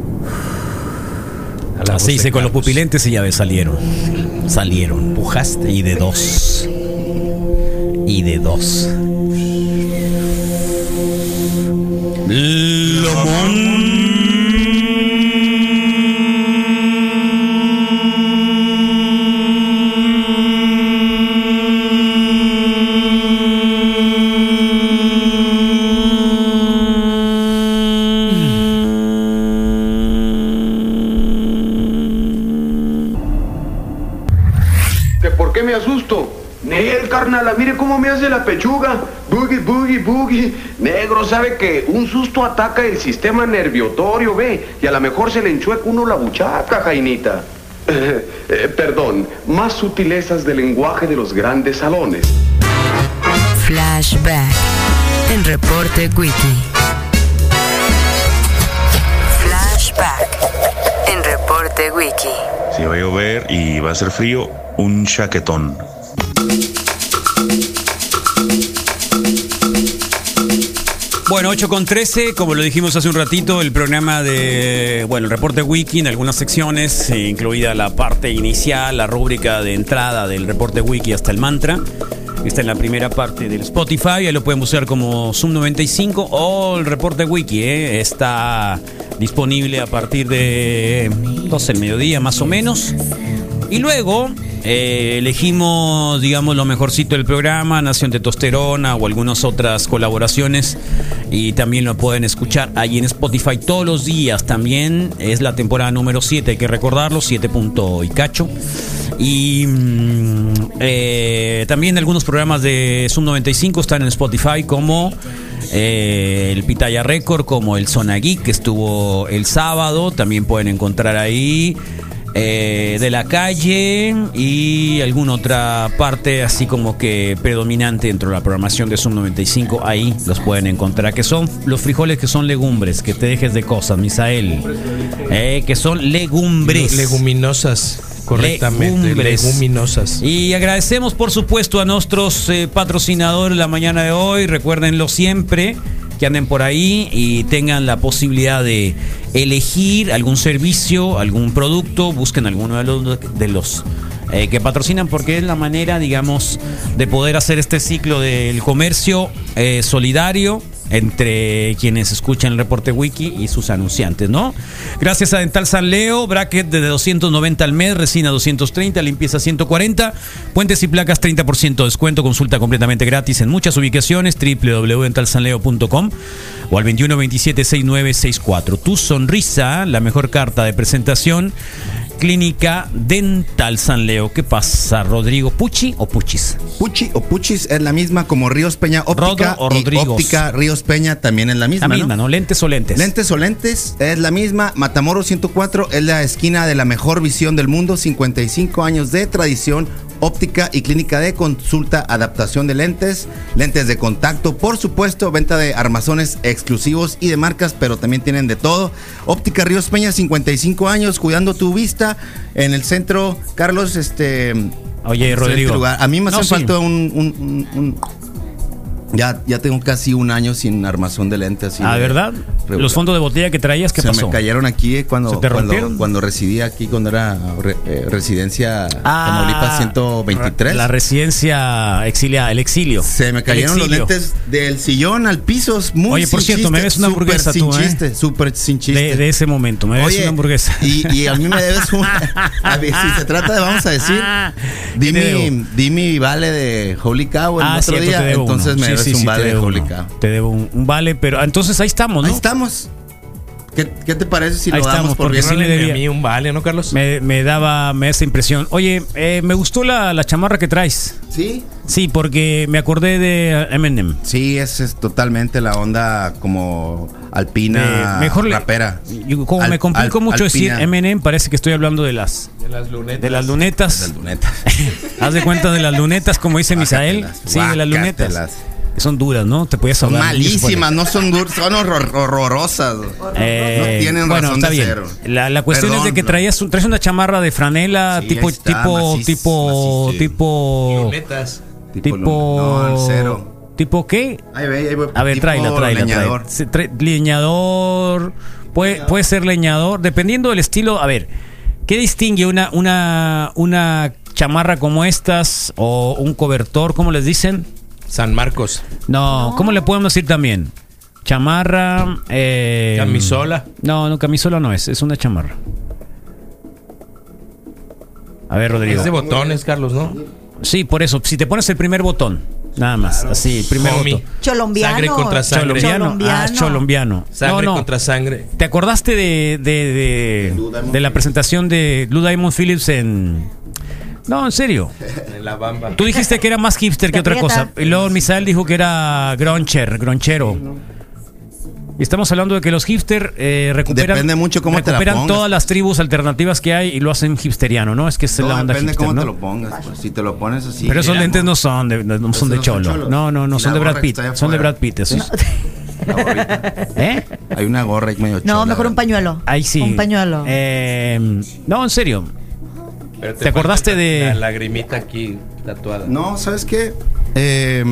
Speaker 5: A la voz
Speaker 2: Así
Speaker 5: de
Speaker 2: hice con los
Speaker 5: Carlos.
Speaker 2: pupilentes y ya ves, salieron. Salieron. Pujaste. Y de dos. Y de dos.
Speaker 3: Nel, carnala, mire cómo me hace la pechuga. Boogie, boogie, boogie. Negro, sabe que un susto ataca el sistema nerviotorio, ve. Y a lo mejor se le enchueca uno la buchaca, Jainita. Eh, eh, perdón, más sutilezas del lenguaje de los grandes salones.
Speaker 10: Flashback en Reporte Wiki. Flashback en Reporte Wiki.
Speaker 11: Si va a llover y va a ser frío, un chaquetón.
Speaker 2: Bueno, 8 con 13, como lo dijimos hace un ratito, el programa de, bueno, el reporte wiki en algunas secciones, eh, incluida la parte inicial, la rúbrica de entrada del reporte wiki hasta el mantra. Está en la primera parte del Spotify, ahí lo pueden buscar como Zoom 95 o el reporte wiki, eh, está disponible a partir de 12 del mediodía más o menos. Y luego eh, elegimos, digamos, lo mejorcito del programa, Nación de Tosterona o algunas otras colaboraciones. Y también lo pueden escuchar ahí en Spotify todos los días. También es la temporada número 7, hay que recordarlo, 7 punto y cacho. Y mm, eh, también algunos programas de Zoom 95 están en Spotify como eh, el Pitaya Record, como el Zona Geek, que estuvo el sábado. También pueden encontrar ahí eh, de la calle y alguna otra parte así como que predominante dentro de la programación de Zoom 95. Ahí los pueden encontrar, que son los frijoles que son legumbres, que te dejes de cosas, Misael. Eh, que son legumbres.
Speaker 5: Leguminosas, correctamente.
Speaker 2: Legumbres.
Speaker 5: Leguminosas.
Speaker 2: Y agradecemos, por supuesto, a nuestros eh, patrocinadores la mañana de hoy. Recuérdenlo siempre que anden por ahí y tengan la posibilidad de elegir algún servicio, algún producto, busquen alguno de los, de los eh, que patrocinan porque es la manera, digamos, de poder hacer este ciclo del comercio eh, solidario entre quienes escuchan el reporte wiki y sus anunciantes, ¿no? Gracias a Dental San Leo, bracket de 290 al mes, resina 230, limpieza 140, puentes y placas 30% de descuento, consulta completamente gratis en muchas ubicaciones, www.dentalsanleo.com o al 2127-6964. Tu sonrisa, la mejor carta de presentación, Clínica Dental San Leo. ¿Qué pasa, Rodrigo? ¿Puchi o Puchis?
Speaker 6: Puchi o Puchis es la misma como Ríos Peña Óptica
Speaker 2: Rodo o
Speaker 6: y
Speaker 2: Rodrigos.
Speaker 6: Óptica Ríos Peña también es la misma.
Speaker 2: La misma,
Speaker 6: ¿no?
Speaker 2: ¿no? Lentes o lentes.
Speaker 6: Lentes o lentes es la misma. Matamoros 104 es la esquina de la mejor visión del mundo. 55 años de tradición óptica y clínica de consulta, adaptación de lentes, lentes de contacto, por supuesto, venta de armazones exclusivos y de marcas, pero también tienen de todo. Óptica Ríos Peña, 55 años, cuidando tu vista en el centro. Carlos, este...
Speaker 2: Oye,
Speaker 6: excelente
Speaker 2: Rodrigo.
Speaker 6: lugar. A mí me hace
Speaker 2: No, sí.
Speaker 6: falta un- un- un- un ya, ya tengo casi un año sin armazón de lentes. así
Speaker 2: Ah,
Speaker 6: de-
Speaker 2: ¿verdad?
Speaker 6: regular.
Speaker 2: Los fondos de botella que traías, ¿qué
Speaker 6: Se
Speaker 2: pasó?
Speaker 6: me cayeron aquí eh, cuando,
Speaker 2: ¿Se te rompieron?
Speaker 6: cuando, cuando residía aquí, cuando era re- eh, residencia Tamaulipas 123.
Speaker 2: Ah, La residencia exiliada, el exilio.
Speaker 6: Se me cayeron los lentes del sillón al piso. es Muy
Speaker 2: Oye, por
Speaker 6: sin
Speaker 2: cierto, me
Speaker 6: chiste,
Speaker 2: ves una
Speaker 6: súper
Speaker 2: hamburguesa
Speaker 6: sin
Speaker 2: tú, ¿eh?
Speaker 6: chiste, súper sin chiste.
Speaker 2: De, de ese momento, me ves
Speaker 6: Oye,
Speaker 2: una hamburguesa.
Speaker 6: Y, y a mí me debes una. a ver, si se trata de, vamos a decir, di
Speaker 2: ¿Qué te
Speaker 6: mi, di mi vale de Holy Cow el
Speaker 2: Ah,
Speaker 6: otro
Speaker 2: cierto, te
Speaker 6: día.
Speaker 2: debo uno.
Speaker 6: Entonces me
Speaker 2: Sí,
Speaker 6: debes
Speaker 2: sí,
Speaker 6: un
Speaker 2: sí, te
Speaker 6: vale de
Speaker 2: debo
Speaker 6: Holy
Speaker 2: uno.
Speaker 6: Cow.
Speaker 2: Te debo un, un vale, pero ah, entonces ahí estamos, ¿no?
Speaker 6: Ahí estamos. ¿Qué, qué te parece si
Speaker 2: Ahí
Speaker 6: lo
Speaker 2: estamos,
Speaker 6: damos?
Speaker 2: porque
Speaker 6: Porque
Speaker 2: sí le
Speaker 5: Dame
Speaker 2: debía.
Speaker 5: a mí un vale, ¿no, Carlos?
Speaker 2: Me, me daba me da esa impresión. Oye, eh, me gustó la, la chamarra que traes.
Speaker 6: Sí,
Speaker 2: Sí, porque me acordé de Eminem.
Speaker 6: sí, esa es totalmente la onda como alpina,
Speaker 2: Eh, mejor le-
Speaker 6: rapera.
Speaker 2: Yo- como
Speaker 6: Al-
Speaker 2: me complicó
Speaker 6: al-
Speaker 2: mucho decir
Speaker 6: alpina.
Speaker 2: Eminem, parece que estoy hablando de las
Speaker 5: De las lunetas.
Speaker 2: de las lunetas.
Speaker 6: Las lunetas.
Speaker 2: Haz de cuenta de las lunetas, como dice Misael.
Speaker 6: Guácatelas,
Speaker 2: Sí, de las lunetas.
Speaker 6: guácatelas.
Speaker 2: Que son duras, ¿no? Te podías
Speaker 6: Son
Speaker 2: hablar.
Speaker 6: malísimas, no son duras, son horror- horrorosas.
Speaker 2: Eh,
Speaker 6: no tienen
Speaker 2: bueno,
Speaker 6: razón
Speaker 2: está
Speaker 6: de
Speaker 2: bien.
Speaker 6: ser.
Speaker 2: La, la cuestión
Speaker 6: Perdón,
Speaker 2: es de que
Speaker 6: no.
Speaker 2: traías, un- traes una chamarra de franela
Speaker 6: Sí,
Speaker 2: tipo
Speaker 6: ahí está,
Speaker 2: tipo
Speaker 6: maciz- macizo.
Speaker 2: tipo
Speaker 5: Oh.
Speaker 2: tipo
Speaker 5: Lunetas.
Speaker 2: tipo
Speaker 6: No, al cero.
Speaker 2: tipo qué?
Speaker 6: Ahí ve, ahí voy.
Speaker 2: A ver,
Speaker 6: Tipo
Speaker 2: tráela, tráela,
Speaker 6: leñador.
Speaker 2: tráela. Se trae- Leñador. Puede, puede ser leñador. Dependiendo del estilo. A ver, ¿qué distingue una, una, una chamarra como estas? O un cobertor, ¿cómo les dicen?
Speaker 5: San Marcos.
Speaker 2: No, ¿cómo le podemos decir también? Chamarra. eh,
Speaker 5: Camisola.
Speaker 2: No, no, camisola no es. Es una chamarra. A ver, Rodrigo.
Speaker 5: Es de botones, Carlos, ¿no?
Speaker 2: Sí, por eso. Si te pones el primer botón. Nada más. Así, primer
Speaker 5: Homie.
Speaker 2: botón.
Speaker 4: Cholombiano.
Speaker 5: Sangre contra sangre.
Speaker 2: Cholombiano. Ah,
Speaker 4: Cholombiano.
Speaker 2: cholombiano.
Speaker 5: Sangre
Speaker 2: No, no.
Speaker 5: contra sangre.
Speaker 2: ¿Te acordaste de, de, de- de la presentación de Blue Diamond Phillips en No, en serio.
Speaker 5: En la bamba.
Speaker 2: Tú dijiste que era más hipster que
Speaker 4: Te
Speaker 2: otra
Speaker 4: aprieta.
Speaker 2: cosa. Y luego Misael dijo que era groncher, gronchero. Y estamos hablando de que los hipster eh, recuperan,
Speaker 6: Depende mucho cómo te la
Speaker 2: recuperan
Speaker 6: pongas.
Speaker 2: todas las tribus alternativas que hay y lo hacen hipsteriano, ¿no? Es que es
Speaker 6: Todo
Speaker 2: la onda
Speaker 6: depende
Speaker 2: hipster,
Speaker 6: cómo
Speaker 2: ¿no?
Speaker 6: te lo pongas. pues. Si te lo pones así.
Speaker 2: Pero esos
Speaker 6: mira,
Speaker 2: lentes no son de, no son de
Speaker 6: no son
Speaker 2: cholo.
Speaker 6: cholos.
Speaker 2: No, no, no,
Speaker 6: Y
Speaker 2: son
Speaker 6: la
Speaker 2: de
Speaker 6: gorra
Speaker 2: Brad
Speaker 6: que
Speaker 2: Pitt.
Speaker 6: está allá
Speaker 2: Son de
Speaker 6: afuera.
Speaker 2: Brad Pitt. esos. ¿Eh?
Speaker 6: Hay una gorra y medio
Speaker 4: No,
Speaker 6: chola,
Speaker 4: mejor un
Speaker 6: ¿verdad?
Speaker 4: pañuelo.
Speaker 2: Ahí sí.
Speaker 4: Un pañuelo.
Speaker 2: Eh, no, en serio.
Speaker 5: Pero
Speaker 2: ¿Te acordaste
Speaker 5: falta
Speaker 2: de-
Speaker 5: La lagrimita aquí tatuada.
Speaker 6: No, ¿sabes qué? Eh,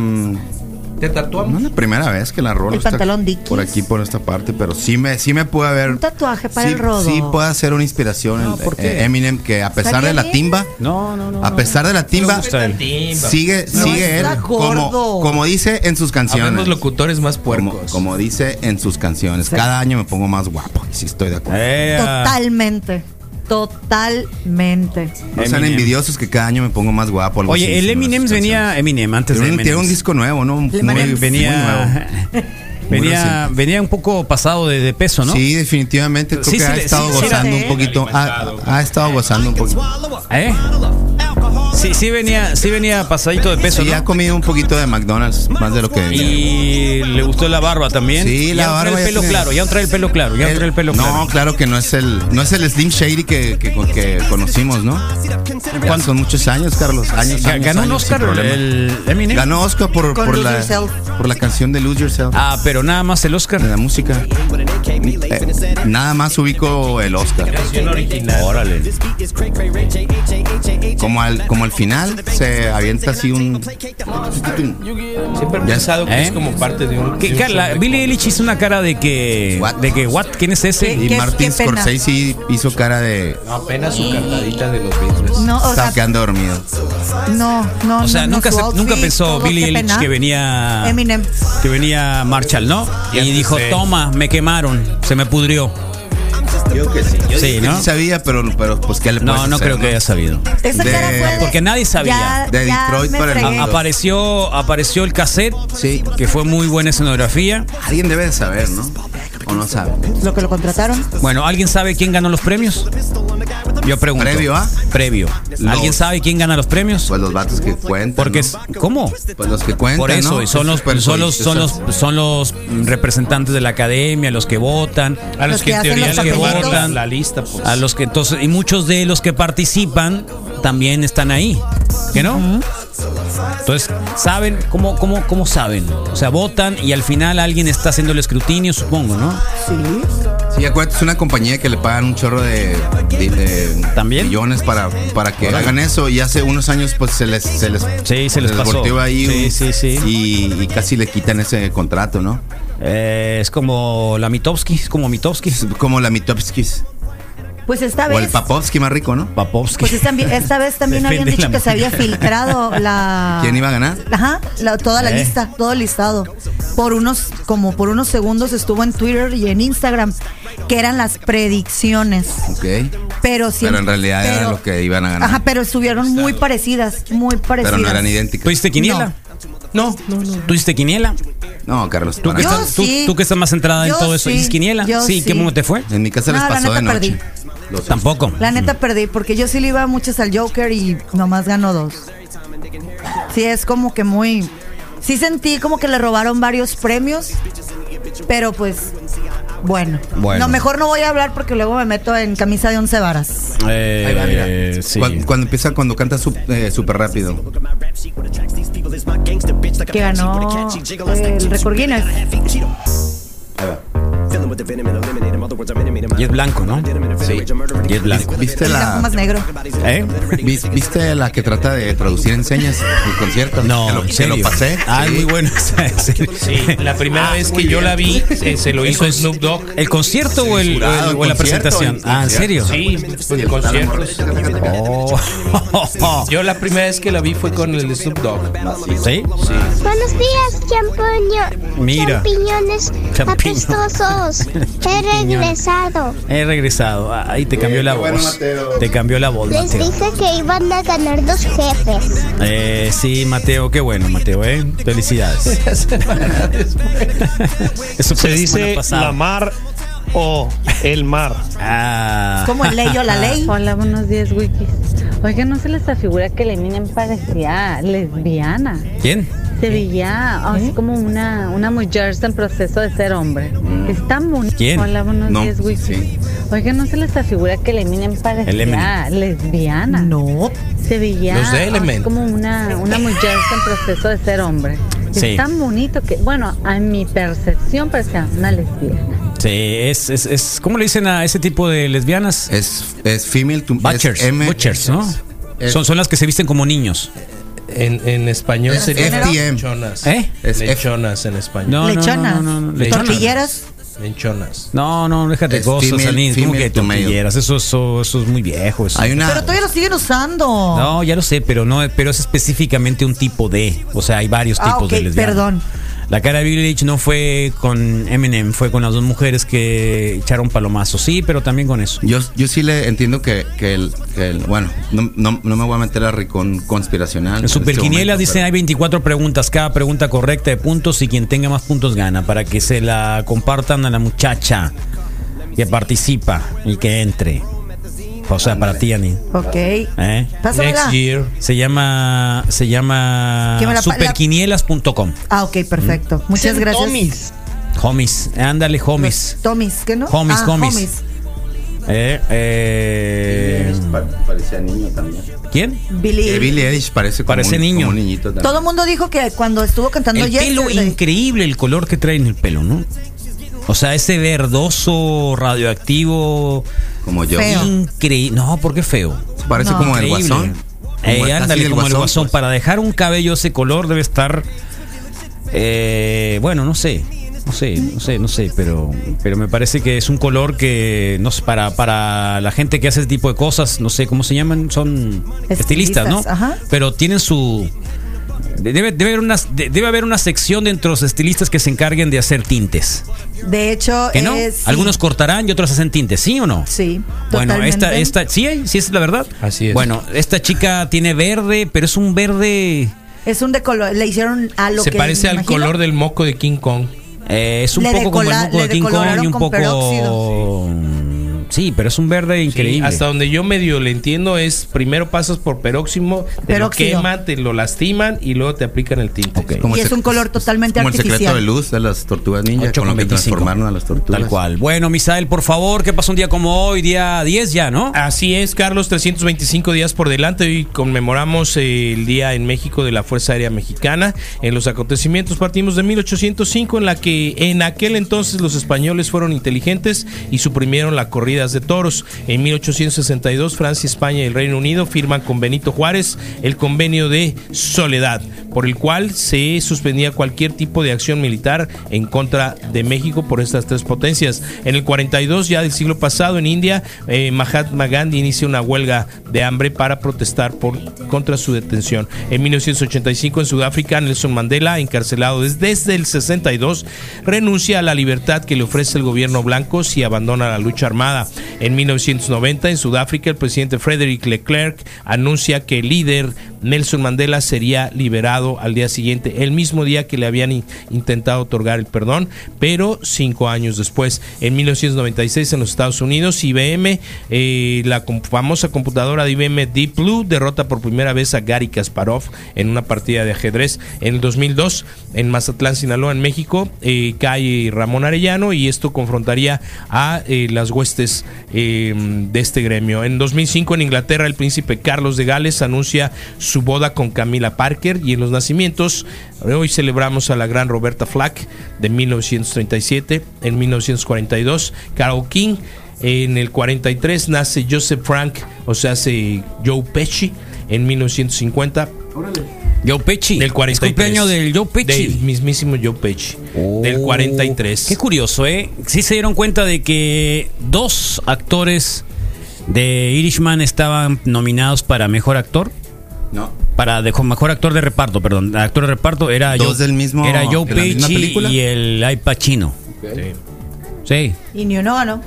Speaker 5: ¿Te
Speaker 6: no
Speaker 5: tatuamos?
Speaker 6: es la primera vez que la rolo.
Speaker 4: El
Speaker 6: está
Speaker 4: pantalón Dickies.
Speaker 6: Por aquí, por esta parte. Pero sí me, sí me puede haber.
Speaker 4: Un tatuaje para
Speaker 6: sí,
Speaker 4: el rodo.
Speaker 6: sí puede ser una inspiración
Speaker 2: No,
Speaker 6: el-
Speaker 2: ¿por qué?
Speaker 6: eh, Eminem, que a pesar
Speaker 4: Estaría
Speaker 6: de la
Speaker 4: bien.
Speaker 6: timba.
Speaker 2: No, no, no.
Speaker 6: A
Speaker 2: no.
Speaker 6: pesar de la timba,
Speaker 2: gusta el-
Speaker 6: sigue, sigue él
Speaker 4: está gordo.
Speaker 6: como, como dice en sus canciones.
Speaker 5: Habemos locutores más
Speaker 6: Como,
Speaker 2: pues.
Speaker 5: puercos.
Speaker 6: como dice en sus canciones. Cada año me pongo más guapo. Y sí estoy de acuerdo.
Speaker 2: Eh, ah.
Speaker 4: Totalmente. Totalmente.
Speaker 6: No sean
Speaker 2: Eminem.
Speaker 6: envidiosos que cada año me pongo más guapo. algo así,
Speaker 2: Oye, el
Speaker 6: dicen
Speaker 2: Eminem
Speaker 6: esas
Speaker 2: venía.
Speaker 6: canciones.
Speaker 2: Eminem, antes
Speaker 6: Tiene
Speaker 2: de
Speaker 6: un,
Speaker 2: Eminem.
Speaker 6: tiene un disco nuevo, ¿no? Muy-
Speaker 2: Venía-
Speaker 6: muy nuevo.
Speaker 2: venía. Venía,
Speaker 6: reciente.
Speaker 2: venía un poco pasado de, de peso, ¿no?
Speaker 6: Sí, definitivamente. Creo
Speaker 2: Sí,
Speaker 6: que
Speaker 2: sí
Speaker 6: ha
Speaker 2: le-
Speaker 6: estado
Speaker 2: sí, sí,
Speaker 6: gozando
Speaker 4: sí.
Speaker 6: un poquito. Ha, ha estado gozando un poquito.
Speaker 2: ¿Eh? Sí, sí venía, sí venía pasadito de peso,
Speaker 6: Sí, ha
Speaker 2: ¿no?
Speaker 6: comido un poquito de McDonald's, más de lo que debía.
Speaker 2: Y le gustó la barba también.
Speaker 6: Sí, la
Speaker 2: ya
Speaker 6: barba
Speaker 2: Trae
Speaker 6: ya
Speaker 2: el pelo
Speaker 6: tiene-
Speaker 2: claro, ya trae el pelo claro, ya trae el pelo
Speaker 6: no,
Speaker 2: claro.
Speaker 6: claro que no es el no es el Slim Shady que, que, que conocimos, ¿no? ¿Cuántos son muchos años, Carlos? Años,
Speaker 2: Ga-
Speaker 6: años,
Speaker 2: Ganó un
Speaker 6: años, sin
Speaker 2: Oscar
Speaker 6: problema.
Speaker 2: el Eminem.
Speaker 6: Ganó Oscar por,
Speaker 4: Con
Speaker 6: por
Speaker 4: Lose
Speaker 6: la,
Speaker 4: Yourself.
Speaker 6: por la canción de Lose Yourself.
Speaker 2: Ah, pero nada más el Oscar.
Speaker 6: De la música. Eh, nada más ubico el Oscar.
Speaker 2: Órale.
Speaker 6: Como al, como al final se avienta así un.
Speaker 5: Siempre he
Speaker 6: Ya-
Speaker 5: pensado que
Speaker 2: ¿Eh?
Speaker 5: es como parte de un.
Speaker 2: Que,
Speaker 5: de un
Speaker 2: Carla,
Speaker 5: soundtrack.
Speaker 2: Billy Eilish hizo una cara de que.
Speaker 6: What?
Speaker 2: De que, ¿what? ¿Quién es ese?
Speaker 6: Y
Speaker 4: Qué-
Speaker 6: Martin
Speaker 4: qué pena.
Speaker 6: Scorsese hizo cara de.
Speaker 5: Apenas su cartadita de los Beatles.
Speaker 4: No, o
Speaker 6: Estaba
Speaker 4: sea,
Speaker 6: quedando dormido.
Speaker 4: no, no.
Speaker 2: O sea,
Speaker 4: no, no,
Speaker 2: nunca,
Speaker 4: su
Speaker 2: se-
Speaker 4: outfit,
Speaker 2: nunca pensó
Speaker 4: todo,
Speaker 2: Billy
Speaker 4: qué
Speaker 2: Eilish
Speaker 4: pena.
Speaker 2: que venía.
Speaker 4: Eminem.
Speaker 2: Que venía Marshall, ¿no?
Speaker 5: Y
Speaker 2: Y
Speaker 5: antes
Speaker 2: dijo,
Speaker 5: de-
Speaker 2: toma, me quemaron, se me pudrió.
Speaker 6: Yo que sí.
Speaker 2: Sí, ¿no?
Speaker 6: sí sabía, pero, pero pues ¿qué le
Speaker 2: No,
Speaker 6: puedes
Speaker 2: no
Speaker 6: hacer,
Speaker 2: creo que haya sabido.
Speaker 4: Esa
Speaker 6: De-
Speaker 4: cara fue de-
Speaker 2: Porque nadie sabía.
Speaker 4: Ya-
Speaker 6: De
Speaker 4: ya
Speaker 6: Detroit
Speaker 4: me
Speaker 6: para el
Speaker 4: fregué.
Speaker 6: mundo.
Speaker 2: Apareció, apareció el cassette,
Speaker 6: Sí.
Speaker 2: que fue muy buena escenografía.
Speaker 6: Alguien debe de saber, ¿no? O no sabe.
Speaker 4: Lo que lo contrataron.
Speaker 2: Bueno, ¿alguien sabe quién ganó los premios? Yo pregunto.
Speaker 6: ¿Previo a?
Speaker 2: Previo. ¿Alguien
Speaker 6: Los-
Speaker 2: sabe quién gana los premios?
Speaker 6: Pues los vatos que cuentan.
Speaker 2: Porque,
Speaker 6: ¿no?
Speaker 2: ¿cómo?
Speaker 6: Pues los que cuentan.
Speaker 2: Por eso,
Speaker 6: ¿no?
Speaker 2: y son los,
Speaker 6: Super
Speaker 2: son los, son los,
Speaker 6: publicistas.
Speaker 2: son los representantes de la acadea, los que votan,
Speaker 5: A los,
Speaker 4: Los
Speaker 5: que
Speaker 4: que
Speaker 5: en
Speaker 4: hacen
Speaker 5: teoría
Speaker 4: los
Speaker 5: le
Speaker 4: papelitos.
Speaker 5: guardan la lista, pues.
Speaker 2: a los que entonces, y muchos de los que participan también están ahí. ¿Que no? Entonces, saben, ¿cómo, cómo, cómo saben? O sea, votan y al final alguien está haciendo el escrutinio, supongo, ¿no?
Speaker 4: Sí.
Speaker 6: Sí, acuérdate, es una compañía que le pagan un chorro de, de- de
Speaker 2: ¿También?
Speaker 6: millones para, para que hagan eso. Y hace unos años, pues se les. Se les
Speaker 2: Sí, se les pasó.
Speaker 6: volteó ahí.
Speaker 2: Sí,
Speaker 6: un-
Speaker 2: sí, sí.
Speaker 6: Y, y casi le quitan ese contrato, ¿no?
Speaker 2: Eh, es como la Mitowski, es como Mitowski.
Speaker 6: Es como la Mitopskis.
Speaker 4: Pues esta
Speaker 6: O el
Speaker 4: vez.
Speaker 6: Papovsky más rico, ¿no?
Speaker 2: Papovsky.
Speaker 4: Pues esta, esta vez también habían
Speaker 2: Depende de
Speaker 4: dicho
Speaker 2: la
Speaker 4: que se había
Speaker 2: mujer.
Speaker 4: filtrado la.
Speaker 6: ¿Quién iba a ganar?
Speaker 4: Ajá, la- toda la
Speaker 2: Eh.
Speaker 4: lista, todo el listado. Por unos, como por unos segundos estuvo en Twitter y en Instagram, que eran las predicciones.
Speaker 6: Ok.
Speaker 4: Pero sí.
Speaker 6: Pero en realidad
Speaker 4: pero-
Speaker 6: eran los que iban a ganar.
Speaker 4: Ajá, pero estuvieron muy parecidas, muy parecidas.
Speaker 6: pero no eran idénticos.
Speaker 2: ¿Tuviste quiniela? No, no, no. ¿Tuviste quiniela?
Speaker 6: No, Carlos.
Speaker 2: ¿Tú
Speaker 6: para
Speaker 2: que,
Speaker 4: Yo
Speaker 6: nada.
Speaker 2: estás, tú-
Speaker 4: Ah, sí.
Speaker 2: tú que estás más entrada en
Speaker 4: Yo
Speaker 2: todo eso,
Speaker 4: sí,
Speaker 2: ¿hiciste quiniela?
Speaker 4: yo
Speaker 2: Sí, ¿qué
Speaker 4: sí.
Speaker 2: cómo te fue?
Speaker 6: En mi casa les
Speaker 4: No, la
Speaker 6: pasó de
Speaker 4: neta,
Speaker 6: noche. Los-
Speaker 2: Tampoco.
Speaker 4: La neta perdí, porque yo sí le iba muchas al Joker y nomás ganó dos. Sí, es como que muy. Sí sentí como que le robaron varios premios, pero pues. Bueno.
Speaker 2: Bueno.
Speaker 4: No, mejor no voy a hablar porque luego me meto en camisa de once varas.
Speaker 2: Eh,
Speaker 6: Ahí va, mira.
Speaker 2: sí.
Speaker 6: Cuan- Cuando, empieza, cuando canta su- eh, súper rápido.
Speaker 4: Que ganó el récord Guinness.
Speaker 2: Y es blanco, ¿no? Sí. Y es blanco.
Speaker 6: ¿Viste
Speaker 4: El blanco más
Speaker 6: la,
Speaker 4: negro.
Speaker 2: ¿Eh?
Speaker 6: vis- ¿Viste la que trata de traducir en señas el concierto?
Speaker 2: No,
Speaker 6: Te lo,
Speaker 2: ¿en
Speaker 6: te
Speaker 2: serio?
Speaker 6: lo pasé.
Speaker 2: Ah,
Speaker 6: Sí.
Speaker 2: muy bueno.
Speaker 5: Sí, la primera vez que yo la vi, eh, se lo hizo Snoop Dogg.
Speaker 2: ¿El concierto o, el, o el-
Speaker 6: Censurado,
Speaker 2: o la
Speaker 6: concierto,
Speaker 2: presentación?
Speaker 6: el
Speaker 2: Ah, ¿en serio?
Speaker 5: Sí,
Speaker 6: Y
Speaker 5: en
Speaker 6: el
Speaker 5: conciertos.
Speaker 2: Oh.
Speaker 5: Yo la primera vez que la vi fue con el Snoop Dogg.
Speaker 2: ¿Sí?
Speaker 1: Buenos días, champiño-
Speaker 2: Mira.
Speaker 1: champiñones
Speaker 2: Champiño.
Speaker 1: apestosos. He regresado.
Speaker 2: He regresado. Ah, Ahí te cambió la
Speaker 6: qué bueno,
Speaker 2: voz.
Speaker 6: Mateo.
Speaker 2: Te cambió la voz,
Speaker 1: Les
Speaker 2: Mateo.
Speaker 1: dije que iban a ganar dos jefes.
Speaker 2: Eh, sí, Mateo, qué bueno, Mateo, ¿eh? Felicidades.
Speaker 12: Se
Speaker 2: Eso fue la semana
Speaker 12: dice
Speaker 2: pasada.
Speaker 12: Lamar
Speaker 7: o el mar.
Speaker 2: Ah.
Speaker 4: como el ley o la ley.
Speaker 12: Hola, buenos días, Wikis. Oigan, ¿no se les afigura que la Eminem parecía lesbiana?
Speaker 2: ¿Quién?
Speaker 12: Se
Speaker 4: ah,
Speaker 12: veía
Speaker 4: ¿Eh?
Speaker 12: así como una, una mujer en proceso de ser hombre.
Speaker 4: Mm.
Speaker 12: Está muy...
Speaker 2: ¿Quién?
Speaker 12: Hola, buenos
Speaker 2: No,
Speaker 12: días, Wikis.
Speaker 2: sí.
Speaker 12: Oigan, ¿no se les afigura que la Eminem Ah,
Speaker 2: El
Speaker 12: parecía
Speaker 2: Eminem.
Speaker 12: lesbiana?
Speaker 4: No.
Speaker 12: Se veía
Speaker 2: Los de
Speaker 12: así
Speaker 2: Element.
Speaker 12: como una, una mujer en proceso de ser hombre.
Speaker 2: Sí.
Speaker 12: Es tan bonito que, bueno, a mi percepción parecía una lesbiana.
Speaker 2: Sí, es, es, es. ¿Cómo le dicen a ese tipo de lesbianas?
Speaker 6: Es, es female to
Speaker 2: Butchers.
Speaker 6: es M-
Speaker 2: butchers, ¿no?
Speaker 6: es-
Speaker 2: son, son las que se visten como niños.
Speaker 5: En, en español
Speaker 6: Es
Speaker 5: sería
Speaker 6: FTM.
Speaker 5: lechonas.
Speaker 2: ¿Eh?
Speaker 6: Es F-
Speaker 5: lechonas en español.
Speaker 2: No, no,
Speaker 4: Lechonas.
Speaker 2: no, no, no, no, lechonas.
Speaker 4: Tortilleras.
Speaker 5: Lechonas.
Speaker 2: No, no, déjate
Speaker 6: Es
Speaker 2: cosas,
Speaker 6: female-
Speaker 2: Aline, ¿Cómo
Speaker 6: female
Speaker 2: que
Speaker 6: to male.
Speaker 2: tortilleras? Eso, eso, eso es muy viejo. eso.
Speaker 6: Hay
Speaker 4: Pero
Speaker 6: una.
Speaker 4: todavía lo siguen usando.
Speaker 2: No, ya lo sé, pero no, pero es específicamente un tipo de. O sea, hay varios
Speaker 4: Ah,
Speaker 2: tipos
Speaker 4: ok,
Speaker 2: de lesbianas.
Speaker 4: perdón.
Speaker 2: La cara de Billie Eilish no fue con Eminem, fue con las dos mujeres que echaron palomazos. Sí, pero también con eso.
Speaker 6: Yo, yo sí le entiendo que, que el, que el- Bueno, no, no- no me voy a meter a Ricón conspiracional. este
Speaker 2: En Superquinielas dicen hay 24 preguntas, cada pregunta correcta de puntos y quien tenga más puntos gana para que se la compartan a la muchacha que participa y que entre. O sea, para ti, Ani.
Speaker 4: Ok.
Speaker 2: ¿Eh?
Speaker 4: Pásamela.
Speaker 5: Next year.
Speaker 2: Se llama se llama
Speaker 4: Que me la pa- la-
Speaker 2: superquinielas.com.
Speaker 4: Ah, ok,
Speaker 2: Mm.
Speaker 4: perfecto. Muchas
Speaker 8: Son
Speaker 4: gracias.
Speaker 8: Tomis.
Speaker 2: Homies, ándale, homies.
Speaker 4: Tomis, ¿qué no?
Speaker 2: Homies,
Speaker 4: Ah,
Speaker 2: homies. Eh, eh,
Speaker 6: Parecía niño también.
Speaker 2: ¿Quién?
Speaker 4: Eh, Billie.
Speaker 6: Billy Eilish parece, como
Speaker 2: Parece
Speaker 6: un-
Speaker 2: niño.
Speaker 6: como un niñito también.
Speaker 4: Todo el mundo dijo que cuando estuvo cantando
Speaker 2: El pelo
Speaker 4: Yesterday-
Speaker 2: increíble, el color que trae en el pelo, ¿no? O sea, ese verdoso radioactivo.
Speaker 6: Como yo.
Speaker 4: Feo.
Speaker 2: Increíble. No, porque feo.
Speaker 6: Parece
Speaker 4: No.
Speaker 6: como el
Speaker 2: Increíble.
Speaker 6: guasón.
Speaker 2: Eh,
Speaker 6: Como el-
Speaker 2: ándale,
Speaker 6: así del
Speaker 2: como el guasón.
Speaker 6: pues.
Speaker 2: Para dejar un cabello ese color debe estar. eh, bueno, no sé. No sé, no sé, no sé, pero, pero me parece que es un color que no sé, para, para la gente que hace ese tipo de cosas, no sé cómo se llaman, son estilistas,
Speaker 4: Estilistas,
Speaker 2: ¿no?
Speaker 4: ajá.
Speaker 2: Pero tienen su de- debe, debe haber una, de- debe haber una sección dentro de los estilistas que se encarguen de hacer tintes.
Speaker 4: De hecho,
Speaker 2: ¿Que no?
Speaker 4: es-
Speaker 2: Algunos cortarán y otros hacen tintes, ¿sí o no?
Speaker 4: Eh, Sí.
Speaker 2: Bueno,
Speaker 4: totalmente.
Speaker 2: esta, esta, sí, eh, sí es la verdad.
Speaker 5: Así es.
Speaker 2: Bueno, esta chica tiene verde, pero es un verde,
Speaker 4: Es un de color. Le hicieron a lo
Speaker 5: Se
Speaker 4: que.
Speaker 5: parece
Speaker 4: me
Speaker 5: al
Speaker 4: imagino.
Speaker 5: color del moco de King Kong.
Speaker 2: eh, es un
Speaker 4: Le
Speaker 2: poco como el
Speaker 4: decola-
Speaker 2: moco
Speaker 4: le
Speaker 2: de King Kong
Speaker 4: decoloraron
Speaker 2: y un
Speaker 4: con
Speaker 2: poco, sí, pero es un verde
Speaker 5: Sí,
Speaker 2: increíble.
Speaker 5: hasta donde yo medio le entiendo es primero pasas por peróximo, te lo
Speaker 4: Peróxido.
Speaker 5: queman, te lo lastiman y luego te aplican el tinte.
Speaker 2: Ok.
Speaker 6: Como
Speaker 4: Y
Speaker 6: el
Speaker 4: es
Speaker 6: sec-
Speaker 4: un color totalmente
Speaker 6: como el secreto
Speaker 4: artificial.
Speaker 6: de luz de las tortugas ninja,
Speaker 2: 8
Speaker 6: con lo
Speaker 2: con
Speaker 6: que
Speaker 2: 25.
Speaker 6: transformaron a las tortugas.
Speaker 2: Tal cual. Bueno, Misael, por favor, ¿qué pasó un día como hoy? Día 10 ya, ¿no?
Speaker 5: Así es, Carlos, 325 días por delante. Hoy conmemoramos eh, el Día en México de la Fuerza Aérea Mexicana. En los acontecimientos partimos de 1805, en la que en aquel entonces los españoles fueron inteligentes y suprimieron las corridas de toros. En 1862, Francia, España y el Reino Unido firman con Benito Juárez el convenio de Soledad, por el cual se suspendía cualquier tipo de acción militar en contra de México por estas tres potencias. En el 42 ya del siglo pasado en India, eh, Mahatma Gandhi inicia una huelga de hambre para protestar por, contra su detención. En 1985 en Sudáfrica, Nelson Mandela, encarcelado des- desde, el 62, renuncia a la libertad que le ofrece el gobierno blanco si abandona la lucha armada. En 1990 en Sudáfrica, el presidente Frederick Leclerc anuncia que el líder Nelson Mandela sería liberado al día siguiente, el mismo día que le habían in- intentado otorgar el perdón, pero cinco años después, en 1996 en los Estados Unidos, IBM, eh, la com- famosa computadora de IBM Deep Blue, derrota por primera vez a Gary Kasparov en una partida de ajedrez. En el 2002, en Mazatlán, Sinaloa, en México, eh, cae Ramón Arellano y esto confrontaría a eh, las huestes eh, de este gremio. En 2005, en Inglaterra, el príncipe Carlos de Gales anuncia su boda con Camila Parker y en los nacimientos, hoy celebramos a la gran Roberta Flack de 1937, en 1942, Carol King. En el 43 nace Joseph Frank, o sea, hace Joe Pesci. En 1950,
Speaker 2: Joe Pesci.
Speaker 5: del 43.
Speaker 2: Es cumpleaños del Joe Pesci.
Speaker 5: Del mismísimo Joe Pesci. del
Speaker 2: Oh,
Speaker 5: 43.
Speaker 2: Qué curioso, ¿eh? Sí se dieron cuenta de que dos actores de Irishman estaban nominados para mejor actor.
Speaker 6: No.
Speaker 2: Para de- mejor actor de reparto, perdón. Actor de reparto era
Speaker 6: ¿Dos
Speaker 2: Joe,
Speaker 6: del mismo-
Speaker 2: era Joe
Speaker 6: de la misma
Speaker 2: Pesci
Speaker 6: película?
Speaker 2: y el Al Pacino.
Speaker 5: Sí.
Speaker 2: Sí.
Speaker 4: Y ni uno ganó.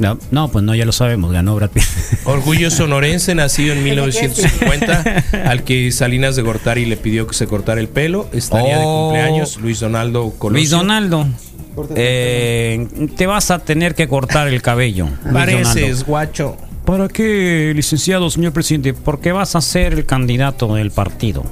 Speaker 2: No, no, pues no, ya lo sabemos, ganó Brad Pitt.
Speaker 5: Orgullo sonorense, nacido en 1950, al que Salinas de Gortari le pidió que se cortara el pelo. Estaría
Speaker 2: Oh.
Speaker 5: de cumpleaños Luis Donaldo Colosio.
Speaker 2: Luis Donaldo. eh, te vas a tener que cortar el cabello. Luis
Speaker 5: Pareces,
Speaker 2: Donaldo.
Speaker 5: guacho.
Speaker 2: ¿Para qué, licenciado, señor presidente? Porque vas a ser el candidato del partido.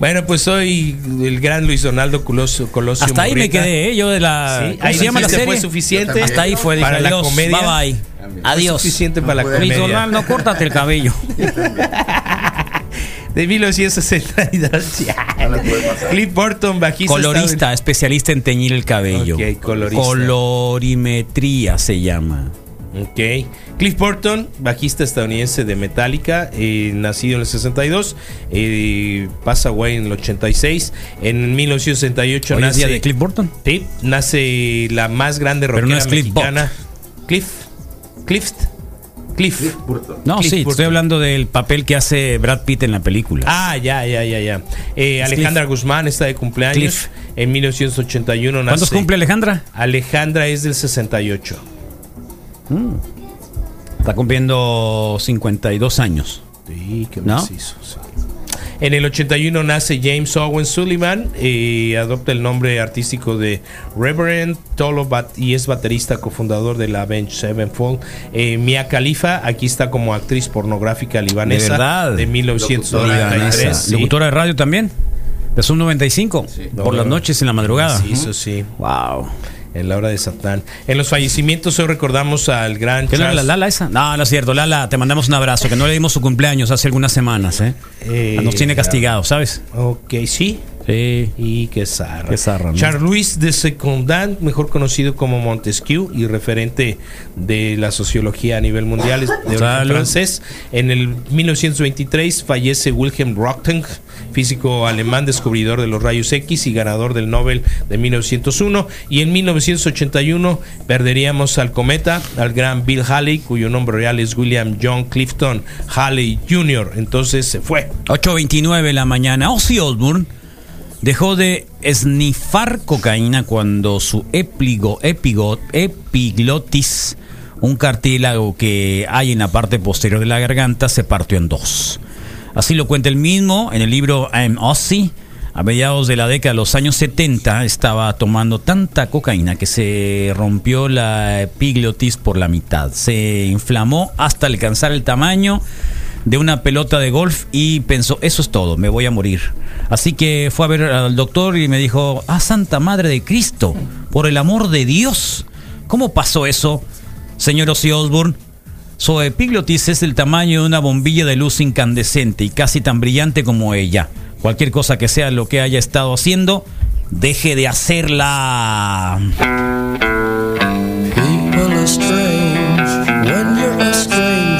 Speaker 5: Bueno, pues soy el gran Luis Donaldo Coloso. Colosio
Speaker 2: Hasta ahí me
Speaker 5: Murrieta.
Speaker 2: quedé, ¿eh? Yo de la.
Speaker 5: Sí,
Speaker 2: ¿cómo
Speaker 5: ahí
Speaker 2: se llama la
Speaker 5: sí
Speaker 2: serie?
Speaker 5: fue suficiente.
Speaker 2: Hasta ahí fue. dije,
Speaker 5: para la
Speaker 2: adiós,
Speaker 5: comedia.
Speaker 2: Bye bye.
Speaker 5: Fue
Speaker 2: Adiós.
Speaker 5: suficiente para la
Speaker 2: Luis
Speaker 5: comedia.
Speaker 2: Donaldo, córtate el cabello.
Speaker 5: De 1962. Cliff Burton, bajista.
Speaker 2: Colorista, especialista en teñir el cabello.
Speaker 5: Ok, colorista.
Speaker 2: Colorimetría se llama.
Speaker 5: Ok. Cliff Burton, bajista estadounidense de Metallica, eh, nacido en el 62, eh, pasa away en el 86. En 1968
Speaker 2: Hoy es
Speaker 5: nace
Speaker 2: día de Cliff Burton.
Speaker 5: Sí, nace la más grande
Speaker 2: Pero
Speaker 5: rockera
Speaker 2: no es Cliff
Speaker 5: mexicana. Cliff. Cliff. Cliff.
Speaker 2: No,
Speaker 5: Cliff
Speaker 2: sí,
Speaker 5: Burton.
Speaker 2: estoy hablando del papel que hace Brad Pitt en la película.
Speaker 5: Ah, ya, ya, ya, ya. Eh,
Speaker 2: Es
Speaker 5: Alejandra Guzmán está de cumpleaños.
Speaker 2: Cliff.
Speaker 5: En 1981 nace.
Speaker 2: ¿Cuántos cumple Alejandra?
Speaker 5: Alejandra es del 68.
Speaker 2: Mm. Está cumpliendo 52 años.
Speaker 5: Sí, qué
Speaker 2: ¿No?
Speaker 5: macizo, sí. En el 81 nace James Owen Sullivan y adopta el nombre artístico de Reverend Tolo Bat- y es baterista cofundador de la Bench Sevenfold. Eh, Mia Khalifa, aquí está como actriz pornográfica libanesa
Speaker 2: de verdad.
Speaker 5: de 1993.
Speaker 2: Libanesa.
Speaker 5: sí.
Speaker 2: Locutora de radio también. De Zoom 95. Por las noches en la madrugada.
Speaker 5: Sí, eso sí.
Speaker 2: Wow.
Speaker 5: En la hora de Satán. En los fallecimientos hoy recordamos al gran
Speaker 2: ¿Qué no era la
Speaker 5: Charles-
Speaker 2: Lala esa? No, no es cierto. Lala, te mandamos un abrazo. Que no le dimos su cumpleaños hace algunas semanas. ¿eh?
Speaker 5: Eh,
Speaker 2: Nos tiene
Speaker 5: ya.
Speaker 2: castigados, ¿sabes?
Speaker 5: Ok, sí.
Speaker 2: Sí.
Speaker 5: Y qué zarra.
Speaker 2: Qué zarra, ¿no?
Speaker 5: Charles Louis de Secondant, mejor conocido como Montesquieu y referente de la sociología a nivel mundial es de origen
Speaker 2: Salud.
Speaker 5: francés. En el 1923 fallece Wilhelm Röntgen, físico alemán, descubridor de los rayos X y ganador del Nobel de 1901. Y en 1981 perderíamos al cometa, al gran Bill Halley, cuyo nombre real es William John Clifton Halley Jr. Entonces se fue.
Speaker 2: 8.29 de la mañana. Ozzy Osbourne dejó de esnifar cocaína cuando su épligo, épigo- epiglotis, un cartílago que hay en la parte posterior de la garganta, se partió en dos. Así lo cuenta él mismo en el libro I'm Ozzy. A mediados de la década de los años 70 estaba tomando tanta cocaína que se rompió la epiglotis por la mitad. Se inflamó hasta alcanzar el tamaño de una pelota de golf y pensó, eso es todo, me voy a morir. Así que fue a ver al doctor y me dijo, ah, Santa Madre de Cristo, por el amor de Dios, ¿cómo pasó eso, señor Ozzy Osbourne? Su epiglotis es del tamaño de una bombilla de luz incandescente y casi tan brillante como ella. Cualquier cosa que sea lo que haya estado haciendo, deje de hacerla.